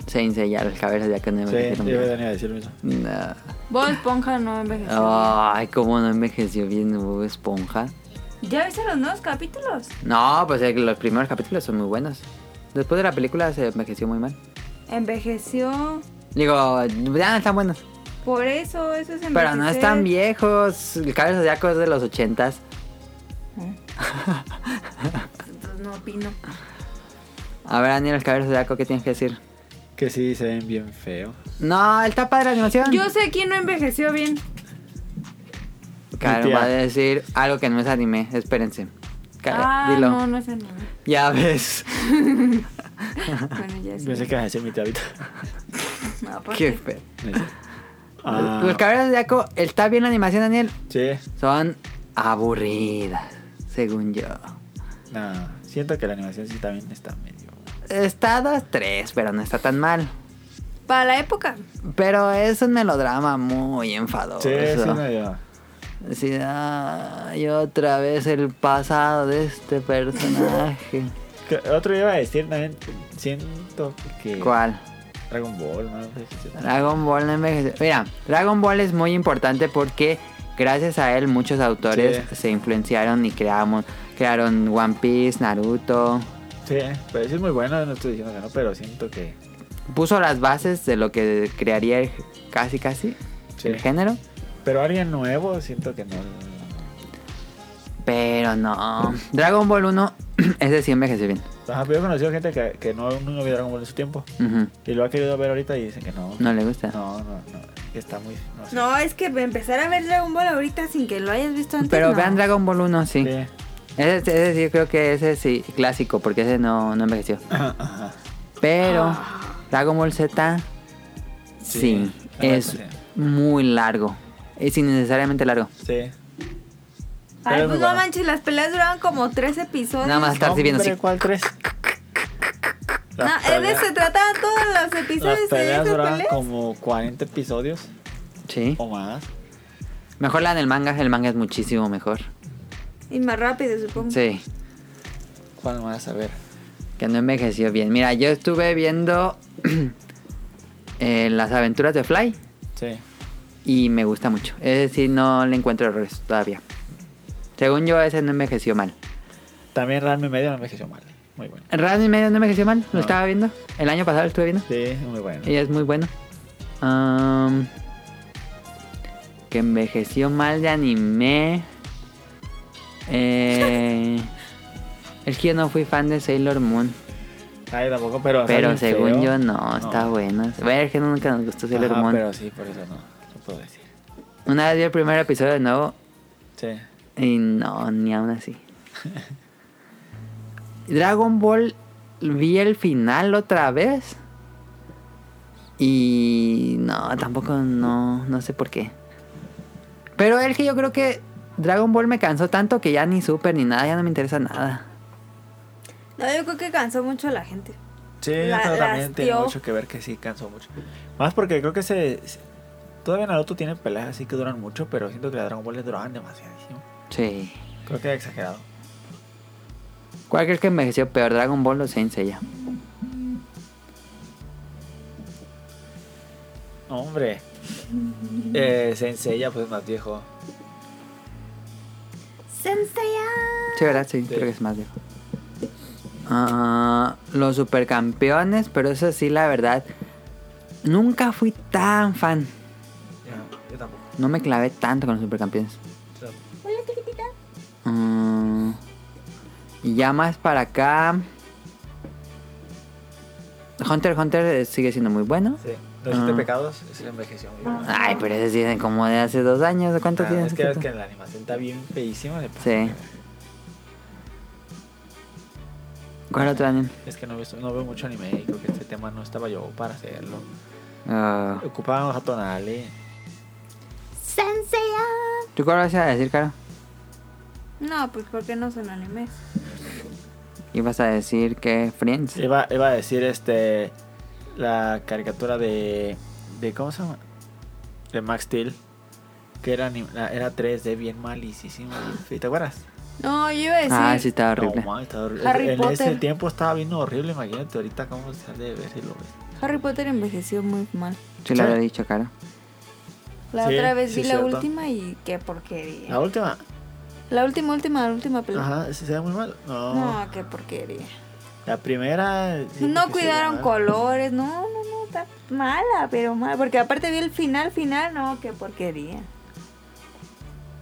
[SPEAKER 3] Se enseñar las cabezas ya que no
[SPEAKER 2] Sí, yo
[SPEAKER 3] envejecieron
[SPEAKER 2] venía
[SPEAKER 3] bien.
[SPEAKER 2] a decir lo mismo.
[SPEAKER 3] No.
[SPEAKER 1] Bob Esponja no envejeció.
[SPEAKER 3] Ay, cómo no envejeció bien Bob Esponja.
[SPEAKER 1] ¿Ya viste los nuevos capítulos?
[SPEAKER 3] No, pues eh, los primeros capítulos son muy buenos. Después de la película se envejeció muy mal.
[SPEAKER 1] Envejeció.
[SPEAKER 3] Digo, ya no están buenos.
[SPEAKER 1] Por eso, eso es envejecer.
[SPEAKER 3] Pero no están viejos. El cabello zodiaco es de los ochentas.
[SPEAKER 1] Entonces no opino.
[SPEAKER 3] A ver, Daniel, el cabello zodiaco, ¿qué tienes que decir?
[SPEAKER 2] Que sí, se ven bien feo.
[SPEAKER 3] No, está padre la animación.
[SPEAKER 1] Yo sé quién no envejeció bien.
[SPEAKER 3] Claro,
[SPEAKER 2] Mi tía.
[SPEAKER 3] va a decir algo que no es anime. Espérense. Cara,
[SPEAKER 1] Ah,
[SPEAKER 3] dilo.
[SPEAKER 1] no, no es anime.
[SPEAKER 3] Ya ves.
[SPEAKER 1] Bueno, ya sé.
[SPEAKER 2] Pensé que ibas a decir mi tía ahorita.
[SPEAKER 1] No, aparte.
[SPEAKER 3] Qué feo.
[SPEAKER 2] Ah,
[SPEAKER 3] Los cabellos zodiaco, está bien la animación, Daniel.
[SPEAKER 2] sí,
[SPEAKER 3] Son aburridas, según yo.
[SPEAKER 2] no. Siento que la animación sí también está medio.
[SPEAKER 3] Está dos, tres, pero no está tan mal.
[SPEAKER 1] Para la época.
[SPEAKER 3] Pero es un melodrama muy enfadoso.
[SPEAKER 2] Sí, sí, medio.
[SPEAKER 3] Sí, ay, otra vez el pasado de este personaje.
[SPEAKER 2] Que Otro iba a decir también. Siento que.
[SPEAKER 3] ¿Cuál?
[SPEAKER 2] Dragon Ball, ¿no? envejeció tanto.
[SPEAKER 3] Dragon Ball no envejeció. Mira, Dragon Ball es muy importante porque gracias a él muchos autores
[SPEAKER 2] Sí.
[SPEAKER 3] se influenciaron y creamos, crearon One Piece, Naruto.
[SPEAKER 2] Sí, pero sí es muy bueno, no estoy diciendo que no, pero siento que.
[SPEAKER 3] Puso las bases de lo que crearía el- casi casi
[SPEAKER 2] Sí.
[SPEAKER 3] el género.
[SPEAKER 2] Pero alguien nuevo, siento que no.
[SPEAKER 3] Pero no. Dragon Ball 1, ese sí envejeció bien.
[SPEAKER 2] Ajá, pero yo he conocido gente que, que no, no vio Dragon Ball en su tiempo.
[SPEAKER 3] Ujú.
[SPEAKER 2] Y lo ha querido ver ahorita y dicen que no.
[SPEAKER 3] No le gusta.
[SPEAKER 2] No, no, no, que Está muy. No, sé.
[SPEAKER 1] No, es que empezar a ver Dragon Ball ahorita sin que lo hayas visto antes.
[SPEAKER 3] Pero
[SPEAKER 1] no.
[SPEAKER 3] vean Dragon Ball 1, sí.
[SPEAKER 2] Sí.
[SPEAKER 3] Ese, ese sí, creo que ese sí, clásico, porque ese no, no envejeció.
[SPEAKER 2] Ajá. Ah.
[SPEAKER 3] Pero Dragon Ball Z,
[SPEAKER 2] Sí,
[SPEAKER 3] sí,
[SPEAKER 2] la verdad
[SPEAKER 3] es
[SPEAKER 2] que sí.
[SPEAKER 3] muy largo. Es innecesariamente largo.
[SPEAKER 2] Sí. Pero
[SPEAKER 1] Ay,
[SPEAKER 2] es muy
[SPEAKER 1] pues no
[SPEAKER 2] bueno.
[SPEAKER 1] manches, las peleas duraban como tres episodios.
[SPEAKER 3] Nada más estar viendo así.
[SPEAKER 2] Hombre, ¿Cuál crees?
[SPEAKER 1] No,
[SPEAKER 2] Las
[SPEAKER 1] eh, de-
[SPEAKER 2] peleas-
[SPEAKER 1] se trataban todos los
[SPEAKER 2] Las
[SPEAKER 1] episodios de
[SPEAKER 2] peleas
[SPEAKER 1] esas
[SPEAKER 2] duraban
[SPEAKER 1] peleas.
[SPEAKER 2] como 40 episodios
[SPEAKER 3] Sí.
[SPEAKER 2] o más.
[SPEAKER 3] Mejor la del manga, el manga es muchísimo mejor.
[SPEAKER 1] Y más rápido, supongo.
[SPEAKER 3] Sí,
[SPEAKER 2] ¿Cuál más? A ver.
[SPEAKER 3] que no envejeció bien. Mira, yo estuve viendo eh, las aventuras de Fly
[SPEAKER 2] Sí.
[SPEAKER 3] y me gusta mucho. Es decir, no le encuentro errores todavía. Según yo, ese no envejeció mal.
[SPEAKER 2] También Ranma y medio no envejeció mal. Muy bueno.
[SPEAKER 3] Ranma y medio no envejeció mal, lo
[SPEAKER 2] No.
[SPEAKER 3] estaba viendo. El año pasado lo estuve viendo.
[SPEAKER 2] Sí, muy bueno.
[SPEAKER 3] Ella es muy buena. Am, que envejeció mal de anime. Eh, es que yo no fui fan de Sailor Moon.
[SPEAKER 2] Ay, tampoco, pero.
[SPEAKER 3] Pero
[SPEAKER 2] está bien
[SPEAKER 3] según
[SPEAKER 2] feo.
[SPEAKER 3] yo no, está bueno. Bueno, es que nunca nos gustó Sailor
[SPEAKER 2] Ajá,
[SPEAKER 3] Moon.
[SPEAKER 2] pero sí, por eso no. No puedo decir.
[SPEAKER 3] Una vez vi el primer episodio de nuevo
[SPEAKER 2] Sí.
[SPEAKER 3] y no, ni aún así. Dragon Ball vi el final otra vez. Y no, tampoco no, no sé por qué. Pero es que yo creo que Dragon Ball me cansó tanto que ya ni super ni nada, ya no me interesa nada.
[SPEAKER 1] No, yo creo que cansó mucho a la gente.
[SPEAKER 2] Sí, yo
[SPEAKER 1] La-
[SPEAKER 2] creo que también
[SPEAKER 1] las
[SPEAKER 2] tiene
[SPEAKER 1] dio.
[SPEAKER 2] mucho que ver que sí cansó mucho. Más porque creo que se. se- Todavía Naruto tiene peleas así que duran mucho, pero siento que la Dragon Ball les duraban demasiadísimo.
[SPEAKER 3] Sí.
[SPEAKER 2] Creo que era exagerado.
[SPEAKER 3] ¿Cuál crees que envejeció peor, Dragon Ball o Saint Seiya?
[SPEAKER 2] Hombre. Eh, Sensei ya pues es más viejo.
[SPEAKER 1] Sensei.
[SPEAKER 3] Sí, ¿verdad? Sí, creo que es más viejo. Ah, los supercampeones, pero eso sí, la verdad. Nunca fui tan fan.
[SPEAKER 2] Ya, yo tampoco.
[SPEAKER 3] No me clavé tanto con los supercampeones.
[SPEAKER 2] Yo tampoco.
[SPEAKER 3] Mm, Y ya más para acá. Hunter x Hunter eh, sigue siendo muy bueno.
[SPEAKER 2] Sí. Los siete
[SPEAKER 3] Ah.
[SPEAKER 2] pecados se envejeció muy bien.
[SPEAKER 3] Ay, pero ese sí es como de hace dos años. ¿De cuánto
[SPEAKER 2] Ah,
[SPEAKER 3] tienes?
[SPEAKER 2] es que ves que la animación está bien feísima. de-
[SPEAKER 3] Sí. ¿Cuál otro anime?
[SPEAKER 2] Es que no, he visto- no veo mucho anime y creo que este tema no estaba yo para hacerlo.
[SPEAKER 3] Ah,
[SPEAKER 2] Ocupábamos a Tonali.
[SPEAKER 3] ¿Tú cuál vas a decir, Caro?
[SPEAKER 1] No, pues porque no son animes.
[SPEAKER 3] Ibas a decir que Friends.
[SPEAKER 2] Iba, iba a decir este la caricatura de, de ¿cómo se llama? De Max Steel. Que era, anim- la- era 3D bien malísimo. bien feo. ¿Te acuerdas?
[SPEAKER 1] No, yo iba a decir.
[SPEAKER 3] Ah, sí, está horrible.
[SPEAKER 2] No, man, estaba horrible.
[SPEAKER 1] Harry
[SPEAKER 2] en ese
[SPEAKER 1] Potter.
[SPEAKER 2] tiempo estaba bien horrible. Imagínate ahorita cómo se ha de ver si lo ves.
[SPEAKER 1] Harry Potter envejeció muy mal.
[SPEAKER 3] Sí, lo
[SPEAKER 2] Sí.
[SPEAKER 3] había dicho, Caro.
[SPEAKER 1] La
[SPEAKER 2] Sí,
[SPEAKER 1] otra vez
[SPEAKER 2] sí,
[SPEAKER 1] vi la
[SPEAKER 2] cierto.
[SPEAKER 1] última y qué porquería.
[SPEAKER 2] La última.
[SPEAKER 1] La última, última, última película.
[SPEAKER 2] Ajá, ¿se ve muy mal? No.
[SPEAKER 1] No, qué porquería.
[SPEAKER 2] La primera.
[SPEAKER 1] no
[SPEAKER 2] sí, porque se ve
[SPEAKER 1] cuidaron
[SPEAKER 2] mal.
[SPEAKER 1] colores, no, no, no, está mala, pero mal. Porque aparte vi el final, final, no, qué porquería.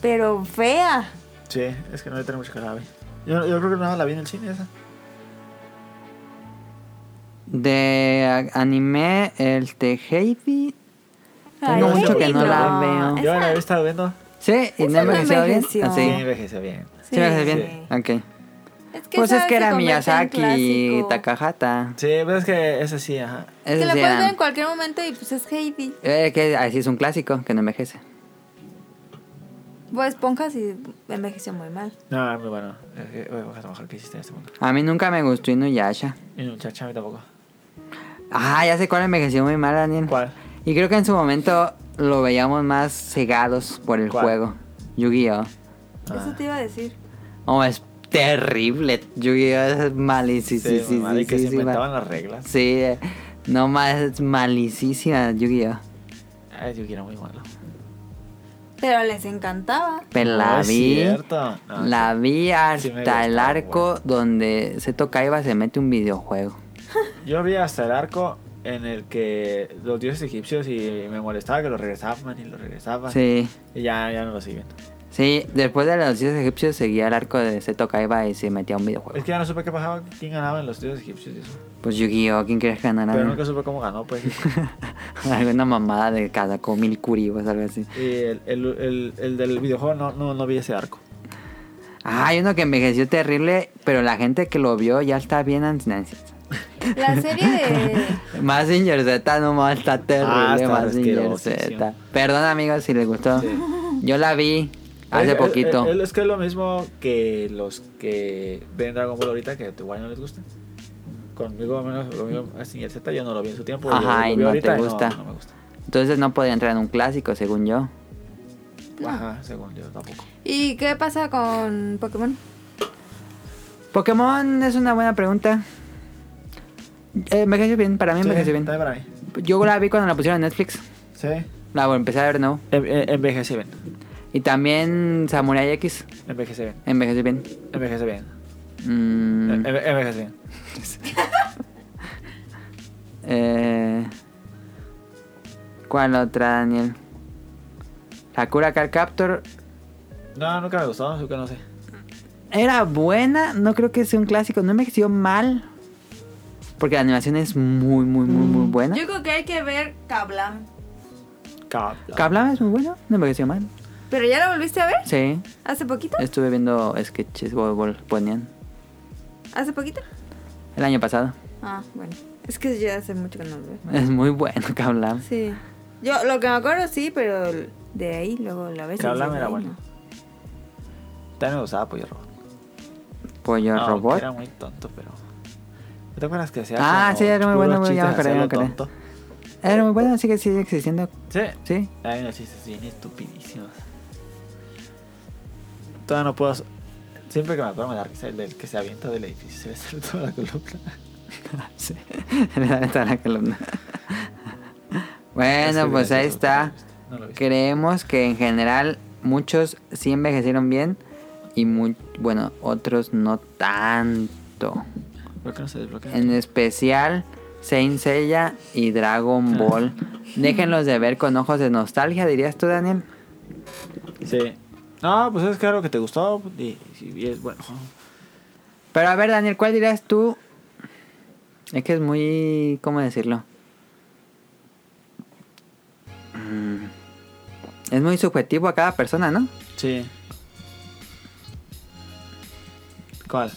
[SPEAKER 1] Pero fea.
[SPEAKER 2] Sí, es que no le tengo mucho que la vi. Yo, yo creo que nada la vi en el cine esa.
[SPEAKER 3] De a- anime, el de Heidi. Tengo
[SPEAKER 2] Ay,
[SPEAKER 3] mucho
[SPEAKER 2] sí,
[SPEAKER 3] que no la
[SPEAKER 2] no.
[SPEAKER 3] veo.
[SPEAKER 1] Ah. Esa-
[SPEAKER 2] Yo la he estado viendo.
[SPEAKER 3] ¿Sí? ¿Y no
[SPEAKER 1] Esa no
[SPEAKER 3] envejeció bien?
[SPEAKER 1] envejeció.
[SPEAKER 3] Ah,
[SPEAKER 2] Sí,
[SPEAKER 3] sí.
[SPEAKER 2] envejeció bien.
[SPEAKER 3] Sí, envejeció bien.
[SPEAKER 1] sí.
[SPEAKER 3] Ok.
[SPEAKER 1] Es que
[SPEAKER 3] Pues es
[SPEAKER 1] esa
[SPEAKER 3] que
[SPEAKER 1] se convierte
[SPEAKER 3] era
[SPEAKER 1] en
[SPEAKER 3] Miyazaki y
[SPEAKER 1] clásico.
[SPEAKER 3] Takahata.
[SPEAKER 2] Sí, pero es que esa sí, ajá.
[SPEAKER 1] Que
[SPEAKER 3] Esos
[SPEAKER 1] la
[SPEAKER 3] sí
[SPEAKER 1] puedes ver
[SPEAKER 3] eran-
[SPEAKER 1] en cualquier momento y pues es Heidi.
[SPEAKER 3] Eh, que así es un clásico, que no envejece.
[SPEAKER 1] Pues esponjas y envejeció muy mal.
[SPEAKER 2] No, muy bueno. Es que, oye, ojalá, mejor que hiciste en este mundo.
[SPEAKER 3] A mí nunca me gustó Inuyasha.
[SPEAKER 2] Y muchacha, a mí tampoco.
[SPEAKER 3] Ah, ya sé cuál envejeció muy mal, Daniel.
[SPEAKER 2] ¿Cuál?
[SPEAKER 3] Y creo que en su momento lo veíamos más cegados por el
[SPEAKER 2] ¿Cuál?
[SPEAKER 3] juego. Yu-Gi-Oh!
[SPEAKER 2] Ah.
[SPEAKER 1] Eso te iba a decir.
[SPEAKER 3] Oh, es terrible. Yu-Gi-Oh! es
[SPEAKER 2] Sí,
[SPEAKER 3] malísimo. Sí, sí,
[SPEAKER 2] mamá, de
[SPEAKER 3] sí,
[SPEAKER 2] que
[SPEAKER 3] sí,
[SPEAKER 2] se
[SPEAKER 3] sí,
[SPEAKER 2] inventaban
[SPEAKER 3] mal-
[SPEAKER 2] las reglas.
[SPEAKER 3] Sí, eh, no más, es malísima Yu-Gi-Oh!
[SPEAKER 2] Ay, yo era muy malo.
[SPEAKER 1] Pero les encantaba.
[SPEAKER 3] Pero
[SPEAKER 2] No
[SPEAKER 3] la
[SPEAKER 2] es
[SPEAKER 3] vi.
[SPEAKER 2] cierto. No,
[SPEAKER 3] La vi
[SPEAKER 2] sí me
[SPEAKER 3] hasta el
[SPEAKER 2] gustaba,
[SPEAKER 3] arco donde se toca Iba se mete un videojuego.
[SPEAKER 2] Yo vi hasta el arco en el que los dioses egipcios y me molestaba que los regresaban y los regresaban.
[SPEAKER 3] Sí.
[SPEAKER 2] Y ya, ya no lo siguen.
[SPEAKER 3] Sí, después de los dioses egipcios seguía el arco de Seto Kaiba y se metía a un
[SPEAKER 2] Es
[SPEAKER 3] videojuego.
[SPEAKER 2] que ya no supe qué pasaba, quién ganaba en los dioses egipcios y eso.
[SPEAKER 3] Pues Yu-Gi-Oh, ¿quién crees que ganara?
[SPEAKER 2] Pero nunca supe cómo ganó, pues.
[SPEAKER 3] Alguna mamada de cada mil curibos, algo así.
[SPEAKER 2] Y el, el, el, el del videojuego no, no, no vi ese arco.
[SPEAKER 3] Ah, hay uno que envejeció terrible, pero la gente que lo vio ya está bien ansiosa.
[SPEAKER 1] La serie de.
[SPEAKER 3] Mazinger Z nomás está terrible,
[SPEAKER 2] Ah, está
[SPEAKER 3] Mazinger Z.
[SPEAKER 2] asquerosísimo.
[SPEAKER 3] Perdón amigos si les gustó.
[SPEAKER 2] Sí. Eh,
[SPEAKER 3] Yo la vi Ah. hace
[SPEAKER 2] Es- es-
[SPEAKER 3] poquito.
[SPEAKER 2] es- es que es lo mismo que los que ven Dragon Ball ahorita, que igual no les gusta. Conmigo, al menos, conmigo, así el Z, yo no lo vi en su tiempo. yo
[SPEAKER 3] Ajá,
[SPEAKER 2] lo
[SPEAKER 3] y
[SPEAKER 2] vi
[SPEAKER 3] no
[SPEAKER 2] ahorita
[SPEAKER 3] te gusta.
[SPEAKER 2] No, no me gusta.
[SPEAKER 3] Entonces no podía entrar en un clásico, según yo.
[SPEAKER 2] Ajá, según yo tampoco.
[SPEAKER 1] ¿Y qué pasa con Pokémon?
[SPEAKER 3] Pokémon es una buena pregunta. Eh, envejeció bien, para mí
[SPEAKER 2] Sí,
[SPEAKER 3] envejeció bien.
[SPEAKER 2] está para mí.
[SPEAKER 3] Yo la vi cuando la pusieron en Netflix.
[SPEAKER 2] Sí.
[SPEAKER 3] La bueno, empecé a ver, no.
[SPEAKER 2] En- en- Em, eh, Envejece bien.
[SPEAKER 3] Y también Samurai X.
[SPEAKER 2] Envejece bien.
[SPEAKER 3] Envejeció bien.
[SPEAKER 2] Envejece bien.
[SPEAKER 3] Mm,
[SPEAKER 2] en- en- Envejece bien.
[SPEAKER 3] eh, ¿Cuál otra, Daniel? Sakura Card Captor.
[SPEAKER 2] No, nunca me gustó, así que no sé.
[SPEAKER 3] Era buena, no creo que sea un clásico. No envejeció mal. Porque la animación es muy, muy, muy, muy buena.
[SPEAKER 1] Yo creo que hay que ver Kablam.
[SPEAKER 2] Cabla.
[SPEAKER 3] Kablama es muy buena, no envejeció mal.
[SPEAKER 1] ¿Pero ya la volviste a ver?
[SPEAKER 3] Sí,
[SPEAKER 1] ¿Hace poquito?
[SPEAKER 3] estuve viendo sketches, o- o ponían
[SPEAKER 1] ¿Hace poquito?
[SPEAKER 3] el año pasado.
[SPEAKER 1] Ah, bueno. Es que ya hace mucho que no lo veo.
[SPEAKER 3] Es muy bueno Kablama.
[SPEAKER 1] Sí. Yo lo que me acuerdo sí, pero el- de ahí luego la ves. y
[SPEAKER 2] Kablam
[SPEAKER 1] dices,
[SPEAKER 2] era
[SPEAKER 1] "Ay,
[SPEAKER 2] bueno".
[SPEAKER 1] no".
[SPEAKER 2] También me gustaba Pollo Robot.
[SPEAKER 3] Pollo
[SPEAKER 2] No,
[SPEAKER 3] Robot.
[SPEAKER 2] que Era muy tonto, pero. ¿No ¿Te acuerdas que hacía?
[SPEAKER 3] Ah,
[SPEAKER 2] como
[SPEAKER 3] sí, era muy
[SPEAKER 2] puros
[SPEAKER 3] bueno, ya me
[SPEAKER 2] chistes
[SPEAKER 3] acordé, ya me
[SPEAKER 2] hacia lo
[SPEAKER 3] acordé.
[SPEAKER 2] tonto?
[SPEAKER 3] Era muy bueno, así que sigue existiendo.
[SPEAKER 2] Sí.
[SPEAKER 3] Sí.
[SPEAKER 2] Hay unos chistes bien estupidísimos. Todavía no puedo. Siempre que me acuerdo me da risa el del que se avienta del edificio se le sale toda la columna.
[SPEAKER 3] sí. Le da hasta la columna.
[SPEAKER 2] Ese
[SPEAKER 3] bueno, pues
[SPEAKER 2] video yo creo
[SPEAKER 3] ahí está.
[SPEAKER 2] que No lo he visto.
[SPEAKER 3] Creemos que en general muchos sí envejecieron bien y muy, bueno, otros no tanto.
[SPEAKER 2] ¿Por qué no se desbloquea?
[SPEAKER 3] En especial Saint Seiya y Dragon Ball. Déjenlos de ver con ojos de nostalgia, dirías tú, Daniel.
[SPEAKER 2] Sí. No, pues es que algo que te gustó y, y es bueno.
[SPEAKER 3] Pero a ver, Daniel, ¿cuál dirías tú? Es que es muy... ¿Cómo decirlo? Mm. Es muy subjetivo a cada persona, ¿no?
[SPEAKER 2] Sí. ¿Cuál?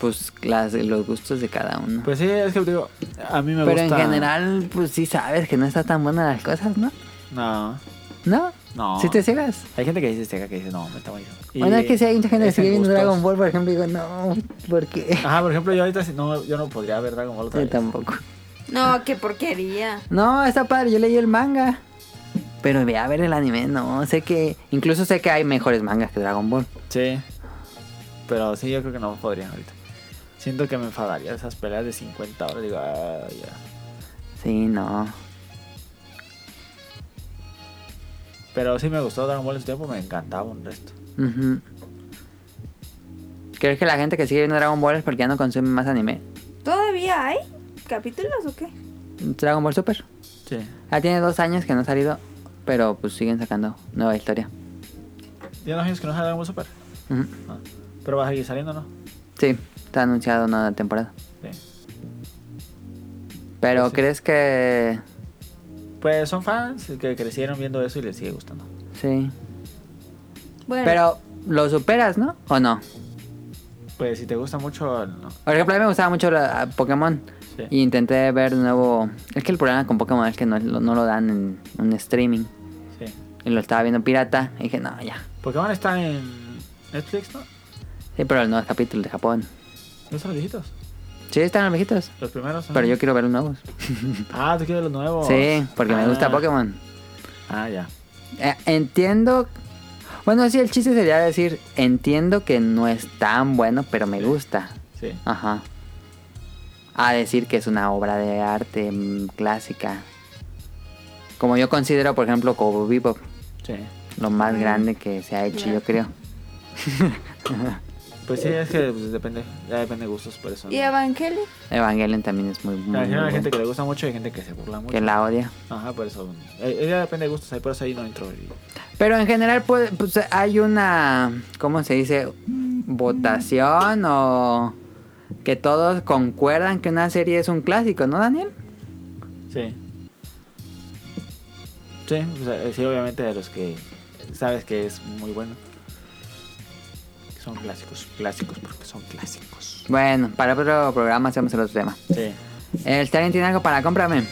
[SPEAKER 3] pues las, los gustos de cada uno.
[SPEAKER 2] Pues sí, es que digo, a mí me
[SPEAKER 3] Pero
[SPEAKER 2] gusta.
[SPEAKER 3] en general, pues sí sabes que no está tan buena las cosas, ¿no?
[SPEAKER 2] No,
[SPEAKER 3] ¿No?
[SPEAKER 2] no.
[SPEAKER 3] Si te ciegas.
[SPEAKER 2] Hay gente que dice ciega que dice, no, me está buenísimo. Y
[SPEAKER 3] Bueno, es que si hay mucha gente que
[SPEAKER 2] es en
[SPEAKER 3] sigue viendo
[SPEAKER 2] gustos. Ah,
[SPEAKER 3] Dragon Ball, por ejemplo, y digo, no, ¿por qué?
[SPEAKER 2] Ajá, por ejemplo, yo ahorita si no, yo no podría ver Dragon Ball otra
[SPEAKER 3] Yo
[SPEAKER 2] vez.
[SPEAKER 3] tampoco.
[SPEAKER 1] No, qué porquería.
[SPEAKER 3] No, está padre, yo leí el manga. Pero ve a ver el anime, no, sé que... Incluso sé que hay mejores mangas que Dragon Ball.
[SPEAKER 2] Sí. Pero sí, yo creo que no podría ahorita. Siento que me enfadaría de esas peleas de 50 horas. Digo, ah, ya.
[SPEAKER 3] Sí, no.
[SPEAKER 2] Pero sí me gustó Dragon Ball en su tiempo, me encantaba un resto.
[SPEAKER 3] Ujú. ¿Crees que la gente que sigue viendo Dragon Ball es porque ya no consume más anime?
[SPEAKER 1] ¿Todavía hay capítulos o qué?
[SPEAKER 3] Dragon Ball Super.
[SPEAKER 2] Sí.
[SPEAKER 3] Ya tiene dos años que no ha salido, pero pues siguen sacando nueva historia.
[SPEAKER 2] Ya no años que no sale Dragon Ball Super.
[SPEAKER 3] Ujú.
[SPEAKER 2] Ah, Pero va a seguir saliendo, ¿no?
[SPEAKER 3] Sí, está anunciado una nueva temporada.
[SPEAKER 2] Sí.
[SPEAKER 3] Pero
[SPEAKER 2] Pues sí.
[SPEAKER 3] crees que...
[SPEAKER 2] Pues son fans que crecieron viendo eso y les sigue gustando.
[SPEAKER 3] Sí.
[SPEAKER 1] Bueno,
[SPEAKER 3] Pero lo superas, ¿no? ¿O no?
[SPEAKER 2] Pues si te gusta mucho, no.
[SPEAKER 3] Por ejemplo, a mí me gustaba mucho la- Pokémon.
[SPEAKER 2] Sí.
[SPEAKER 3] Y intenté ver de nuevo... Es que el problema con Pokémon es que no, lo- no lo dan en un streaming.
[SPEAKER 2] Sí.
[SPEAKER 3] Y lo estaba viendo pirata. Y dije, no, ya.
[SPEAKER 2] Pokémon está en Netflix, ¿no?
[SPEAKER 3] Sí, pero el nuevo capítulo de Japón.
[SPEAKER 2] ¿No son los viejitos?
[SPEAKER 3] Sí, están los viejitos.
[SPEAKER 2] Los primeros. ¿no?
[SPEAKER 3] Pero yo quiero ver los nuevos.
[SPEAKER 2] Ah, tú quieres los nuevos.
[SPEAKER 3] Sí, porque me
[SPEAKER 2] Ah.
[SPEAKER 3] gusta Pokémon.
[SPEAKER 2] Ah, ya.
[SPEAKER 3] Eh, entiendo. Bueno, sí, el chiste sería decir, entiendo que no es tan bueno, pero me gusta.
[SPEAKER 2] Sí.
[SPEAKER 3] Ajá. A decir que es una obra de arte mm, clásica. Como yo considero, por ejemplo, Cowboy Bebop,
[SPEAKER 2] Sí.
[SPEAKER 3] lo más
[SPEAKER 2] Mm.
[SPEAKER 1] Bueno.
[SPEAKER 3] grande que se ha hecho,
[SPEAKER 1] Ya.
[SPEAKER 3] yo creo.
[SPEAKER 2] Pues sí, es que pues, depende. Ya depende de gustos, por eso.
[SPEAKER 1] ¿y
[SPEAKER 2] ¿no?
[SPEAKER 1] Evangelion?
[SPEAKER 3] Evangelion también es muy, muy,
[SPEAKER 2] Me imagino
[SPEAKER 3] muy
[SPEAKER 2] hay gente
[SPEAKER 3] bueno,
[SPEAKER 2] que le gusta mucho y hay gente que se burla
[SPEAKER 3] Mm. que,
[SPEAKER 2] mucho.
[SPEAKER 3] la odia.
[SPEAKER 2] Ajá, por eso. eh, eh, Ya depende de gustos, ahí por eso ahí no entro. y-
[SPEAKER 3] Pero en general, pues, pues, hay una, ¿cómo se dice? Votación o que todos concuerdan que una serie es un clásico, ¿no, Daniel?
[SPEAKER 2] Sí. Sí, pues, eh, sí, obviamente de los que sabes que es muy bueno. Son clásicos, clásicos porque son clásicos.
[SPEAKER 3] Bueno, para otro programa hacemos el otro tema.
[SPEAKER 2] Sí.
[SPEAKER 3] ¿Está bien tiene algo para cómprame?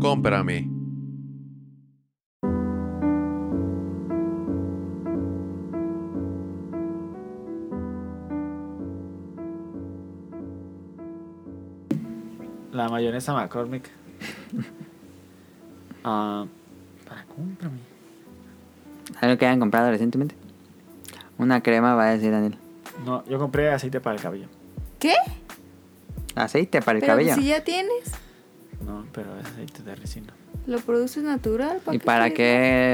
[SPEAKER 4] Cómprame.
[SPEAKER 2] La mayonesa McCormick. Ah, para cómprame.
[SPEAKER 3] ¿Algo que hayan comprado recientemente? Una crema, va a decir Daniel.
[SPEAKER 2] No, yo compré aceite para el cabello.
[SPEAKER 1] ¿Qué?
[SPEAKER 3] Aceite para el
[SPEAKER 1] Pero pues,
[SPEAKER 3] cabello.
[SPEAKER 1] si ya tienes,
[SPEAKER 2] No, pero es aceite de resina.
[SPEAKER 1] lo produces natural.
[SPEAKER 3] ¿Y para
[SPEAKER 1] quieres?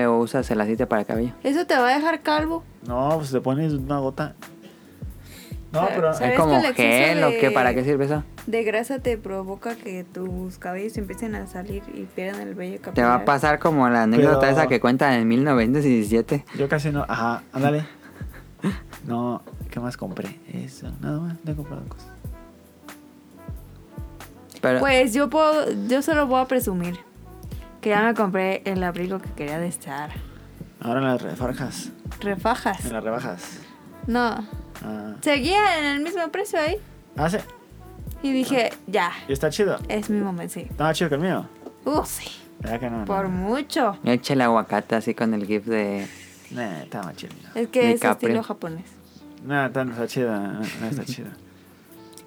[SPEAKER 3] qué usas el aceite para el cabello?
[SPEAKER 1] Eso te va a dejar calvo.
[SPEAKER 2] No, pues te pones una gota. No,
[SPEAKER 1] Sa- sa-
[SPEAKER 2] pero.
[SPEAKER 3] ¿Es
[SPEAKER 1] ¿Sabes
[SPEAKER 3] como
[SPEAKER 1] que el exceso
[SPEAKER 3] gel o
[SPEAKER 1] de-
[SPEAKER 3] qué? ¿Para qué sirve eso?
[SPEAKER 1] De grasa te provoca que tus cabellos empiecen a salir y pierdan el vello capilar.
[SPEAKER 3] Te va a pasar como la anécdota
[SPEAKER 2] Pero-
[SPEAKER 3] esa que cuentan en 1917.
[SPEAKER 2] Yo casi no. Ajá, ándale. No, ¿qué más compré? Eso, nada más, no he comprado cosas.
[SPEAKER 3] Pero,
[SPEAKER 1] Pues yo puedo, yo solo voy a presumir que ya me compré el abrigo que quería de Sara.
[SPEAKER 2] Ahora en las refarjas, en
[SPEAKER 1] Refajas.
[SPEAKER 2] las rebajas.
[SPEAKER 1] No.
[SPEAKER 2] Ah,
[SPEAKER 1] Seguía en el mismo precio ahí.
[SPEAKER 2] ah, sí.
[SPEAKER 1] Y dije, ya,
[SPEAKER 2] ¿Y está chido?
[SPEAKER 1] es mi momento, sí.
[SPEAKER 2] ¿Está más chido que el mío?
[SPEAKER 1] Uh, sí.
[SPEAKER 2] ¿Verdad que no?
[SPEAKER 1] Por
[SPEAKER 2] no.
[SPEAKER 1] mucho.
[SPEAKER 3] Yo eché el aguacate así con el gif de...
[SPEAKER 2] Nah, está más chido el mío.
[SPEAKER 1] Es que
[SPEAKER 3] Ni
[SPEAKER 1] es
[SPEAKER 3] Capri.
[SPEAKER 1] estilo japonés.
[SPEAKER 2] Nah, está, no está chido. No, no está chido.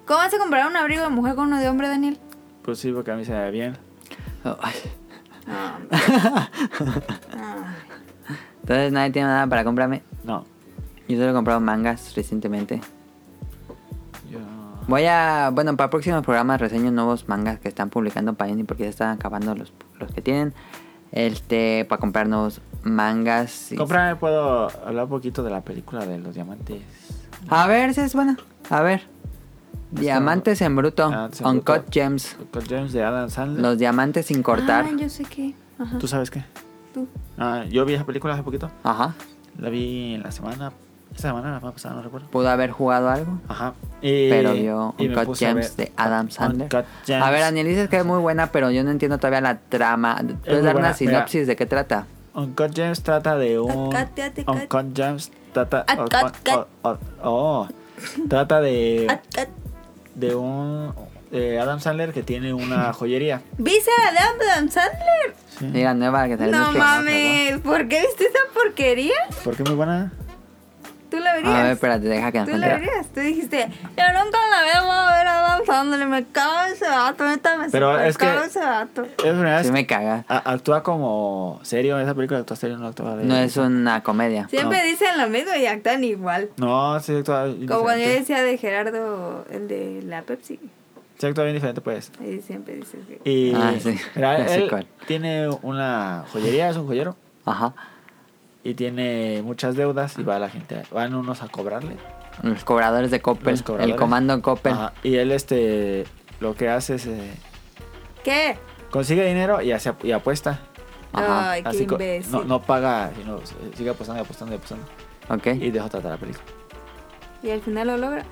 [SPEAKER 1] ¿Cómo vas a comprar un abrigo de mujer con uno de hombre, Daniel?
[SPEAKER 2] Pues sí, porque a mí se me ve bien.
[SPEAKER 3] Oh, ay.
[SPEAKER 1] No, no.
[SPEAKER 3] Entonces nadie tiene nada para comprarme.
[SPEAKER 2] No,
[SPEAKER 3] Yo solo he comprado mangas recientemente.
[SPEAKER 2] yo.
[SPEAKER 3] Voy a... Bueno, para próximos programas reseño nuevos mangas que están publicando Panini porque ya están acabando los, los que tienen. Este, para comprar nuevos mangas. y-
[SPEAKER 2] Comprame, puedo hablar un poquito de la película de los diamantes.
[SPEAKER 3] A ver si es buena. A ver. Diamantes en bruto.
[SPEAKER 2] Diamantes Ah, en
[SPEAKER 3] Uncut
[SPEAKER 2] bruto.
[SPEAKER 3] Gems.
[SPEAKER 2] Con James de Adam Sandler.
[SPEAKER 3] Los diamantes sin cortar.
[SPEAKER 1] Ah, yo sé que. Ajá.
[SPEAKER 2] ¿Tú sabes qué?
[SPEAKER 1] Tú.
[SPEAKER 2] Ah, yo vi esa película hace poquito
[SPEAKER 3] Ajá.
[SPEAKER 2] La vi en la semana. Esta semana, la semana pasada, no recuerdo.
[SPEAKER 3] Pudo haber jugado algo.
[SPEAKER 2] Ajá. Y-
[SPEAKER 3] Pero vio
[SPEAKER 2] y me
[SPEAKER 3] Uncut
[SPEAKER 2] puse a
[SPEAKER 3] Gems
[SPEAKER 2] ver
[SPEAKER 3] de Adam
[SPEAKER 2] Uncut
[SPEAKER 3] Sandler.
[SPEAKER 2] Gems.
[SPEAKER 3] A ver, Daniel, dices que es muy buena, pero yo no entiendo todavía la trama.
[SPEAKER 2] muy
[SPEAKER 3] ¿Puedes dar
[SPEAKER 2] buena,
[SPEAKER 3] una
[SPEAKER 2] mira.
[SPEAKER 3] sinopsis de qué trata?
[SPEAKER 2] Uncut Gems trata de un.
[SPEAKER 1] Uncut, ya te cut.
[SPEAKER 2] Uncut Gems trata.
[SPEAKER 1] Uncut, cut.
[SPEAKER 2] o- o- o- oh. Trata de.
[SPEAKER 1] cat.
[SPEAKER 2] De un. eh, Adam Sandler que tiene una joyería.
[SPEAKER 1] ¿Viste a Adam, Adam Sandler?
[SPEAKER 2] Sí.
[SPEAKER 3] Mira, nueva que salió en
[SPEAKER 1] No
[SPEAKER 3] Netflix.
[SPEAKER 1] mames, ¿por qué viste esa porquería?
[SPEAKER 2] ¿Por qué muy buena?
[SPEAKER 1] ¿Tú la verías?
[SPEAKER 3] A ver, espérate, deja que
[SPEAKER 1] Tú la
[SPEAKER 3] encuentre.
[SPEAKER 1] verías, tú dijiste, yo nunca la veo voy a ver a Adam Sandler, me cago en ese vato, neta me
[SPEAKER 2] Pero es que-
[SPEAKER 1] cago en ese vato.
[SPEAKER 2] Es una vez
[SPEAKER 3] Sí me caga.
[SPEAKER 2] a- actúa como serio. Esa película actúa serio, no actúa de.
[SPEAKER 3] No es una comedia.
[SPEAKER 1] Siempre
[SPEAKER 2] No.
[SPEAKER 1] dicen lo mismo y actan igual.
[SPEAKER 2] No, sí actúa. bien
[SPEAKER 1] Como cuando yo
[SPEAKER 2] diferente.
[SPEAKER 1] decía de Gerardo, el de la Pepsi,
[SPEAKER 2] Sí actúa bien diferente, pues.
[SPEAKER 1] ahí siempre dices que...
[SPEAKER 2] Y
[SPEAKER 3] Ah, sí.
[SPEAKER 2] mira,
[SPEAKER 3] Ya sé
[SPEAKER 2] él
[SPEAKER 3] cuál.
[SPEAKER 2] tiene una joyería, es un joyero,
[SPEAKER 3] Ajá.
[SPEAKER 2] y tiene muchas deudas y va la gente, van unos a cobrarle.
[SPEAKER 3] Los cobradores de Coppel.
[SPEAKER 2] los cobradores.
[SPEAKER 3] Pues, El comando Coppel.
[SPEAKER 2] Ajá, Y él este lo que hace es eh,
[SPEAKER 1] ¿Qué?
[SPEAKER 2] consigue dinero y hace y apuesta.
[SPEAKER 3] Ajá.
[SPEAKER 1] Ay, qué
[SPEAKER 2] Así co-
[SPEAKER 1] imbécil.
[SPEAKER 2] no, no paga, sino eh, sigue apostando y apostando y apostando.
[SPEAKER 3] Ok.
[SPEAKER 2] Y deja tratar la película.
[SPEAKER 1] Y al final lo logra.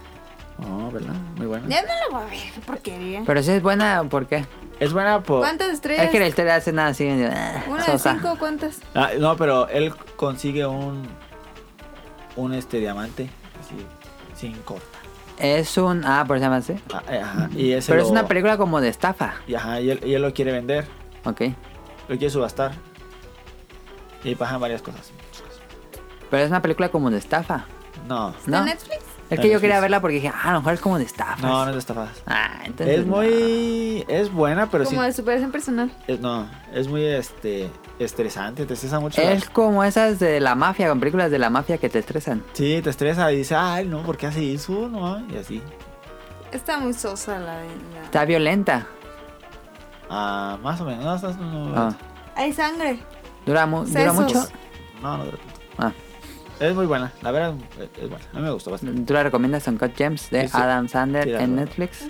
[SPEAKER 2] No, ¿verdad? Muy buena.
[SPEAKER 1] Ya no lo voy a ver, qué porquería.
[SPEAKER 3] Pero si es buena, ¿por qué?
[SPEAKER 2] Es buena por.
[SPEAKER 1] ¿Cuántas estrellas?
[SPEAKER 3] Es que la historia hace nada así. eh,
[SPEAKER 1] ¿Una de
[SPEAKER 3] sosa.
[SPEAKER 1] cinco cuántas?
[SPEAKER 2] Ah, no, pero él consigue un un este diamante así, sin corta.
[SPEAKER 3] Es un. Ah, por eso se llama así.
[SPEAKER 2] Ah, eh, ajá, Y ese
[SPEAKER 3] Pero
[SPEAKER 2] lo-
[SPEAKER 3] es una película como de estafa.
[SPEAKER 2] Y ajá, y él- y él lo quiere vender.
[SPEAKER 3] Ok.
[SPEAKER 2] Lo quiere subastar. Y pasan varias cosas.
[SPEAKER 3] Pero es una película como de estafa.
[SPEAKER 2] No.
[SPEAKER 1] ¿Está
[SPEAKER 3] ¿No?
[SPEAKER 1] en Netflix?
[SPEAKER 3] Es que yo
[SPEAKER 2] Netflix.
[SPEAKER 3] quería verla porque dije, ah, a lo mejor es como de estafas.
[SPEAKER 2] No, no es de estafas.
[SPEAKER 3] Ah, entonces.
[SPEAKER 2] Es muy. Es buena, pero sí.
[SPEAKER 1] Como de superación personal.
[SPEAKER 2] es- no, es muy este estresante. Te estresa mucho.
[SPEAKER 3] Es como esas de la mafia, con películas de la mafia que te estresan.
[SPEAKER 2] Sí, te estresa y dices, ay, no, ¿por qué hace eso? No, y así.
[SPEAKER 1] Está muy sosa la de... la-
[SPEAKER 3] Está violenta.
[SPEAKER 2] Ah, más o menos. No, estás- no, no,
[SPEAKER 3] Ah,
[SPEAKER 1] Hay sangre.
[SPEAKER 3] ¿Dura, mu- ¿Dura
[SPEAKER 1] Sesos.
[SPEAKER 3] mucho?
[SPEAKER 2] no, no, no.
[SPEAKER 3] Ah,
[SPEAKER 2] Es muy buena. La verdad, es buena. A mí me gustó bastante.
[SPEAKER 3] ¿Tú la recomiendas Uncut Gems de
[SPEAKER 2] Sí, sí.
[SPEAKER 3] Adam Sandler
[SPEAKER 2] Sí, la
[SPEAKER 3] en
[SPEAKER 2] verdad.
[SPEAKER 3] Netflix?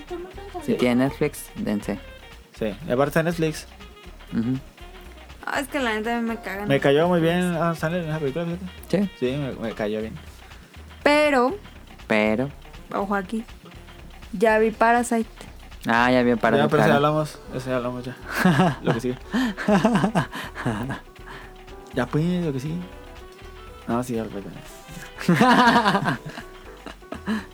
[SPEAKER 3] Si tiene Netflix, dense.
[SPEAKER 2] Sí. Y aparte de Netflix.
[SPEAKER 3] Ujú.
[SPEAKER 1] Ah, es que la neta a mí me cagan.
[SPEAKER 2] Me cayó muy bien Adam Sandler en esa película, fíjate.
[SPEAKER 3] Sí,
[SPEAKER 2] Sí, me, me cayó bien.
[SPEAKER 1] Pero,
[SPEAKER 3] pero.
[SPEAKER 1] ojo aquí, ya vi Parasite.
[SPEAKER 3] Ah, ya vio para
[SPEAKER 2] ya,
[SPEAKER 3] tu
[SPEAKER 2] pero eso ya
[SPEAKER 3] cara.
[SPEAKER 2] hablamos, eso ya hablamos ya. lo que sigue. ya pues, lo que sigue. No, sí, ya lo cuento.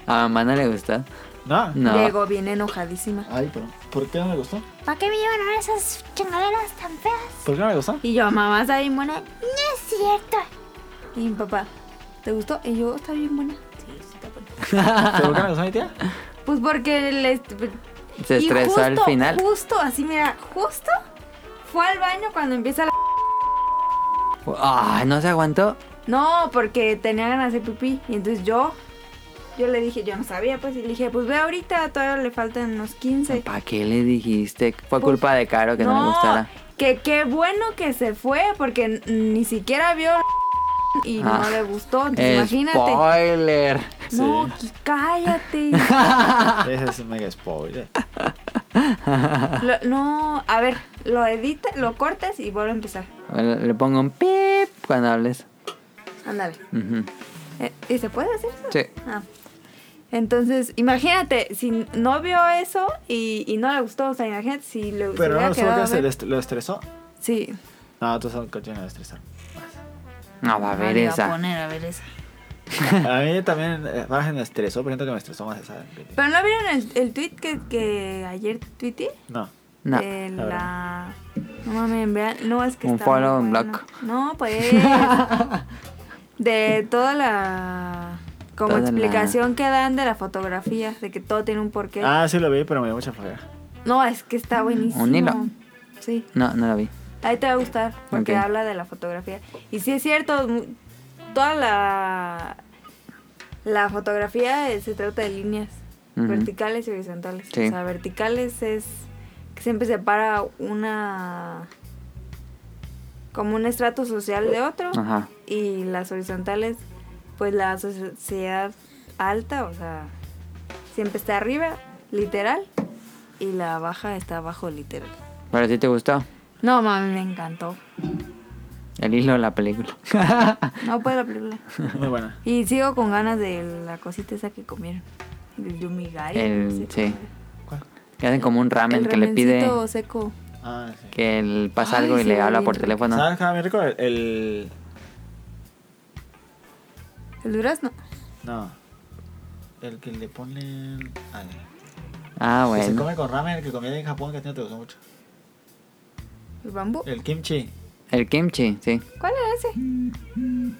[SPEAKER 3] A mamá no le gustó.
[SPEAKER 2] No.
[SPEAKER 3] No.
[SPEAKER 1] Llegó bien enojadísima.
[SPEAKER 2] Ay, pero ¿por qué no me gustó?
[SPEAKER 7] ¿Para qué me llevan ahora esas chingaderas tan feas?
[SPEAKER 2] ¿Por qué no me gustó?
[SPEAKER 1] Y yo, mamá, está bien buena.
[SPEAKER 7] No es cierto.
[SPEAKER 1] Y mi papá, ¿te gustó? Y yo, está bien buena. Sí, sí, está buena.
[SPEAKER 2] ¿Por qué no me gustó mi tía?
[SPEAKER 1] Pues porque les...
[SPEAKER 3] Se
[SPEAKER 1] Y
[SPEAKER 3] estresó al
[SPEAKER 1] justo,
[SPEAKER 3] final.
[SPEAKER 1] Justo, así mira, justo fue al baño cuando empieza la...
[SPEAKER 3] Ah, no se aguantó.
[SPEAKER 1] No, porque tenía ganas de pipí. Y entonces yo, yo le dije, yo no sabía, pues, y le dije, pues ve ahorita, todavía le faltan unos 15.
[SPEAKER 3] ¿Para qué le dijiste?
[SPEAKER 1] Pues
[SPEAKER 3] Fue culpa de Caro que no, le gustara.
[SPEAKER 1] Que qué bueno que se fue, porque n- ni siquiera vio la y
[SPEAKER 3] Ah.
[SPEAKER 1] no le gustó. Entonces, Pues imagínate.
[SPEAKER 3] Spoiler.
[SPEAKER 1] No,
[SPEAKER 2] Sí.
[SPEAKER 1] que cállate.
[SPEAKER 2] Ese es un mega spoiler.
[SPEAKER 1] Lo- no, a ver, lo editas, lo cortas y vuelve a empezar.
[SPEAKER 3] Bueno, Le pongo un pip cuando hables.
[SPEAKER 1] Ándale.
[SPEAKER 3] Ujú.
[SPEAKER 1] Eh, ¿Y se puede hacer eso?
[SPEAKER 3] Sí.
[SPEAKER 1] Ah. Entonces, imagínate, si no vio eso y, y no le gustó, o sea, imagínate si le si
[SPEAKER 2] Pero no
[SPEAKER 1] hubiera
[SPEAKER 2] me gustó
[SPEAKER 1] quedado
[SPEAKER 2] porque
[SPEAKER 1] a
[SPEAKER 2] se
[SPEAKER 1] ver.
[SPEAKER 2] le est- lo estresó.
[SPEAKER 1] Sí.
[SPEAKER 2] No, tú sabes que tiene que estresar.
[SPEAKER 3] No va a ver
[SPEAKER 1] Ah, le iba
[SPEAKER 3] esa.
[SPEAKER 1] poner a ver esa.
[SPEAKER 2] A mí también eh, más me estresó, por ejemplo que me estresó más esa.
[SPEAKER 1] Pero no vieron el, el tweet que, que ayer tuiteé.
[SPEAKER 2] No.
[SPEAKER 3] No.
[SPEAKER 1] De
[SPEAKER 2] la
[SPEAKER 1] la... No mames, vean. No, es que
[SPEAKER 3] Un
[SPEAKER 1] está
[SPEAKER 3] follow,
[SPEAKER 1] muy
[SPEAKER 3] un
[SPEAKER 1] bueno.
[SPEAKER 3] block.
[SPEAKER 1] No, pues. de toda la. Como
[SPEAKER 3] Toda la-
[SPEAKER 1] explicación que dan de la fotografía, de que todo tiene un porqué.
[SPEAKER 2] Ah, sí lo vi, pero me dio mucha flojera.
[SPEAKER 1] No, es que está buenísimo.
[SPEAKER 3] Un hilo.
[SPEAKER 1] Sí.
[SPEAKER 3] No, no la vi.
[SPEAKER 1] Ahí te va a gustar, porque
[SPEAKER 3] Ok.
[SPEAKER 1] habla de la fotografía. Y sí es cierto, mu- toda la, la fotografía eh, se trata de líneas
[SPEAKER 3] Ujú.
[SPEAKER 1] verticales y horizontales.
[SPEAKER 3] Sí.
[SPEAKER 1] O sea, verticales es que siempre separa una... como un estrato social de otro.
[SPEAKER 3] Ajá.
[SPEAKER 1] Y las horizontales, pues la sociedad alta, o sea, siempre está arriba, literal, y la baja está abajo, literal.
[SPEAKER 3] Pero si te gustó.
[SPEAKER 1] No, mami, me encantó.
[SPEAKER 3] El hilo de la película.
[SPEAKER 1] No puedo la película.
[SPEAKER 2] Muy buena.
[SPEAKER 1] Y sigo con ganas de la cosita esa que comieron. El yumigari.
[SPEAKER 3] El-
[SPEAKER 1] no sé
[SPEAKER 3] sí.
[SPEAKER 1] cómo era.
[SPEAKER 2] ¿Cuál?
[SPEAKER 3] que hacen como un ramen
[SPEAKER 1] El
[SPEAKER 3] que le pide
[SPEAKER 1] ramencito seco.
[SPEAKER 2] Ah, sí.
[SPEAKER 3] que él pasa
[SPEAKER 1] Ay,
[SPEAKER 3] algo y
[SPEAKER 1] sí,
[SPEAKER 3] le habla
[SPEAKER 1] bien
[SPEAKER 3] por
[SPEAKER 1] rico.
[SPEAKER 3] teléfono.
[SPEAKER 2] ¿Sabes, Javi Rico? El, el-
[SPEAKER 1] El durazno.
[SPEAKER 2] No. El que le ponen. Ah, ya.
[SPEAKER 3] Ah,
[SPEAKER 2] Que se
[SPEAKER 3] bueno.
[SPEAKER 2] come con ramen, el que comía en Japón, que a ti no te gustó mucho.
[SPEAKER 1] El bambú.
[SPEAKER 2] El kimchi.
[SPEAKER 3] El kimchi, sí.
[SPEAKER 1] ¿Cuál era ese?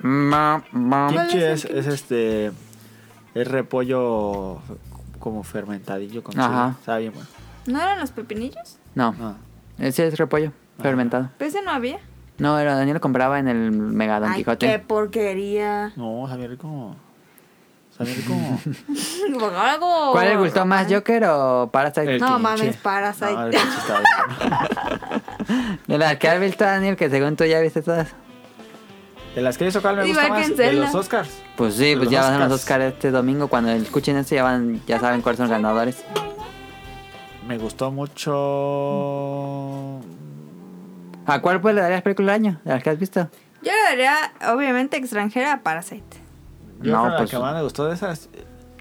[SPEAKER 3] Ma- ma-
[SPEAKER 1] ¿Cuál
[SPEAKER 2] Kimchi
[SPEAKER 1] es
[SPEAKER 2] es,
[SPEAKER 1] el
[SPEAKER 2] es este. Es repollo f- como fermentadillo con
[SPEAKER 3] Ajá.
[SPEAKER 2] chile. Sabe bien bueno.
[SPEAKER 1] ¿No eran los pepinillos?
[SPEAKER 3] No,
[SPEAKER 2] No.
[SPEAKER 3] ese es repollo fermentado.
[SPEAKER 1] Pero ese no había.
[SPEAKER 3] No, era Daniel lo compraba en el Mega Don
[SPEAKER 1] Ay, qué
[SPEAKER 3] Quijote.
[SPEAKER 1] porquería.
[SPEAKER 2] No, sabe rico. Sabe rico.
[SPEAKER 3] ¿Cuál
[SPEAKER 1] ¿Cuál
[SPEAKER 3] le gustó más, Joker o Parasite?
[SPEAKER 2] El
[SPEAKER 1] No
[SPEAKER 2] kimchi.
[SPEAKER 1] mames, Parasite.
[SPEAKER 2] No, el kimchi está bien bueno.
[SPEAKER 3] De las que has visto, Daniel, que según tú ya viste todas.
[SPEAKER 2] De las que hizo cuál me
[SPEAKER 1] Igual
[SPEAKER 2] gusta
[SPEAKER 1] que
[SPEAKER 2] más.
[SPEAKER 1] en
[SPEAKER 2] De
[SPEAKER 1] Zelda.
[SPEAKER 2] los Oscars.
[SPEAKER 3] Pues sí,
[SPEAKER 2] Los
[SPEAKER 3] pues ya van a los
[SPEAKER 2] Oscars.
[SPEAKER 3] Oscars este domingo. Cuando escuchen esto ya van, ya saben cuáles son los ganadores.
[SPEAKER 2] Me gustó mucho.
[SPEAKER 3] ¿A cuál pues le darías película del año? ¿De las que has visto?
[SPEAKER 1] Yo le daría, obviamente, extranjera a Parasite.
[SPEAKER 2] Yo creo
[SPEAKER 3] No,
[SPEAKER 2] que
[SPEAKER 3] pues-
[SPEAKER 2] La que más me gustó de esas.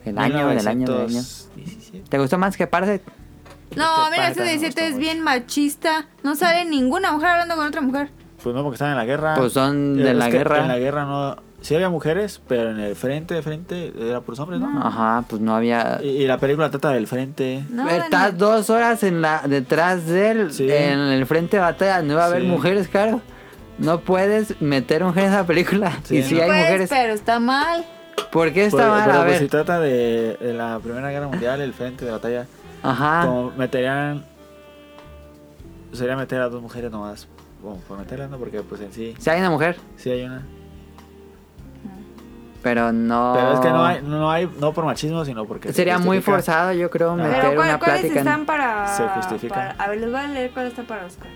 [SPEAKER 3] El año, del año, del año.
[SPEAKER 2] 1917.
[SPEAKER 3] ¿Te gustó más que Parasite?
[SPEAKER 1] No,
[SPEAKER 2] Este
[SPEAKER 1] mira,
[SPEAKER 2] Parasite
[SPEAKER 1] este
[SPEAKER 2] me
[SPEAKER 1] 17
[SPEAKER 2] gustó
[SPEAKER 1] es
[SPEAKER 2] mucho.
[SPEAKER 1] bien machista. No sale ninguna mujer hablando con otra mujer.
[SPEAKER 2] Pues no, porque estaban en la guerra.
[SPEAKER 3] Pues son
[SPEAKER 2] Eh,
[SPEAKER 3] de
[SPEAKER 2] es
[SPEAKER 3] la
[SPEAKER 2] que
[SPEAKER 3] guerra.
[SPEAKER 2] En la guerra no. Sí había mujeres, pero en el frente, de frente, era puros hombres, ¿no?
[SPEAKER 3] Ajá, pues no había.
[SPEAKER 2] Y,
[SPEAKER 3] eh,
[SPEAKER 2] y la película trata del frente.
[SPEAKER 1] No,
[SPEAKER 3] Estás
[SPEAKER 1] Daniel.
[SPEAKER 3] dos horas en la detrás de él,
[SPEAKER 2] Sí.
[SPEAKER 3] en el frente de batalla. No va a haber
[SPEAKER 2] Sí.
[SPEAKER 3] mujeres, claro. No puedes meter mujeres en esa película.
[SPEAKER 2] Sí,
[SPEAKER 3] y si
[SPEAKER 2] no.
[SPEAKER 3] hay
[SPEAKER 1] Pues,
[SPEAKER 3] mujeres,
[SPEAKER 1] pero está mal.
[SPEAKER 3] ¿por qué está
[SPEAKER 2] Pero-
[SPEAKER 3] mal?
[SPEAKER 2] pero
[SPEAKER 3] a
[SPEAKER 2] pues
[SPEAKER 3] ver.
[SPEAKER 2] si trata de, de la Primera Guerra Mundial, el frente de batalla,
[SPEAKER 3] Ajá.
[SPEAKER 2] como meterían. Sería meter a dos mujeres nomás. Bueno, por meterlas, ¿no? Porque pues en sí,
[SPEAKER 3] Si hay una mujer,
[SPEAKER 2] sí hay una.
[SPEAKER 3] pero no.
[SPEAKER 2] Pero es que no hay, no hay, no por machismo, sino porque. se
[SPEAKER 3] Sería muy
[SPEAKER 2] justifica.
[SPEAKER 3] forzado, yo creo, meter
[SPEAKER 1] Pero
[SPEAKER 3] una
[SPEAKER 1] ¿cuál- ¿cuáles
[SPEAKER 3] plática. en-
[SPEAKER 1] están para.?
[SPEAKER 2] Se justifica.
[SPEAKER 1] para- a ver, les voy a leer cuál está para Oscar.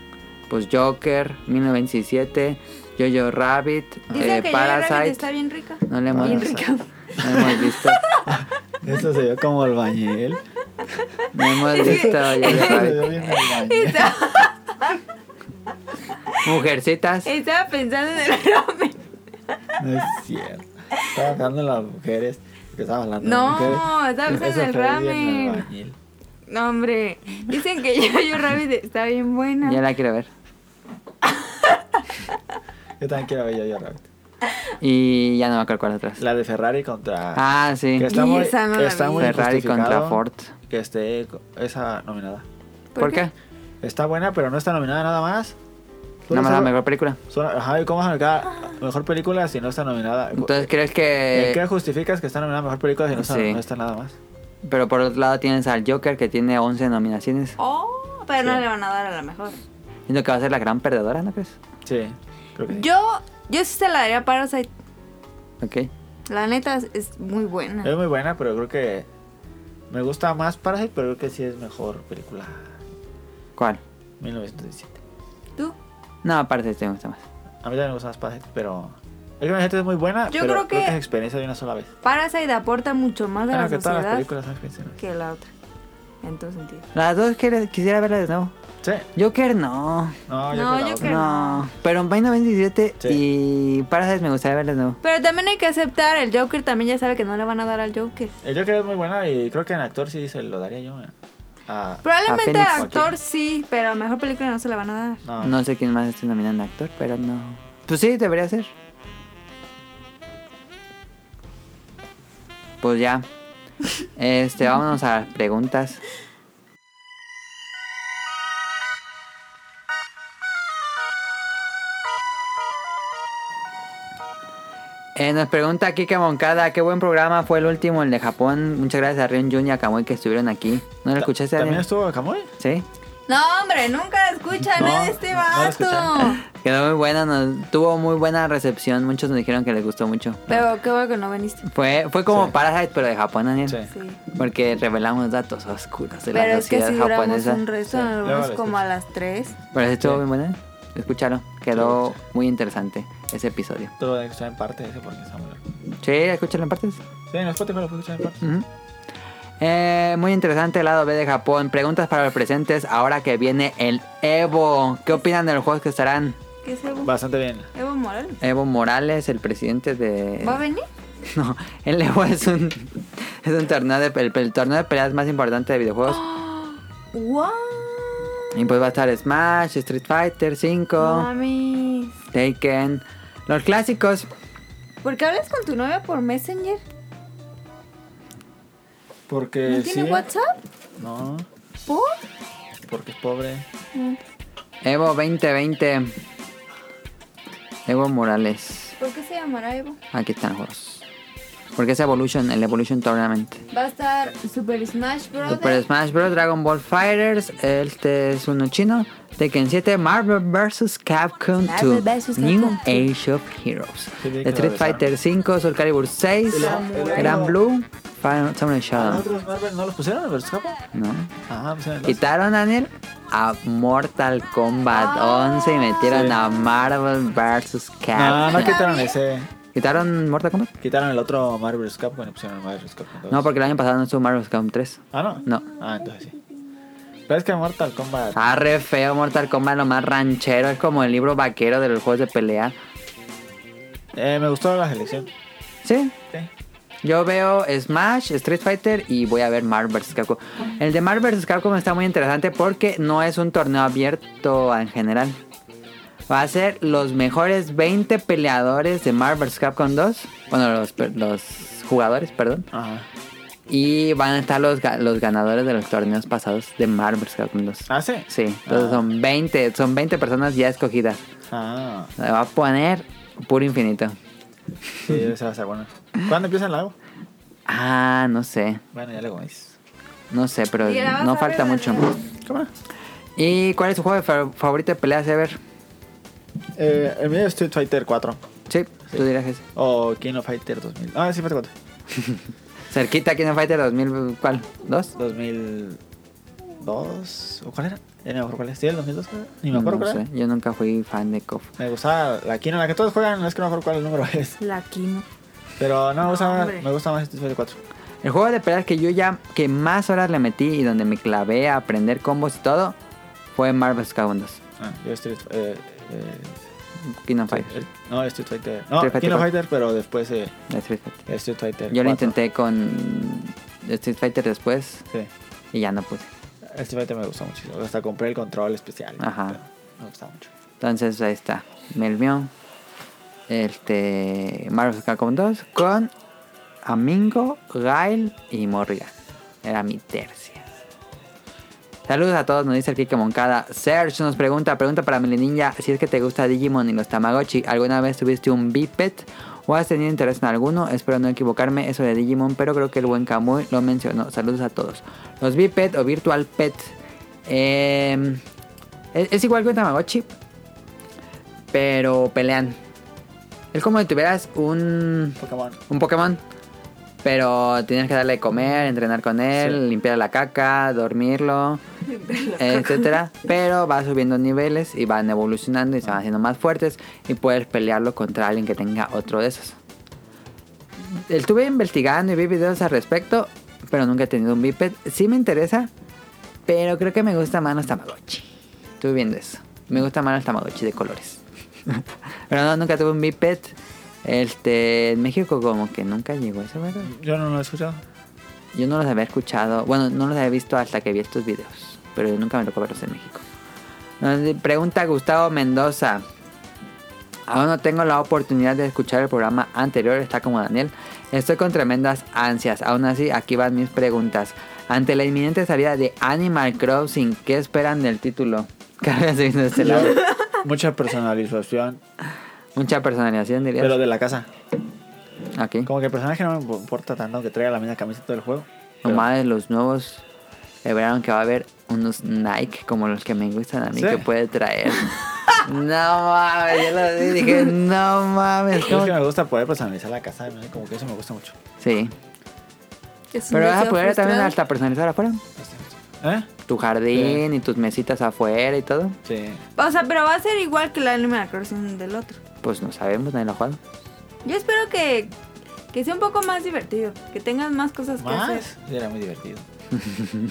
[SPEAKER 3] Pues Joker, 1927, Jojo Rabbit,
[SPEAKER 1] Dicen
[SPEAKER 3] eh,
[SPEAKER 1] que Parasite.
[SPEAKER 3] Parasite.
[SPEAKER 1] está bien rica.
[SPEAKER 3] No le hemos,
[SPEAKER 1] Bien
[SPEAKER 2] Parasite.
[SPEAKER 1] rica.
[SPEAKER 3] no hemos visto.
[SPEAKER 2] Eso se ve como el bañil.
[SPEAKER 3] No hemos visto Jojo
[SPEAKER 2] Se
[SPEAKER 3] Rabbit.
[SPEAKER 2] ve bien albañil.
[SPEAKER 3] Mujercitas.
[SPEAKER 1] Estaba pensando en el ramen.
[SPEAKER 2] No es cierto. Estaba hablando de las mujeres. Que estaba hablando
[SPEAKER 1] No,
[SPEAKER 2] de las mujeres.
[SPEAKER 1] estaba pensando
[SPEAKER 2] Eso
[SPEAKER 1] en el
[SPEAKER 2] fue bien
[SPEAKER 1] ramen.
[SPEAKER 2] albañil.
[SPEAKER 1] No, hombre. Dicen que yo, yo Rabbit está bien buena.
[SPEAKER 3] Ya la quiero ver.
[SPEAKER 2] Yo también quiero ver Yo-Yo Rabbit.
[SPEAKER 3] Y ya no me acuerdo cuál atrás.
[SPEAKER 2] La de Ferrari contra.
[SPEAKER 3] Ah, sí.
[SPEAKER 2] Que está muy,
[SPEAKER 1] Esa no la
[SPEAKER 2] está
[SPEAKER 1] vi.
[SPEAKER 2] muy
[SPEAKER 3] Ferrari
[SPEAKER 2] injustificado
[SPEAKER 3] contra Ford.
[SPEAKER 2] Que esté co- esa nominada.
[SPEAKER 3] ¿Por qué?
[SPEAKER 2] Está buena, pero no está nominada nada más.
[SPEAKER 3] No más la
[SPEAKER 2] Solo-
[SPEAKER 3] mejor película.
[SPEAKER 2] solo- Ajá, ¿y cómo vas a marcar mejor película si no está nominada?
[SPEAKER 3] Entonces, ¿crees
[SPEAKER 2] Pues, ¿En
[SPEAKER 3] que...?
[SPEAKER 2] qué justificas que está nominada mejor película si no está,
[SPEAKER 3] Eh, Sí.
[SPEAKER 2] no está nada más?
[SPEAKER 3] Pero por otro lado tienes al Joker que tiene 11 nominaciones.
[SPEAKER 1] Oh, pero no
[SPEAKER 2] Sí.
[SPEAKER 1] le van a dar a la mejor.
[SPEAKER 3] Siento que va a ser la gran perdedora, ¿no crees?
[SPEAKER 2] Sí, creo que sí.
[SPEAKER 1] Yo, yo sí se la daría a Parasite.
[SPEAKER 3] Ok.
[SPEAKER 1] La neta es, es muy buena.
[SPEAKER 2] Es muy buena, pero creo que me gusta más Parasite, pero creo que sí es mejor película.
[SPEAKER 3] ¿Cuál?
[SPEAKER 2] 1917.
[SPEAKER 1] ¿Tú?
[SPEAKER 3] No, parece que me gusta más.
[SPEAKER 2] A mí también me gusta más Parasite, pero. Es que la gente es muy buena,
[SPEAKER 1] Yo
[SPEAKER 2] pero
[SPEAKER 1] creo
[SPEAKER 2] creo que...
[SPEAKER 1] que
[SPEAKER 2] es experiencia de una sola vez.
[SPEAKER 1] Parasite aporta mucho más a
[SPEAKER 2] Claro
[SPEAKER 1] la
[SPEAKER 2] que todas las
[SPEAKER 1] sociedad
[SPEAKER 2] películas son experiencia de una
[SPEAKER 1] que la otra. En todo sentido.
[SPEAKER 3] Las dos que- quisiera verlas de nuevo.
[SPEAKER 2] vez. Sí,
[SPEAKER 3] Joker no.
[SPEAKER 2] no, yo
[SPEAKER 1] No,
[SPEAKER 2] creo que la
[SPEAKER 1] yo
[SPEAKER 2] otra.
[SPEAKER 1] creo-
[SPEAKER 3] No. Pero en 97
[SPEAKER 2] Sí.
[SPEAKER 3] y Parasite me gustaría verlas de nuevo.
[SPEAKER 1] Pero también hay que aceptar, el Joker también ya sabe que no le van a dar al Joker.
[SPEAKER 2] El Joker es muy buena y creo que en actor sí se lo daría yo. eh. A-
[SPEAKER 1] Probablemente
[SPEAKER 3] Phoenix.
[SPEAKER 1] al actor sí, pero a mejor película no se la van a dar.
[SPEAKER 2] no,
[SPEAKER 3] No sé quién más esté nominando a actor, pero no. Pues sí, debería ser. Pues ya. Este, vámonos a las preguntas. Eh, nos pregunta Kike Moncada, qué buen programa, fue el último, el de Japón. Muchas gracias a Rion Jun y a Kamui que estuvieron aquí. ¿No lo
[SPEAKER 2] Ta-
[SPEAKER 3] escuchaste?
[SPEAKER 2] ¿También
[SPEAKER 3] Ariel?
[SPEAKER 2] estuvo Camoy?
[SPEAKER 3] Sí.
[SPEAKER 1] No, hombre, nunca la escucha
[SPEAKER 2] No,
[SPEAKER 1] nada de este
[SPEAKER 2] no la
[SPEAKER 1] vato.
[SPEAKER 2] escuchan.
[SPEAKER 3] Quedó muy buena, nos- tuvo muy buena recepción. Muchos nos dijeron que les gustó mucho.
[SPEAKER 1] pero qué bueno que no viniste.
[SPEAKER 3] Fue, fue como
[SPEAKER 2] Sí.
[SPEAKER 3] Parasite, pero de Japón, Daniel.
[SPEAKER 2] Sí.
[SPEAKER 1] Sí.
[SPEAKER 3] Porque revelamos datos oscuros de
[SPEAKER 1] Pero
[SPEAKER 3] la
[SPEAKER 1] es que
[SPEAKER 3] sociedad
[SPEAKER 1] si duramos
[SPEAKER 3] japonesa.
[SPEAKER 1] un resto,
[SPEAKER 2] Sí,
[SPEAKER 1] nos
[SPEAKER 2] luego
[SPEAKER 1] vamos
[SPEAKER 2] la
[SPEAKER 1] como
[SPEAKER 2] escucho.
[SPEAKER 1] a las 3.
[SPEAKER 3] Pero sí estuvo
[SPEAKER 2] Sí.
[SPEAKER 3] bien bueno. Escúchalo. Quedó muy interesante ese episodio.
[SPEAKER 2] Tú lo escuchar en parte ese porque está muy largo.
[SPEAKER 3] Sí, escúchalo en partes.
[SPEAKER 2] Sí, en Spotify lo puedes escuchar en parte.
[SPEAKER 3] Ujú. Eh, muy interesante el lado B de Japón. Preguntas para los presentes ahora que viene el Evo. ¿Qué opinan de los juegos que estarán?
[SPEAKER 1] ¿Qué es Evo?
[SPEAKER 2] Bastante bien.
[SPEAKER 1] Evo Morales.
[SPEAKER 3] Evo Morales, el presidente de...
[SPEAKER 1] ¿Va a venir?
[SPEAKER 3] No, el Evo es un, es un torneo de, el, el torneo de peleas más importante de videojuegos.
[SPEAKER 1] ¡Wow!
[SPEAKER 3] Y pues va a estar Smash, Street Fighter 5,
[SPEAKER 1] Mami.
[SPEAKER 3] Taken, los clásicos.
[SPEAKER 1] ¿Por qué hablas con tu novia por Messenger?
[SPEAKER 2] Porque
[SPEAKER 3] Eh,
[SPEAKER 1] ¿No
[SPEAKER 2] sí.
[SPEAKER 1] tiene WhatsApp?
[SPEAKER 2] No,
[SPEAKER 1] ¿Por?
[SPEAKER 2] porque es pobre.
[SPEAKER 3] Evo 2020. Evo Morales.
[SPEAKER 1] ¿Por qué se llamará Evo?
[SPEAKER 3] Aquí están los juegos. Porque es Evolution, el Evolution Tournament.
[SPEAKER 1] Va a estar Super Smash Bros.
[SPEAKER 3] Super Smash Bros. Dragon Ball Fighters. Este es uno chino. Tekken 7. Marvel vs. Capcom
[SPEAKER 1] Marvel
[SPEAKER 3] 2.
[SPEAKER 1] vs.
[SPEAKER 3] New
[SPEAKER 1] Capcom 2.
[SPEAKER 3] Age of Heroes.
[SPEAKER 2] Sí, tiene que
[SPEAKER 3] Street
[SPEAKER 2] regresar.
[SPEAKER 3] Fighter 5. Soul Calibur 6.
[SPEAKER 2] El- el-
[SPEAKER 3] Gran
[SPEAKER 2] el-
[SPEAKER 3] Blue. Final Samurai
[SPEAKER 2] ¿A
[SPEAKER 3] Shadow.
[SPEAKER 2] otros Marvel no los pusieron en versus Capcom?
[SPEAKER 3] ¿No?
[SPEAKER 2] Ajá, pues pusieron los.
[SPEAKER 3] Quitaron Daniel a Mortal Kombat 11 y metieron
[SPEAKER 2] Sí.
[SPEAKER 3] a Marvel vs.
[SPEAKER 2] No, no
[SPEAKER 3] Capcom.
[SPEAKER 2] quitaron ese.
[SPEAKER 3] ¿Quitaron Mortal Kombat?
[SPEAKER 2] Quitaron el otro Marvel vs. Capcom y pusieron el Marvel vs. Capcom. dos.
[SPEAKER 3] No, porque el año pasado no estuvo Marvel vs. Capcom 3.
[SPEAKER 2] Ah, no.
[SPEAKER 3] No.
[SPEAKER 2] Ah, entonces sí. Pero es que Mortal Kombat.
[SPEAKER 3] Ah, re feo Mortal Kombat, lo más ranchero. Es como el libro vaquero de los juegos de pelea.
[SPEAKER 2] Eh, me gustó la selección.
[SPEAKER 3] Sí.
[SPEAKER 2] Sí.
[SPEAKER 3] Yo veo Smash, Street Fighter y voy a ver Marvel vs. Capcom. El de Marvel vs. Capcom está muy interesante porque no es un torneo abierto en general. Va a ser los mejores 20 peleadores de Marvel vs. Capcom 2. Bueno, los, per- los jugadores, perdón.
[SPEAKER 2] Ajá.
[SPEAKER 3] Y van a estar los, ga- los ganadores de los torneos pasados de Marvel vs. Capcom 2.
[SPEAKER 2] ¿Ah, sí?
[SPEAKER 3] Sí, entonces
[SPEAKER 2] Ah.
[SPEAKER 3] son 20, son 20 personas ya escogidas.
[SPEAKER 2] Ah,
[SPEAKER 3] Le va a poner puro infinito.
[SPEAKER 2] sí, esa va a ser buena. ¿Cuándo empieza el lago?
[SPEAKER 3] Ah, no sé,
[SPEAKER 2] Bueno, ya luego me dices.
[SPEAKER 3] no sé, pero
[SPEAKER 1] Y la vas
[SPEAKER 3] no
[SPEAKER 1] a
[SPEAKER 3] falta
[SPEAKER 1] ver,
[SPEAKER 3] mucho.
[SPEAKER 1] Daniel.
[SPEAKER 2] Cámara.
[SPEAKER 3] ¿Y cuál es tu juego fa- favorito de peleas ever?
[SPEAKER 2] Eh, el mío es Street Fighter 4
[SPEAKER 3] Sí, tú dirías que sí.
[SPEAKER 2] o King of Fighter 2000. Ah, sí, Fighter 4.
[SPEAKER 3] Cerquita King of Fighter 2000, ¿cuál? ¿Dos?
[SPEAKER 2] 2002 o cuál era? Ya ni me acuerdo cuál es. Sí, el 2002. creo. Ni me acuerdo
[SPEAKER 3] no
[SPEAKER 2] cuál era.
[SPEAKER 3] sé, yo nunca fui fan de KOF.
[SPEAKER 2] Me gustaba la Kino, la que todos juegan, no es que no me acuerdo cuál el número es.
[SPEAKER 1] La Kino.
[SPEAKER 2] Pero no, me gusta,
[SPEAKER 1] Hombre.
[SPEAKER 2] me gusta más Street Fighter 4.
[SPEAKER 3] El juego de peleas que yo ya, que más horas le metí y donde me clavé a aprender combos y todo, fue Marvel's Capcom 2,
[SPEAKER 2] Ah, yo Street eh, eh,
[SPEAKER 3] King of Fighters,
[SPEAKER 2] el- no, Street Fighter. No,
[SPEAKER 3] Street Fighter
[SPEAKER 2] Kino
[SPEAKER 3] 4.
[SPEAKER 2] Fighter, pero después eh,
[SPEAKER 3] de Street Fighter.
[SPEAKER 2] Street Fighter.
[SPEAKER 3] Yo lo
[SPEAKER 2] 4.
[SPEAKER 3] intenté con Street Fighter después
[SPEAKER 2] Sí.
[SPEAKER 3] y ya no pude.
[SPEAKER 2] Street Fighter me gustó muchísimo. Hasta compré el control especial.
[SPEAKER 3] Ajá.
[SPEAKER 2] pero Me gustaba mucho.
[SPEAKER 3] Entonces ahí está. Melmió. Este. Marvel Capcom 2 con Amingo, Gail y Morrigan. Era mi tercia. Saludos a todos, nos dice el Kike Moncada. Serge nos pregunta, pregunta para Meleninja, si es que te gusta Digimon y los Tamagotchi, ¿alguna vez tuviste un Bipet o has tenido interés en alguno? Espero no equivocarme, eso de Digimon, pero creo que el buen Kamui lo mencionó. Saludos a todos. Los Bipet o Virtual Pet. em, es, es igual que un Tamagotchi, pero pelean. Es como si tuvieras un,
[SPEAKER 2] Pokémon.
[SPEAKER 3] un Pokémon, pero tienes que darle de comer, entrenar con él, limpiar la caca, dormirlo, etcétera. Pero va subiendo niveles y van evolucionando y se van haciendo más fuertes y puedes pelearlo contra alguien que tenga otro de esos. Estuve investigando y vi videos al respecto, pero nunca he tenido un Biped. Sí me interesa, pero creo que me gusta más los Tamagotchi. Estuve viendo eso. Me gusta más los Tamagotchi de colores. Pero no, nunca tuve un Biped. Este, en México como que nunca llegó eso, ¿verdad?
[SPEAKER 2] Yo no lo he escuchado.
[SPEAKER 3] Yo no los había escuchado, bueno, no los había visto hasta que vi estos videos, pero yo nunca me tocó verlos en México. Eh, Pregunta Gustavo Mendoza. Aún no tengo la oportunidad de escuchar el programa anterior, está como Daniel. Estoy con tremendas ansias. Aún así, aquí van mis preguntas. Ante la inminente salida de Animal Crossing, ¿qué esperan del título? Carga subiendo de este lado.
[SPEAKER 2] Mucha personalización,
[SPEAKER 3] Mucha personalización, dirías.
[SPEAKER 2] pero de la casa.
[SPEAKER 3] Aquí.
[SPEAKER 2] Como que el personaje no me importa tanto que traiga la misma camiseta del juego. Pero-
[SPEAKER 3] Nomás de los nuevos revelaron que va a haber unos Nike como los que me gustan a mí
[SPEAKER 2] Sí.
[SPEAKER 3] que puede traer. no mames, yo lo vi y dije, no mames.
[SPEAKER 2] Es
[SPEAKER 3] ¿cómo?
[SPEAKER 2] que me gusta poder personalizar la casa, ¿no? como que eso me gusta mucho.
[SPEAKER 3] Sí,
[SPEAKER 1] Es un
[SPEAKER 3] pero vas a
[SPEAKER 1] deseo
[SPEAKER 3] poder también
[SPEAKER 1] frustrado.
[SPEAKER 3] hasta personalizar afuera.
[SPEAKER 2] ¿Eh?
[SPEAKER 3] Tu jardín y tus mesitas afuera y todo.
[SPEAKER 2] Sí.
[SPEAKER 1] O sea, pero va a ser igual que la Animal Crossing del otro.
[SPEAKER 3] Pues no sabemos, nadie lo ha jugado.
[SPEAKER 1] Yo espero que, que sea un poco más divertido. Que tengas más cosas que hacer.
[SPEAKER 2] Más. Sí, era muy divertido.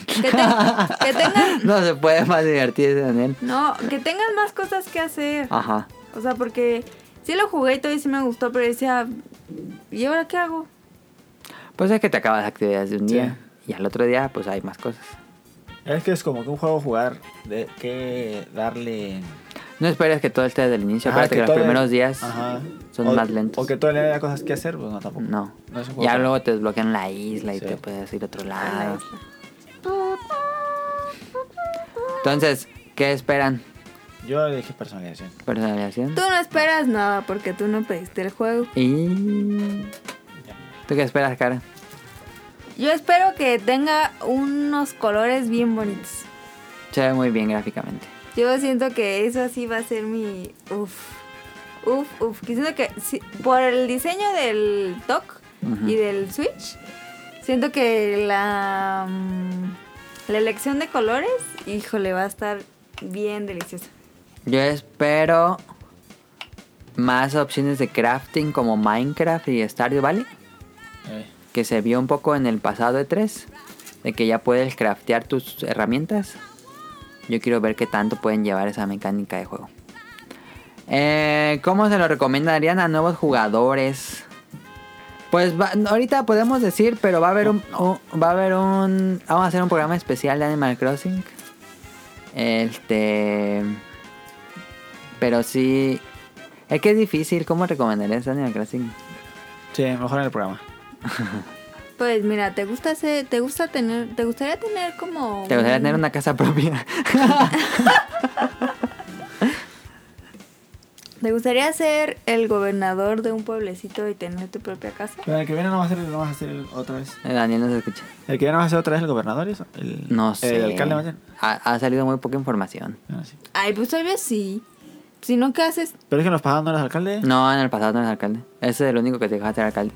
[SPEAKER 1] Que, te- que tengas...
[SPEAKER 3] no se puede más divertirse, Daniel.
[SPEAKER 1] No, que tengas más cosas que hacer.
[SPEAKER 3] Ajá.
[SPEAKER 1] O sea, porque sí lo jugué y todo y sí me gustó, pero decía, ¿y ahora qué hago?
[SPEAKER 3] Pues es que te acabas las actividades de un
[SPEAKER 2] Sí.
[SPEAKER 3] día y al otro día pues hay más cosas.
[SPEAKER 2] Es que es como que un juego jugar, de que darle...
[SPEAKER 3] No esperes que todo esté desde el inicio,
[SPEAKER 2] Ajá,
[SPEAKER 3] acuérdate que, los
[SPEAKER 2] todo le-
[SPEAKER 3] primeros días
[SPEAKER 2] Ajá.
[SPEAKER 3] son
[SPEAKER 2] O-
[SPEAKER 3] más lentos.
[SPEAKER 2] O que todo le haya cosas que hacer, pues no, tampoco.
[SPEAKER 3] No.
[SPEAKER 2] No es un juego
[SPEAKER 3] Ya
[SPEAKER 2] para-
[SPEAKER 3] luego te desbloquean la isla y
[SPEAKER 2] Sí.
[SPEAKER 3] te puedes ir a otro
[SPEAKER 1] A la
[SPEAKER 3] lado.
[SPEAKER 1] isla.
[SPEAKER 3] Entonces, ¿qué esperan?
[SPEAKER 2] Yo dije personalización.
[SPEAKER 3] ¿Personalización?
[SPEAKER 1] Tú no esperas nada porque tú no pediste el juego.
[SPEAKER 3] ¿Y tú qué esperas, cara?
[SPEAKER 1] Yo espero que tenga unos colores bien bonitos.
[SPEAKER 3] Se ve muy bien gráficamente.
[SPEAKER 1] Yo siento que eso sí va a ser mi. Uf. Uf, uf. Que Siento que sí- por el diseño del TOC
[SPEAKER 3] Ujú.
[SPEAKER 1] y del Switch, siento que la. mm, la elección de colores, híjole, va a estar bien deliciosa.
[SPEAKER 3] Yo espero más opciones de crafting como Minecraft y Stardew Valley,
[SPEAKER 2] Eh,
[SPEAKER 3] que se vio un poco en el pasado E3, de que ya puedes craftear tus herramientas. Yo quiero ver qué tanto pueden llevar esa mecánica de juego. Eh, ¿Cómo se lo recomendarían a nuevos jugadores? Pues va- ahorita podemos decir, pero va a haber un, un- va a haber un vamos a hacer un programa especial de Animal Crossing. Este pero sí es que es difícil, ¿cómo recomendarías Animal Crossing?
[SPEAKER 2] Sí, mejor en el programa.
[SPEAKER 1] Pues mira, ¿te gusta hacer- te gusta tener, te gustaría tener como
[SPEAKER 3] ¿Te gustaría
[SPEAKER 1] un-
[SPEAKER 3] tener una casa propia?
[SPEAKER 1] ¿Te gustaría ser el gobernador de un pueblecito y tener tu propia casa?
[SPEAKER 2] Pero el que viene no va a ser, no va a ser el- otra vez.
[SPEAKER 3] Eh, Daniel no se escucha.
[SPEAKER 2] El que viene no va a ser otra vez el gobernador, eso. El,
[SPEAKER 3] No sé.
[SPEAKER 2] El alcalde, más bien.
[SPEAKER 3] Ha, ha salido muy poca información.
[SPEAKER 2] Ah, sí.
[SPEAKER 1] Ay, pues tal vez sí. Si no, ¿qué haces?
[SPEAKER 2] Pero es que en los pasados no eres alcalde.
[SPEAKER 3] No, en el pasado no es alcalde. Ese es el único que te dejaba ser alcalde.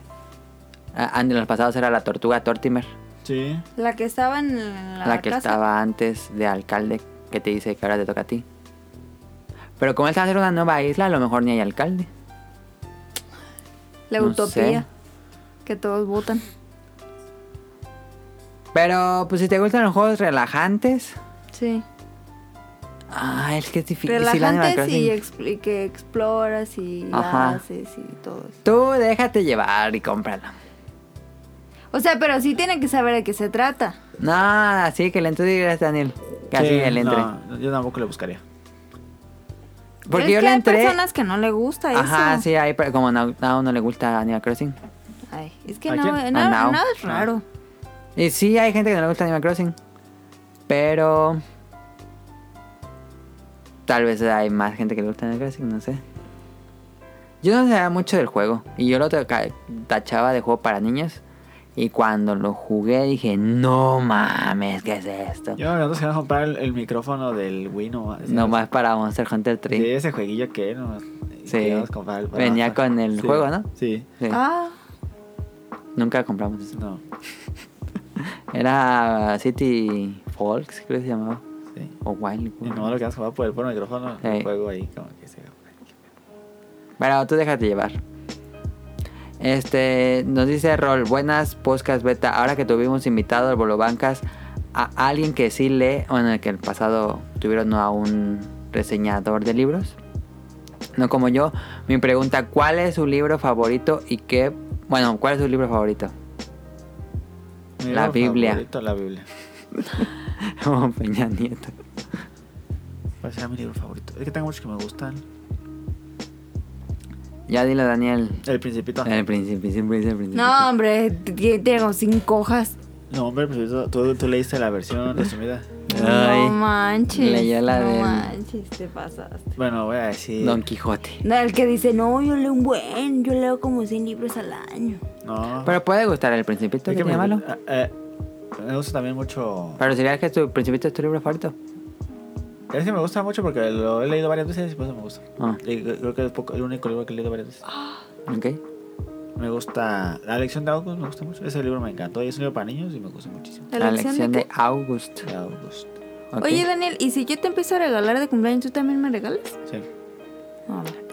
[SPEAKER 3] Ah, En los pasados era la tortuga Tortimer,
[SPEAKER 2] Sí.
[SPEAKER 1] La que estaba en la,
[SPEAKER 3] la que
[SPEAKER 1] casa.
[SPEAKER 3] estaba antes de alcalde, que te dice que ahora te toca a ti. Pero como él está a hacer una nueva isla, a lo mejor ni hay alcalde.
[SPEAKER 1] La
[SPEAKER 3] No
[SPEAKER 1] utopía
[SPEAKER 3] sé.
[SPEAKER 1] que todos votan.
[SPEAKER 3] Pero pues si te gustan los juegos relajantes,
[SPEAKER 1] Sí.
[SPEAKER 3] ah, es que es difícil. Animal
[SPEAKER 1] Relajantes
[SPEAKER 3] Crossing.
[SPEAKER 1] y, expl- y que exploras y
[SPEAKER 3] Ajá.
[SPEAKER 1] haces y todo eso.
[SPEAKER 3] Tú déjate llevar y cómpralo.
[SPEAKER 1] O sea, pero sí tienen que saber de qué se trata.
[SPEAKER 3] No, así que le entres, Daniel. Que así
[SPEAKER 2] Sí,
[SPEAKER 3] él entre.
[SPEAKER 2] no, yo tampoco le buscaría.
[SPEAKER 3] Porque
[SPEAKER 1] es
[SPEAKER 3] yo
[SPEAKER 1] que pues,
[SPEAKER 3] le
[SPEAKER 1] hay
[SPEAKER 3] entré.
[SPEAKER 1] personas que no le gusta
[SPEAKER 3] Ajá,
[SPEAKER 1] eso.
[SPEAKER 3] sí, hay, pero como no- a uno le gusta Animal Crossing.
[SPEAKER 1] Ay, es que
[SPEAKER 2] ¿A
[SPEAKER 1] no,
[SPEAKER 2] quién?
[SPEAKER 1] no,
[SPEAKER 3] A Nao.
[SPEAKER 1] no es raro.
[SPEAKER 3] Y sí, hay gente que no le gusta Animal Crossing. Pero. Tal vez hay más gente que le gusta Animal Crossing, no sé. Yo no sabía mucho del juego. Y yo lo toca- tachaba de juego para niños. Y cuando lo jugué dije, no mames, ¿qué es esto?
[SPEAKER 2] Yo, nosotros queremos comprar el, el micrófono del Wii nomás.
[SPEAKER 3] Nomás para Monster Hunter 3.
[SPEAKER 2] Sí, ese jueguillo que nomás.
[SPEAKER 3] Sí.
[SPEAKER 2] queríamos comprar el-
[SPEAKER 3] Venía con el
[SPEAKER 2] Sí.
[SPEAKER 3] juego, ¿no?
[SPEAKER 2] Sí.
[SPEAKER 3] Sí,
[SPEAKER 1] Ah,
[SPEAKER 3] Nunca compramos eso.
[SPEAKER 2] No.
[SPEAKER 3] Era City Folks, creo que se llamaba.
[SPEAKER 2] Sí.
[SPEAKER 3] O Wild.
[SPEAKER 2] Y nomás lo que has jugado por el puro micrófono,
[SPEAKER 3] Sí.
[SPEAKER 2] el juego ahí, como que se.
[SPEAKER 3] Pero tú déjate llevar. Este, nos dice Rol, buenas podcast beta. Ahora que tuvimos invitado al Bolobancas a alguien que sí lee, bueno, que el pasado tuvieron a un reseñador de libros, no como yo. Mi pregunta, ¿cuál es su libro favorito y qué? Bueno, ¿cuál es su libro favorito?
[SPEAKER 2] Mi
[SPEAKER 3] La
[SPEAKER 2] libro
[SPEAKER 3] Biblia.
[SPEAKER 2] favorito, la Biblia.
[SPEAKER 3] Como Oh, Peña Nieto.
[SPEAKER 2] ¿Cuál será mi libro favorito? Es que tengo muchos que me gustan.
[SPEAKER 3] Ya dilo, Daniel.
[SPEAKER 2] El Principito.
[SPEAKER 3] El príncipe, siempre dice el príncipe.
[SPEAKER 1] no, hombre, t- tiene como cinco hojas.
[SPEAKER 2] No, hombre, el Principito, tú, tú leíste la versión resumida.
[SPEAKER 3] Ay,
[SPEAKER 1] no manches.
[SPEAKER 3] leyó la
[SPEAKER 1] no
[SPEAKER 3] del-
[SPEAKER 1] manches, te pasaste.
[SPEAKER 2] Bueno, voy a decir.
[SPEAKER 3] Don Quijote.
[SPEAKER 1] No, el que dice, no, yo leo un buen, yo leo como 100 libros al año.
[SPEAKER 2] No.
[SPEAKER 3] Pero puede gustar el principito,
[SPEAKER 2] Es
[SPEAKER 3] ¿qué
[SPEAKER 2] me,
[SPEAKER 3] tiene malo?
[SPEAKER 2] ah, eh, me gusta también mucho.
[SPEAKER 3] Pero sería que tu principito es tu libro favorito.
[SPEAKER 2] Es que me gusta mucho porque lo he leído varias veces y por eso me gusta.
[SPEAKER 3] Ah.
[SPEAKER 2] Y cre- creo que es poco- el único libro que he leído varias veces.
[SPEAKER 3] Ok.
[SPEAKER 2] Me gusta. La lección de August me gusta mucho. Ese libro me encantó. Y es un libro para niños y me gusta muchísimo.
[SPEAKER 3] La lección de
[SPEAKER 1] qué?
[SPEAKER 3] August.
[SPEAKER 2] De August.
[SPEAKER 3] Ok.
[SPEAKER 1] Oye, Daniel, ¿y si yo te empiezo a regalar de cumpleaños, tú también me regalas?
[SPEAKER 2] Sí.
[SPEAKER 1] A ver.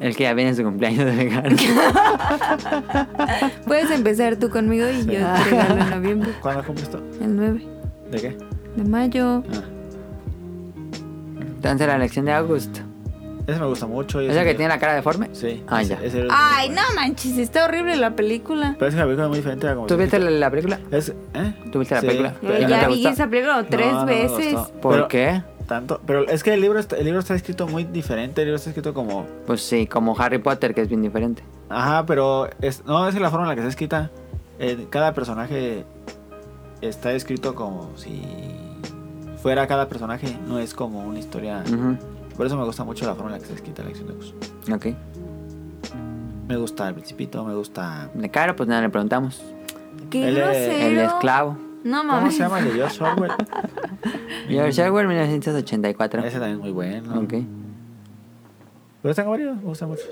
[SPEAKER 3] El que ya viene su cumpleaños de regalo.
[SPEAKER 1] Puedes empezar tú conmigo y yo te regalo en noviembre,
[SPEAKER 2] ¿Cuándo cumple esto?
[SPEAKER 1] el 9
[SPEAKER 2] ¿De qué?
[SPEAKER 1] de mayo.
[SPEAKER 2] Ah.
[SPEAKER 3] Entonces la elección de August.
[SPEAKER 2] Ese me gusta mucho. y
[SPEAKER 3] ¿Es
[SPEAKER 2] ese
[SPEAKER 3] la que
[SPEAKER 2] me-
[SPEAKER 3] tiene la cara deforme?
[SPEAKER 2] Sí.
[SPEAKER 3] Ah,
[SPEAKER 2] ese-
[SPEAKER 3] ya.
[SPEAKER 2] ese era el-
[SPEAKER 1] Ay, no manches, está horrible la película.
[SPEAKER 2] Pero es que la película es muy diferente a como.
[SPEAKER 3] ¿Tú viste la, la película?
[SPEAKER 2] Es, ¿eh?
[SPEAKER 3] ¿Tú viste la
[SPEAKER 2] Sí,
[SPEAKER 3] película?
[SPEAKER 2] pero-
[SPEAKER 3] ¿Y no
[SPEAKER 1] ya
[SPEAKER 3] te
[SPEAKER 1] vi
[SPEAKER 3] gusta?
[SPEAKER 1] esa película como tres
[SPEAKER 2] No, no me
[SPEAKER 1] veces.
[SPEAKER 2] gustó.
[SPEAKER 3] ¿Por
[SPEAKER 2] Pero-
[SPEAKER 3] qué?
[SPEAKER 2] Tanto. Pero es que el libro, está, el libro está escrito muy diferente. El libro está escrito como.
[SPEAKER 3] Pues sí, como Harry Potter, que es bien diferente.
[SPEAKER 2] Ajá, pero. Es, no, es la forma en la que está escrita. En Eh, cada personaje está escrito como si fuera cada personaje. No es como una historia.
[SPEAKER 3] Ujú,
[SPEAKER 2] Por eso me gusta mucho la forma en la que está escrita la acción de Gus.
[SPEAKER 3] Ok.
[SPEAKER 2] Me gusta el Principito, me gusta.
[SPEAKER 3] De cara, pues nada, le preguntamos.
[SPEAKER 1] Qué
[SPEAKER 2] El, eh,
[SPEAKER 1] grosero.
[SPEAKER 3] El esclavo.
[SPEAKER 1] No
[SPEAKER 2] ¿Cómo
[SPEAKER 1] mames.
[SPEAKER 2] se llama el de George Orwell?
[SPEAKER 3] George Orwell, 1984.
[SPEAKER 2] Ese también es muy bueno.
[SPEAKER 3] Ok.
[SPEAKER 2] Pero tengo varios, me gustan muchos.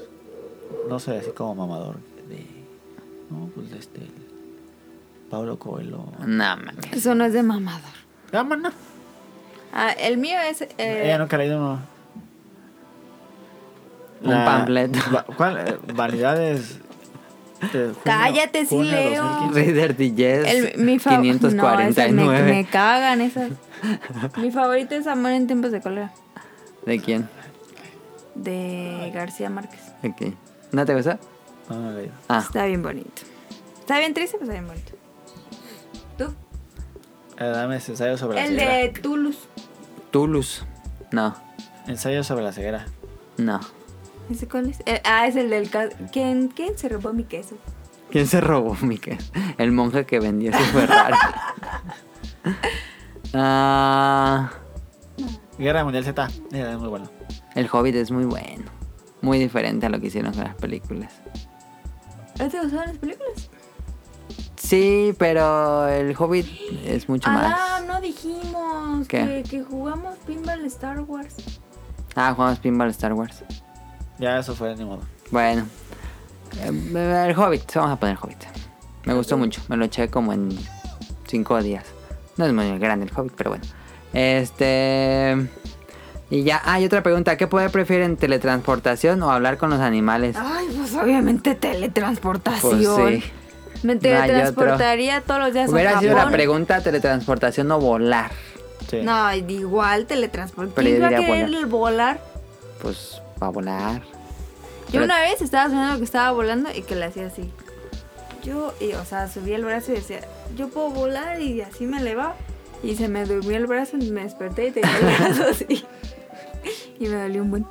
[SPEAKER 2] No sé, así como mamador. De, no, pues de este. el Pablo Coelho.
[SPEAKER 1] Ah.
[SPEAKER 3] No, mames.
[SPEAKER 1] Eso no es de mamador.
[SPEAKER 2] Ah, man, no.
[SPEAKER 1] Ah, el mío es. eh,
[SPEAKER 2] Ella nunca ha leído uno.
[SPEAKER 3] Un panfleto.
[SPEAKER 2] va- ¿Cuál? Eh, Vanidades. de junio-
[SPEAKER 1] Cállate, sí
[SPEAKER 2] junio de
[SPEAKER 1] leo.
[SPEAKER 2] 2015.
[SPEAKER 3] Reader
[SPEAKER 1] el-
[SPEAKER 3] Digest
[SPEAKER 1] mi fa- no, esas me-
[SPEAKER 3] 549.
[SPEAKER 1] me, cagan esas. mi favorito es Amor en tiempos de cólera.
[SPEAKER 3] ¿De quién?
[SPEAKER 1] De García Márquez.
[SPEAKER 3] Ok. ¿No te gustó?
[SPEAKER 2] No, no lo he leído.
[SPEAKER 3] Ah,
[SPEAKER 1] Está bien bonito. Está bien triste, pero está bien bonito. ¿Tú?
[SPEAKER 2] Eh, dame ese ensayo sobre
[SPEAKER 1] El
[SPEAKER 2] la ceguera.
[SPEAKER 1] de Toulouse.
[SPEAKER 3] Toulouse. No,
[SPEAKER 2] Ensayo sobre la ceguera.
[SPEAKER 3] no.
[SPEAKER 1] ¿Ese cuál es? Eh, ah, es el del. ca- ¿Quién, ¿Quién se robó mi queso?
[SPEAKER 3] ¿Quién se robó mi queso? El monje que vendió su Ferrari. Ah,
[SPEAKER 2] Guerra Mundial Z. Mira, es muy bueno.
[SPEAKER 3] el Hobbit es muy bueno. Muy diferente a lo que hicieron con las películas.
[SPEAKER 1] ¿No te gustaron las películas?
[SPEAKER 3] Sí, pero el Hobbit es mucho
[SPEAKER 1] Ah,
[SPEAKER 3] más.
[SPEAKER 1] no dijimos
[SPEAKER 3] ¿Qué?
[SPEAKER 1] que, que jugamos pinball Star Wars.
[SPEAKER 3] Ah, jugamos pinball Star Wars.
[SPEAKER 2] Ya eso fue, ni modo.
[SPEAKER 3] Bueno. Eh, El Hobbit, vamos a poner Hobbit. Me gustó mucho, me lo eché como en cinco días. No es muy grande el Hobbit, pero bueno. Este... Y ya, hay otra pregunta. ¿Qué poder prefieren, teletransportación o hablar con los animales?
[SPEAKER 1] Ay, pues obviamente teletransportación.
[SPEAKER 3] Pues sí.
[SPEAKER 1] Me teletransportaría todos los días a
[SPEAKER 3] Hubiera sido la
[SPEAKER 1] Japón.
[SPEAKER 3] pregunta teletransportación o volar.
[SPEAKER 2] Sí.
[SPEAKER 1] No, igual teletransportación.
[SPEAKER 3] Pero
[SPEAKER 1] ¿Quién
[SPEAKER 3] yo
[SPEAKER 1] va a
[SPEAKER 3] diría
[SPEAKER 1] querer volar?
[SPEAKER 3] Pues, para volar.
[SPEAKER 1] Yo
[SPEAKER 3] Pero-
[SPEAKER 1] una vez estaba soñando que estaba volando y que le hacía así. Yo, y, o sea, subí el brazo y decía, yo puedo volar y así me elevaba. Y se me durmió el brazo y me desperté y tenía el brazo así. Y me dolió un buen.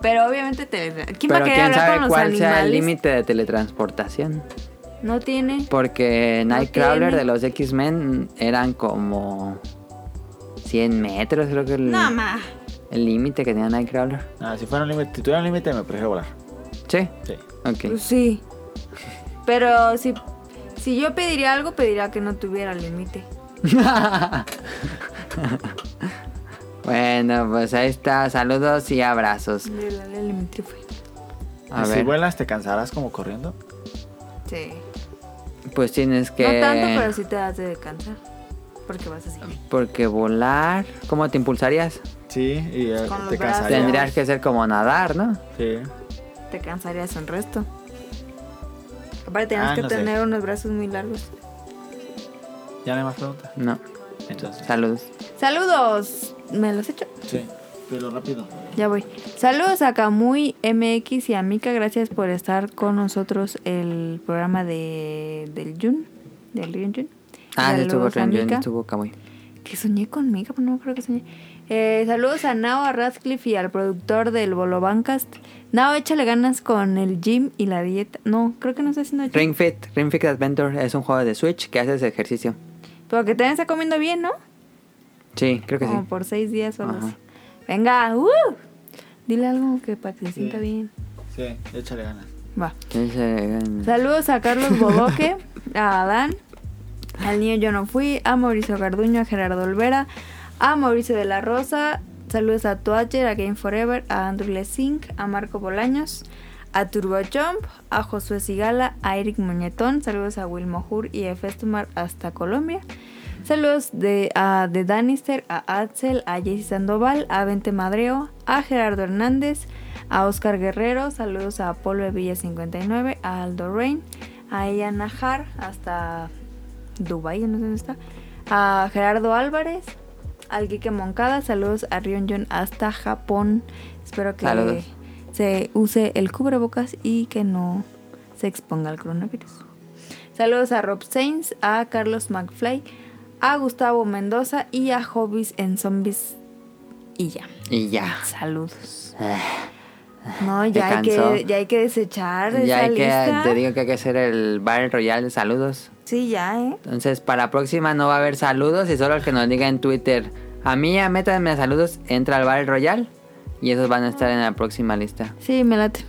[SPEAKER 1] Pero obviamente teletran- ¿Quién va a
[SPEAKER 3] Pero
[SPEAKER 1] querer
[SPEAKER 3] quién
[SPEAKER 1] hablar
[SPEAKER 3] sabe
[SPEAKER 1] con los
[SPEAKER 3] cuál
[SPEAKER 1] animales?
[SPEAKER 3] sea el límite de teletransportación.
[SPEAKER 1] No tiene.
[SPEAKER 3] Porque
[SPEAKER 1] No
[SPEAKER 3] Nightcrawler
[SPEAKER 1] tiene.
[SPEAKER 3] de los X-Men eran como 100 metros, creo que el
[SPEAKER 1] Nada más.
[SPEAKER 3] el límite que tenía Nightcrawler.
[SPEAKER 2] Ah, si fuera un límite, si tuviera un límite, me prefiero volar.
[SPEAKER 3] Sí,
[SPEAKER 2] Sí.
[SPEAKER 3] ok.
[SPEAKER 1] Pues sí. Pero si, si yo pediría algo, pediría que no tuviera límite.
[SPEAKER 3] Bueno, pues ahí está. Saludos y abrazos.
[SPEAKER 1] Le- le- le- límite fue.
[SPEAKER 3] A
[SPEAKER 2] Y si
[SPEAKER 3] ver,
[SPEAKER 2] vuelas, te cansarás como corriendo.
[SPEAKER 1] Sí.
[SPEAKER 3] pues tienes que.
[SPEAKER 1] No tanto, pero sí te das de cansar. Porque vas así.
[SPEAKER 3] Porque volar. ¿Cómo te impulsarías?
[SPEAKER 2] Sí, y eh,
[SPEAKER 1] Con los
[SPEAKER 2] te
[SPEAKER 1] brazos.
[SPEAKER 2] cansarías.
[SPEAKER 3] Tendrías que ser como nadar, ¿no?
[SPEAKER 2] Sí.
[SPEAKER 1] Te cansarías un resto. Aparte, tienes
[SPEAKER 2] Ah,
[SPEAKER 1] que
[SPEAKER 2] no sé.
[SPEAKER 1] tener unos brazos muy largos.
[SPEAKER 2] Ya no hay más preguntas.
[SPEAKER 3] No.
[SPEAKER 2] Entonces.
[SPEAKER 3] Saludos.
[SPEAKER 1] ¡Saludos! ¿Me los echo?
[SPEAKER 2] Sí, pero rápido.
[SPEAKER 1] Ya voy. Saludos a Kamui MX y a Mika. Gracias por estar con nosotros el programa de, del Jun. Del Ryunjun.
[SPEAKER 3] Ah, sí estuvo
[SPEAKER 1] Saludos a
[SPEAKER 3] Renjun,
[SPEAKER 1] Mika.
[SPEAKER 3] estuvo Kamui.
[SPEAKER 1] Que soñé con Mika, pero no me acuerdo que soñé. Eh, saludos a Nao, a Radcliffe y al productor del Bolo Bancast. Nao, échale ganas con el gym y la dieta. No, creo que no está haciendo gym.
[SPEAKER 3] Ring Fit, Ring Fit Adventure es un juego de Switch que haces ejercicio.
[SPEAKER 1] Pero que también está comiendo bien, ¿no?
[SPEAKER 3] Sí, creo que
[SPEAKER 1] Como
[SPEAKER 3] sí.
[SPEAKER 1] por seis días o algo
[SPEAKER 3] Ajá.
[SPEAKER 1] así. Venga, ¡uh! Dile algo que para que se sienta bien.
[SPEAKER 2] Sí, échale ganas.
[SPEAKER 1] Va.
[SPEAKER 3] Ese, eh,
[SPEAKER 1] Saludos a Carlos Bodoque, a Adán, al niño Yo No Fui, a Mauricio Garduño, a Gerardo Olvera, a Mauricio de la Rosa, saludos a Toacher, a Game Forever, a Andrew Lessing, a Marco Bolaños, a Turbo Jump, a Josué Sigala, a Eric Muñetón, saludos a Wilmo Hur y a Festumar hasta Colombia. Saludos de, a The Danister, a Axel, a Jesse Sandoval, a Vente Madreo, a Gerardo Hernández, a Oscar Guerrero, saludos a Apolo Villa 59, a Aldo Rain, a Ian Najar, hasta Dubai, no sé dónde está, a Gerardo Álvarez, al Kike Moncada. Saludos a Ryunjun hasta Japón. Espero que
[SPEAKER 3] Saludos.
[SPEAKER 1] se use el cubrebocas y que no se exponga al coronavirus. Saludos a Rob Sainz, a Carlos McFly, a Gustavo Mendoza y a Hobbies en Zombies. Y ya.
[SPEAKER 3] Y ya.
[SPEAKER 1] Saludos.
[SPEAKER 3] Ah,
[SPEAKER 1] No,
[SPEAKER 3] Te
[SPEAKER 1] ya hay,
[SPEAKER 3] cansó.
[SPEAKER 1] que, ya hay que desechar
[SPEAKER 3] Ya
[SPEAKER 1] esa
[SPEAKER 3] hay que,
[SPEAKER 1] lista.
[SPEAKER 3] te digo que hay que hacer el Battle Royale de saludos.
[SPEAKER 1] Sí, ya, ¿eh?
[SPEAKER 3] Entonces, para la próxima no va a haber saludos y solo el que nos diga en Twitter. A mí, a métanme saludos, entra al Battle Royale y esos van a estar en la próxima lista.
[SPEAKER 1] Sí, me late.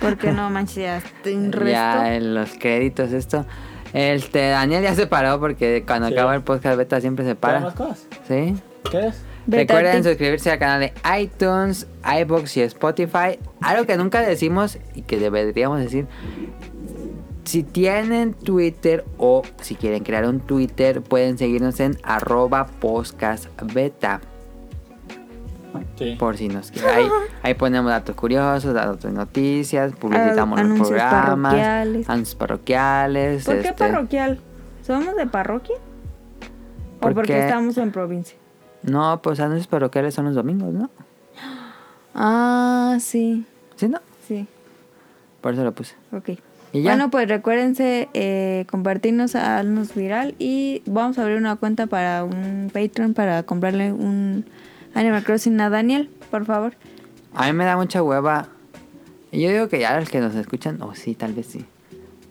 [SPEAKER 1] Porque no manches, ya te- un resto.
[SPEAKER 3] Ya eh, en los créditos, esto. Este, Daniel ya se paró porque cuando
[SPEAKER 2] Sí.
[SPEAKER 3] acaba el podcast beta siempre se
[SPEAKER 2] ¿Para? más
[SPEAKER 3] para.
[SPEAKER 2] cosas?
[SPEAKER 3] ¿Sí?
[SPEAKER 2] ¿Qué es?
[SPEAKER 1] Vete a
[SPEAKER 3] Recuerden
[SPEAKER 1] ti.
[SPEAKER 3] suscribirse al canal de iTunes, iBox y Spotify. Algo que nunca decimos y que deberíamos decir. Si tienen Twitter o si quieren crear un Twitter, pueden seguirnos en arroba podcastbeta.
[SPEAKER 2] Sí.
[SPEAKER 3] Por si nos quieren. Ahí, ahí ponemos datos curiosos, datos de noticias, publicitamos los
[SPEAKER 1] anuncios
[SPEAKER 3] programas,
[SPEAKER 1] parroquiales.
[SPEAKER 3] anuncios parroquiales.
[SPEAKER 1] ¿Por qué
[SPEAKER 3] este,
[SPEAKER 1] parroquial? ¿Somos de parroquia? ¿O
[SPEAKER 3] ¿Por
[SPEAKER 1] porque
[SPEAKER 3] qué?
[SPEAKER 1] estamos en provincia?
[SPEAKER 3] No, pues anuncios parroquiales son los domingos, ¿no?
[SPEAKER 1] Ah, sí,
[SPEAKER 3] ¿Sí, no?
[SPEAKER 1] sí,
[SPEAKER 3] Por eso lo puse.
[SPEAKER 1] ok.
[SPEAKER 3] Y ya.
[SPEAKER 1] Bueno, pues recuérdense eh, compartirnos, haznos viral y vamos a abrir una cuenta para un Patreon para comprarle un Animal Crossing a Daniel, por favor.
[SPEAKER 3] A mí me da mucha hueva. Y yo digo que ya los que nos escuchan, o sí, tal vez sí.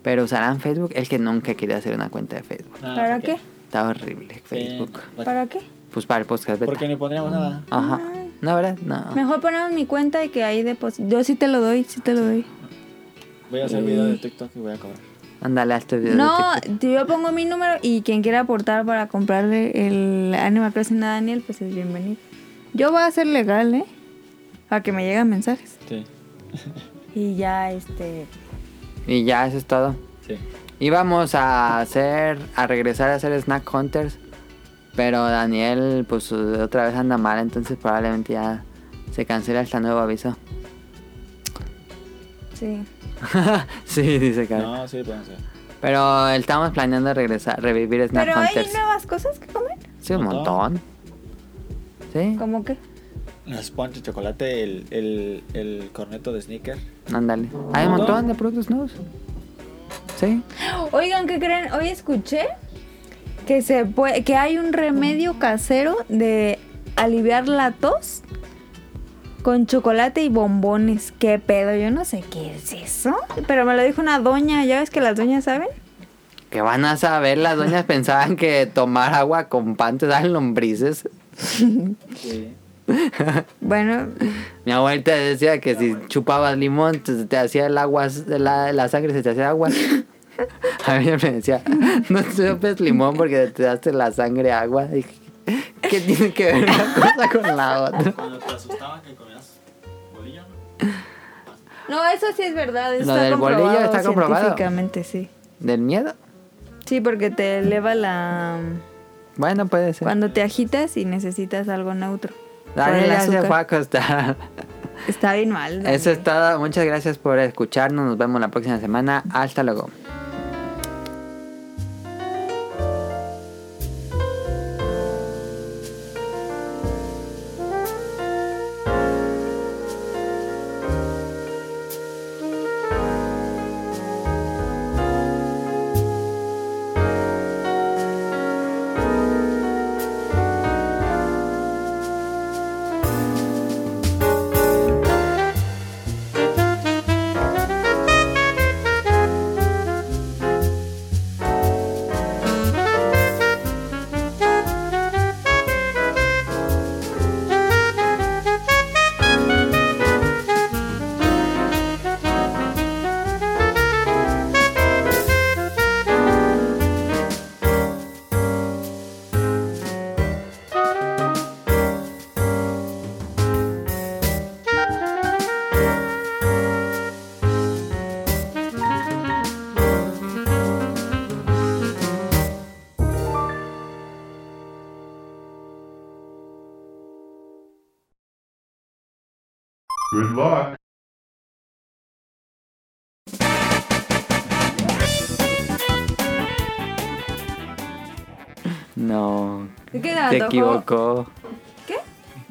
[SPEAKER 3] Pero usarán Facebook. El que nunca quería hacer una cuenta de Facebook.
[SPEAKER 2] Ah,
[SPEAKER 1] ¿Para
[SPEAKER 2] ok.
[SPEAKER 1] qué?
[SPEAKER 3] Está horrible Facebook.
[SPEAKER 2] Sí.
[SPEAKER 1] ¿Para qué?
[SPEAKER 3] Pues para el podcast beta.
[SPEAKER 2] Porque ni pondríamos nada.
[SPEAKER 3] Ajá. No, ¿verdad? No.
[SPEAKER 1] Mejor ponemos mi cuenta y que ahí depósito. Yo sí te lo doy, sí te lo doy.
[SPEAKER 2] Voy a hacer video de TikTok y voy a cobrar.
[SPEAKER 3] Ándale a este video. de
[SPEAKER 1] No,
[SPEAKER 3] TikTok.
[SPEAKER 1] yo pongo mi número y quien quiera aportar para comprarle el Animal Crossing a Daniel, pues es bienvenido. Yo voy a ser legal, ¿eh? A que me lleguen mensajes.
[SPEAKER 2] Sí.
[SPEAKER 1] Y ya, este...
[SPEAKER 3] Y ya, eso es todo.
[SPEAKER 2] Sí.
[SPEAKER 3] Íbamos a hacer, a regresar a hacer Snack Hunters. Pero Daniel, pues otra vez anda mal. Entonces probablemente ya se cancela este nuevo aviso.
[SPEAKER 1] Sí.
[SPEAKER 3] sí, dice que.
[SPEAKER 2] No, sí, podemos hacer.
[SPEAKER 3] Pero estamos planeando regresar, revivir Snack
[SPEAKER 1] Pero hay
[SPEAKER 3] Hunters.
[SPEAKER 1] nuevas cosas que comer.
[SPEAKER 3] Sí, un
[SPEAKER 2] Montón.
[SPEAKER 3] montón. Sí,
[SPEAKER 1] ¿Cómo qué?
[SPEAKER 2] Los ponches de chocolate, el, el, el corneto de sneaker.
[SPEAKER 3] ándale. Hay un montón de productos nuevos. Sí.
[SPEAKER 1] Oigan, ¿qué creen? Hoy escuché que, se puede, que hay un remedio casero de aliviar la tos con chocolate y bombones. ¿Qué pedo? Yo no sé qué es eso. Pero me lo dijo una doña. ¿Ya ves que las doñas saben?
[SPEAKER 3] Que van a saber, las doñas pensaban que tomar agua con pan te dan lombrices.
[SPEAKER 2] Sí.
[SPEAKER 1] Bueno,
[SPEAKER 3] Mi abuelita decía que si chupabas limón te, te hacía el agua, la, la sangre se te hacía agua. A mí me decía, no chupes limón porque te hace la sangre agua. Dije, ¿Qué tiene que ver una cosa con la otra?
[SPEAKER 2] Cuando te asustaba que comías bolillo,
[SPEAKER 1] no, eso sí es verdad. Está
[SPEAKER 3] del bolillo
[SPEAKER 1] comprobado
[SPEAKER 3] está comprobado.
[SPEAKER 1] Científicamente, sí.
[SPEAKER 3] ¿Del miedo?
[SPEAKER 1] Sí, porque te eleva la...
[SPEAKER 3] Bueno, puede ser.
[SPEAKER 1] Cuando te agitas y necesitas algo neutro. Por
[SPEAKER 3] Daniel
[SPEAKER 1] el
[SPEAKER 3] ya se
[SPEAKER 1] azúcar.
[SPEAKER 3] fue a acostar.
[SPEAKER 1] Está bien mal. Daniel.
[SPEAKER 3] Eso es todo. Muchas gracias por escucharnos. Nos vemos la próxima semana. Hasta luego.
[SPEAKER 8] Good luck.
[SPEAKER 3] Ah, No.
[SPEAKER 1] Es que se me
[SPEAKER 3] Te
[SPEAKER 1] antojó-
[SPEAKER 3] equivocó.
[SPEAKER 1] ¿Qué?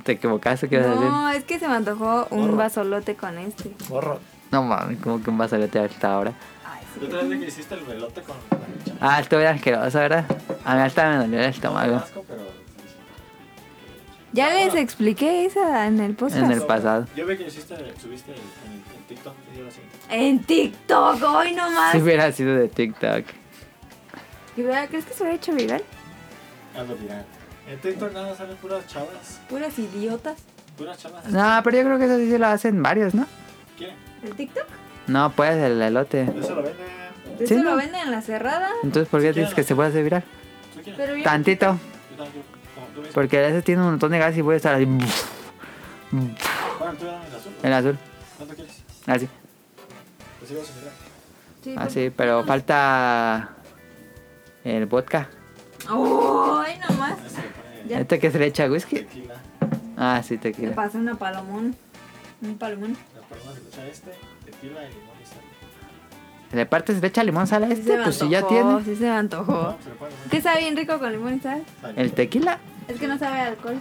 [SPEAKER 3] Te equivocaste, ¿qué ibas a decir?
[SPEAKER 1] No, es que se me antojó un
[SPEAKER 2] Porro.
[SPEAKER 1] vasolote con este.
[SPEAKER 2] Morro.
[SPEAKER 3] No mames, como que un vasolete ahorita ahora.
[SPEAKER 1] Ay, sí.
[SPEAKER 2] ¿Tú te que hiciste el velote con la leche?
[SPEAKER 3] Ah, estuvo bien asqueroso, ¿verdad? A mí hasta me dolió el estómago
[SPEAKER 2] Asco, pero...
[SPEAKER 1] Ya les expliqué esa en el podcast.
[SPEAKER 3] en el pasado.
[SPEAKER 2] Yo vi que hiciste, subiste en, en TikTok y yo así.
[SPEAKER 1] En TikTok, hoy nomás.
[SPEAKER 3] Si hubiera sido de TikTok.
[SPEAKER 1] ¿Y verdad, ¿Crees que se hubiera hecho viral?
[SPEAKER 2] Algo viral. En TikTok nada salen puras chavas.
[SPEAKER 1] Puras idiotas.
[SPEAKER 2] Puras chavas.
[SPEAKER 3] No, pero yo creo que eso sí se lo hacen varios, ¿no?
[SPEAKER 2] ¿Quién?
[SPEAKER 1] ¿En TikTok?
[SPEAKER 3] No, pues el elote.
[SPEAKER 2] Eso lo venden.
[SPEAKER 1] Eso
[SPEAKER 3] Sí,
[SPEAKER 1] lo
[SPEAKER 3] ¿no?
[SPEAKER 1] venden en la cerrada.
[SPEAKER 3] Entonces, ¿por qué dices que se puede hacer viral?
[SPEAKER 2] ¿Tú quién?
[SPEAKER 1] Pero yo-
[SPEAKER 3] Tantito.
[SPEAKER 2] Yo también. yo- Como tú ves.
[SPEAKER 3] Porque a veces tiene un montón de gas y voy a estar así.
[SPEAKER 2] Bueno, tú dame el azul.
[SPEAKER 3] El azul.
[SPEAKER 2] ¿Cuánto quieres?
[SPEAKER 3] Así.
[SPEAKER 2] Pues sigo sin mirar.
[SPEAKER 1] Sí, por-
[SPEAKER 3] Así, Ah, pero falta. El vodka.
[SPEAKER 1] Hoy nomás.
[SPEAKER 2] Este le pone
[SPEAKER 1] Ya.
[SPEAKER 3] ¿Este que se le echa whisky?
[SPEAKER 2] tequila.
[SPEAKER 3] Ah, sí,
[SPEAKER 1] Le
[SPEAKER 3] tequila.
[SPEAKER 1] pasé una palomón. Un palomón.
[SPEAKER 2] La persona se le echa este, tequila y limón y sal.
[SPEAKER 3] ¿Le parte se le echa limón sal a
[SPEAKER 1] Sí se
[SPEAKER 3] este?
[SPEAKER 1] me
[SPEAKER 3] Pues si ya
[SPEAKER 1] antojó,
[SPEAKER 3] tiene.
[SPEAKER 1] Sí se me antojó.
[SPEAKER 2] No, se le pone limón.
[SPEAKER 1] Que sabe bien rico con limón y sal.
[SPEAKER 2] Sal.
[SPEAKER 3] El tequila.
[SPEAKER 1] Es que no sabe a alcohol.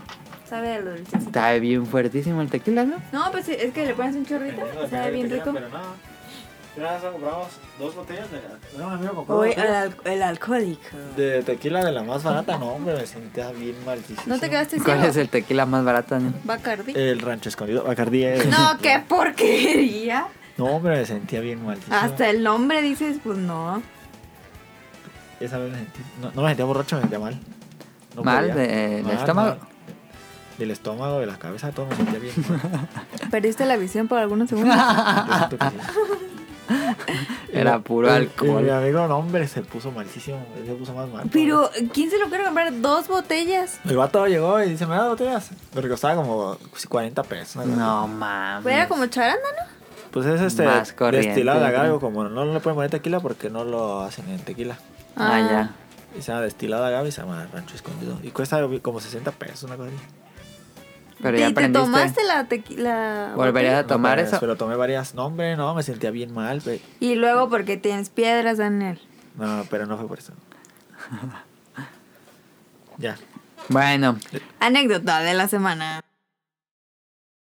[SPEAKER 1] Sabe a lo dulcecito.
[SPEAKER 3] Está bien fuertísimo el tequila, ¿no?
[SPEAKER 1] No, pues sí, es que le pones un chorrito.
[SPEAKER 2] Dependiendo de la
[SPEAKER 1] Sabe
[SPEAKER 2] calidad
[SPEAKER 1] bien
[SPEAKER 2] que
[SPEAKER 1] rico.
[SPEAKER 2] tengan, Pero no. Ya nos compramos dos botellas de. No, un amigo compró dos
[SPEAKER 1] Hoy
[SPEAKER 2] botellas
[SPEAKER 1] el alcohólico.
[SPEAKER 2] De tequila de la más barata, no, hombre, me sentía bien malísimo.
[SPEAKER 1] ¿No te quedaste
[SPEAKER 3] ¿Cuál
[SPEAKER 1] ciego?
[SPEAKER 3] es el Eh. tequila más barato? no?
[SPEAKER 1] Bacardi.
[SPEAKER 2] El rancho escondido, Bacardí. eh.
[SPEAKER 1] No, qué porquería.
[SPEAKER 2] No, hombre, me sentía bien malísimo.
[SPEAKER 1] Hasta el nombre dices, pues no.
[SPEAKER 2] Esa vez me sentí. No, no me sentía borracho, me sentía mal. No
[SPEAKER 3] ¿Mal
[SPEAKER 2] podía.
[SPEAKER 3] de- del estómago?
[SPEAKER 2] Del estómago, de la cabeza, todo me sentía bien mal.
[SPEAKER 1] Perdiste la visión por algunos segundos.
[SPEAKER 2] Yo siento que sí.
[SPEAKER 3] Era puro
[SPEAKER 2] Y- y
[SPEAKER 3] alcohol.
[SPEAKER 2] Mi amigo, no, hombre, se puso malísimo. él Se puso más mal.
[SPEAKER 1] Pero, ¿quién se lo quiere comprar dos botellas?
[SPEAKER 2] El vato llegó y dice, ¿me das botellas? Pero costaba como 40 pesos. una cosa
[SPEAKER 3] No
[SPEAKER 1] Pues Era
[SPEAKER 3] mames.
[SPEAKER 1] como charándano.
[SPEAKER 2] Pues es este
[SPEAKER 3] Más corriente,
[SPEAKER 2] destilado de
[SPEAKER 3] yo
[SPEAKER 2] agave,
[SPEAKER 3] creo.
[SPEAKER 2] como no le pueden poner tequila porque no lo hacen en tequila.
[SPEAKER 3] Ah, ya.
[SPEAKER 2] Y se llama destilado de agave y se llama rancho escondido. Y cuesta como 60 pesos, una cosa así.
[SPEAKER 3] Pero
[SPEAKER 1] ¿Y
[SPEAKER 3] ya
[SPEAKER 1] te
[SPEAKER 3] aprendiste.
[SPEAKER 1] tomaste la tequila?
[SPEAKER 3] ¿Volverías a
[SPEAKER 2] No,
[SPEAKER 3] tomar
[SPEAKER 2] pero-
[SPEAKER 3] eso?
[SPEAKER 2] Pero tomé varias. No, hombre, no, me sentía bien mal. pe-
[SPEAKER 1] Y luego porque tienes piedras, Daniel.
[SPEAKER 2] No, pero no fue por eso. ya.
[SPEAKER 3] Bueno,
[SPEAKER 1] Anécdota de la semana.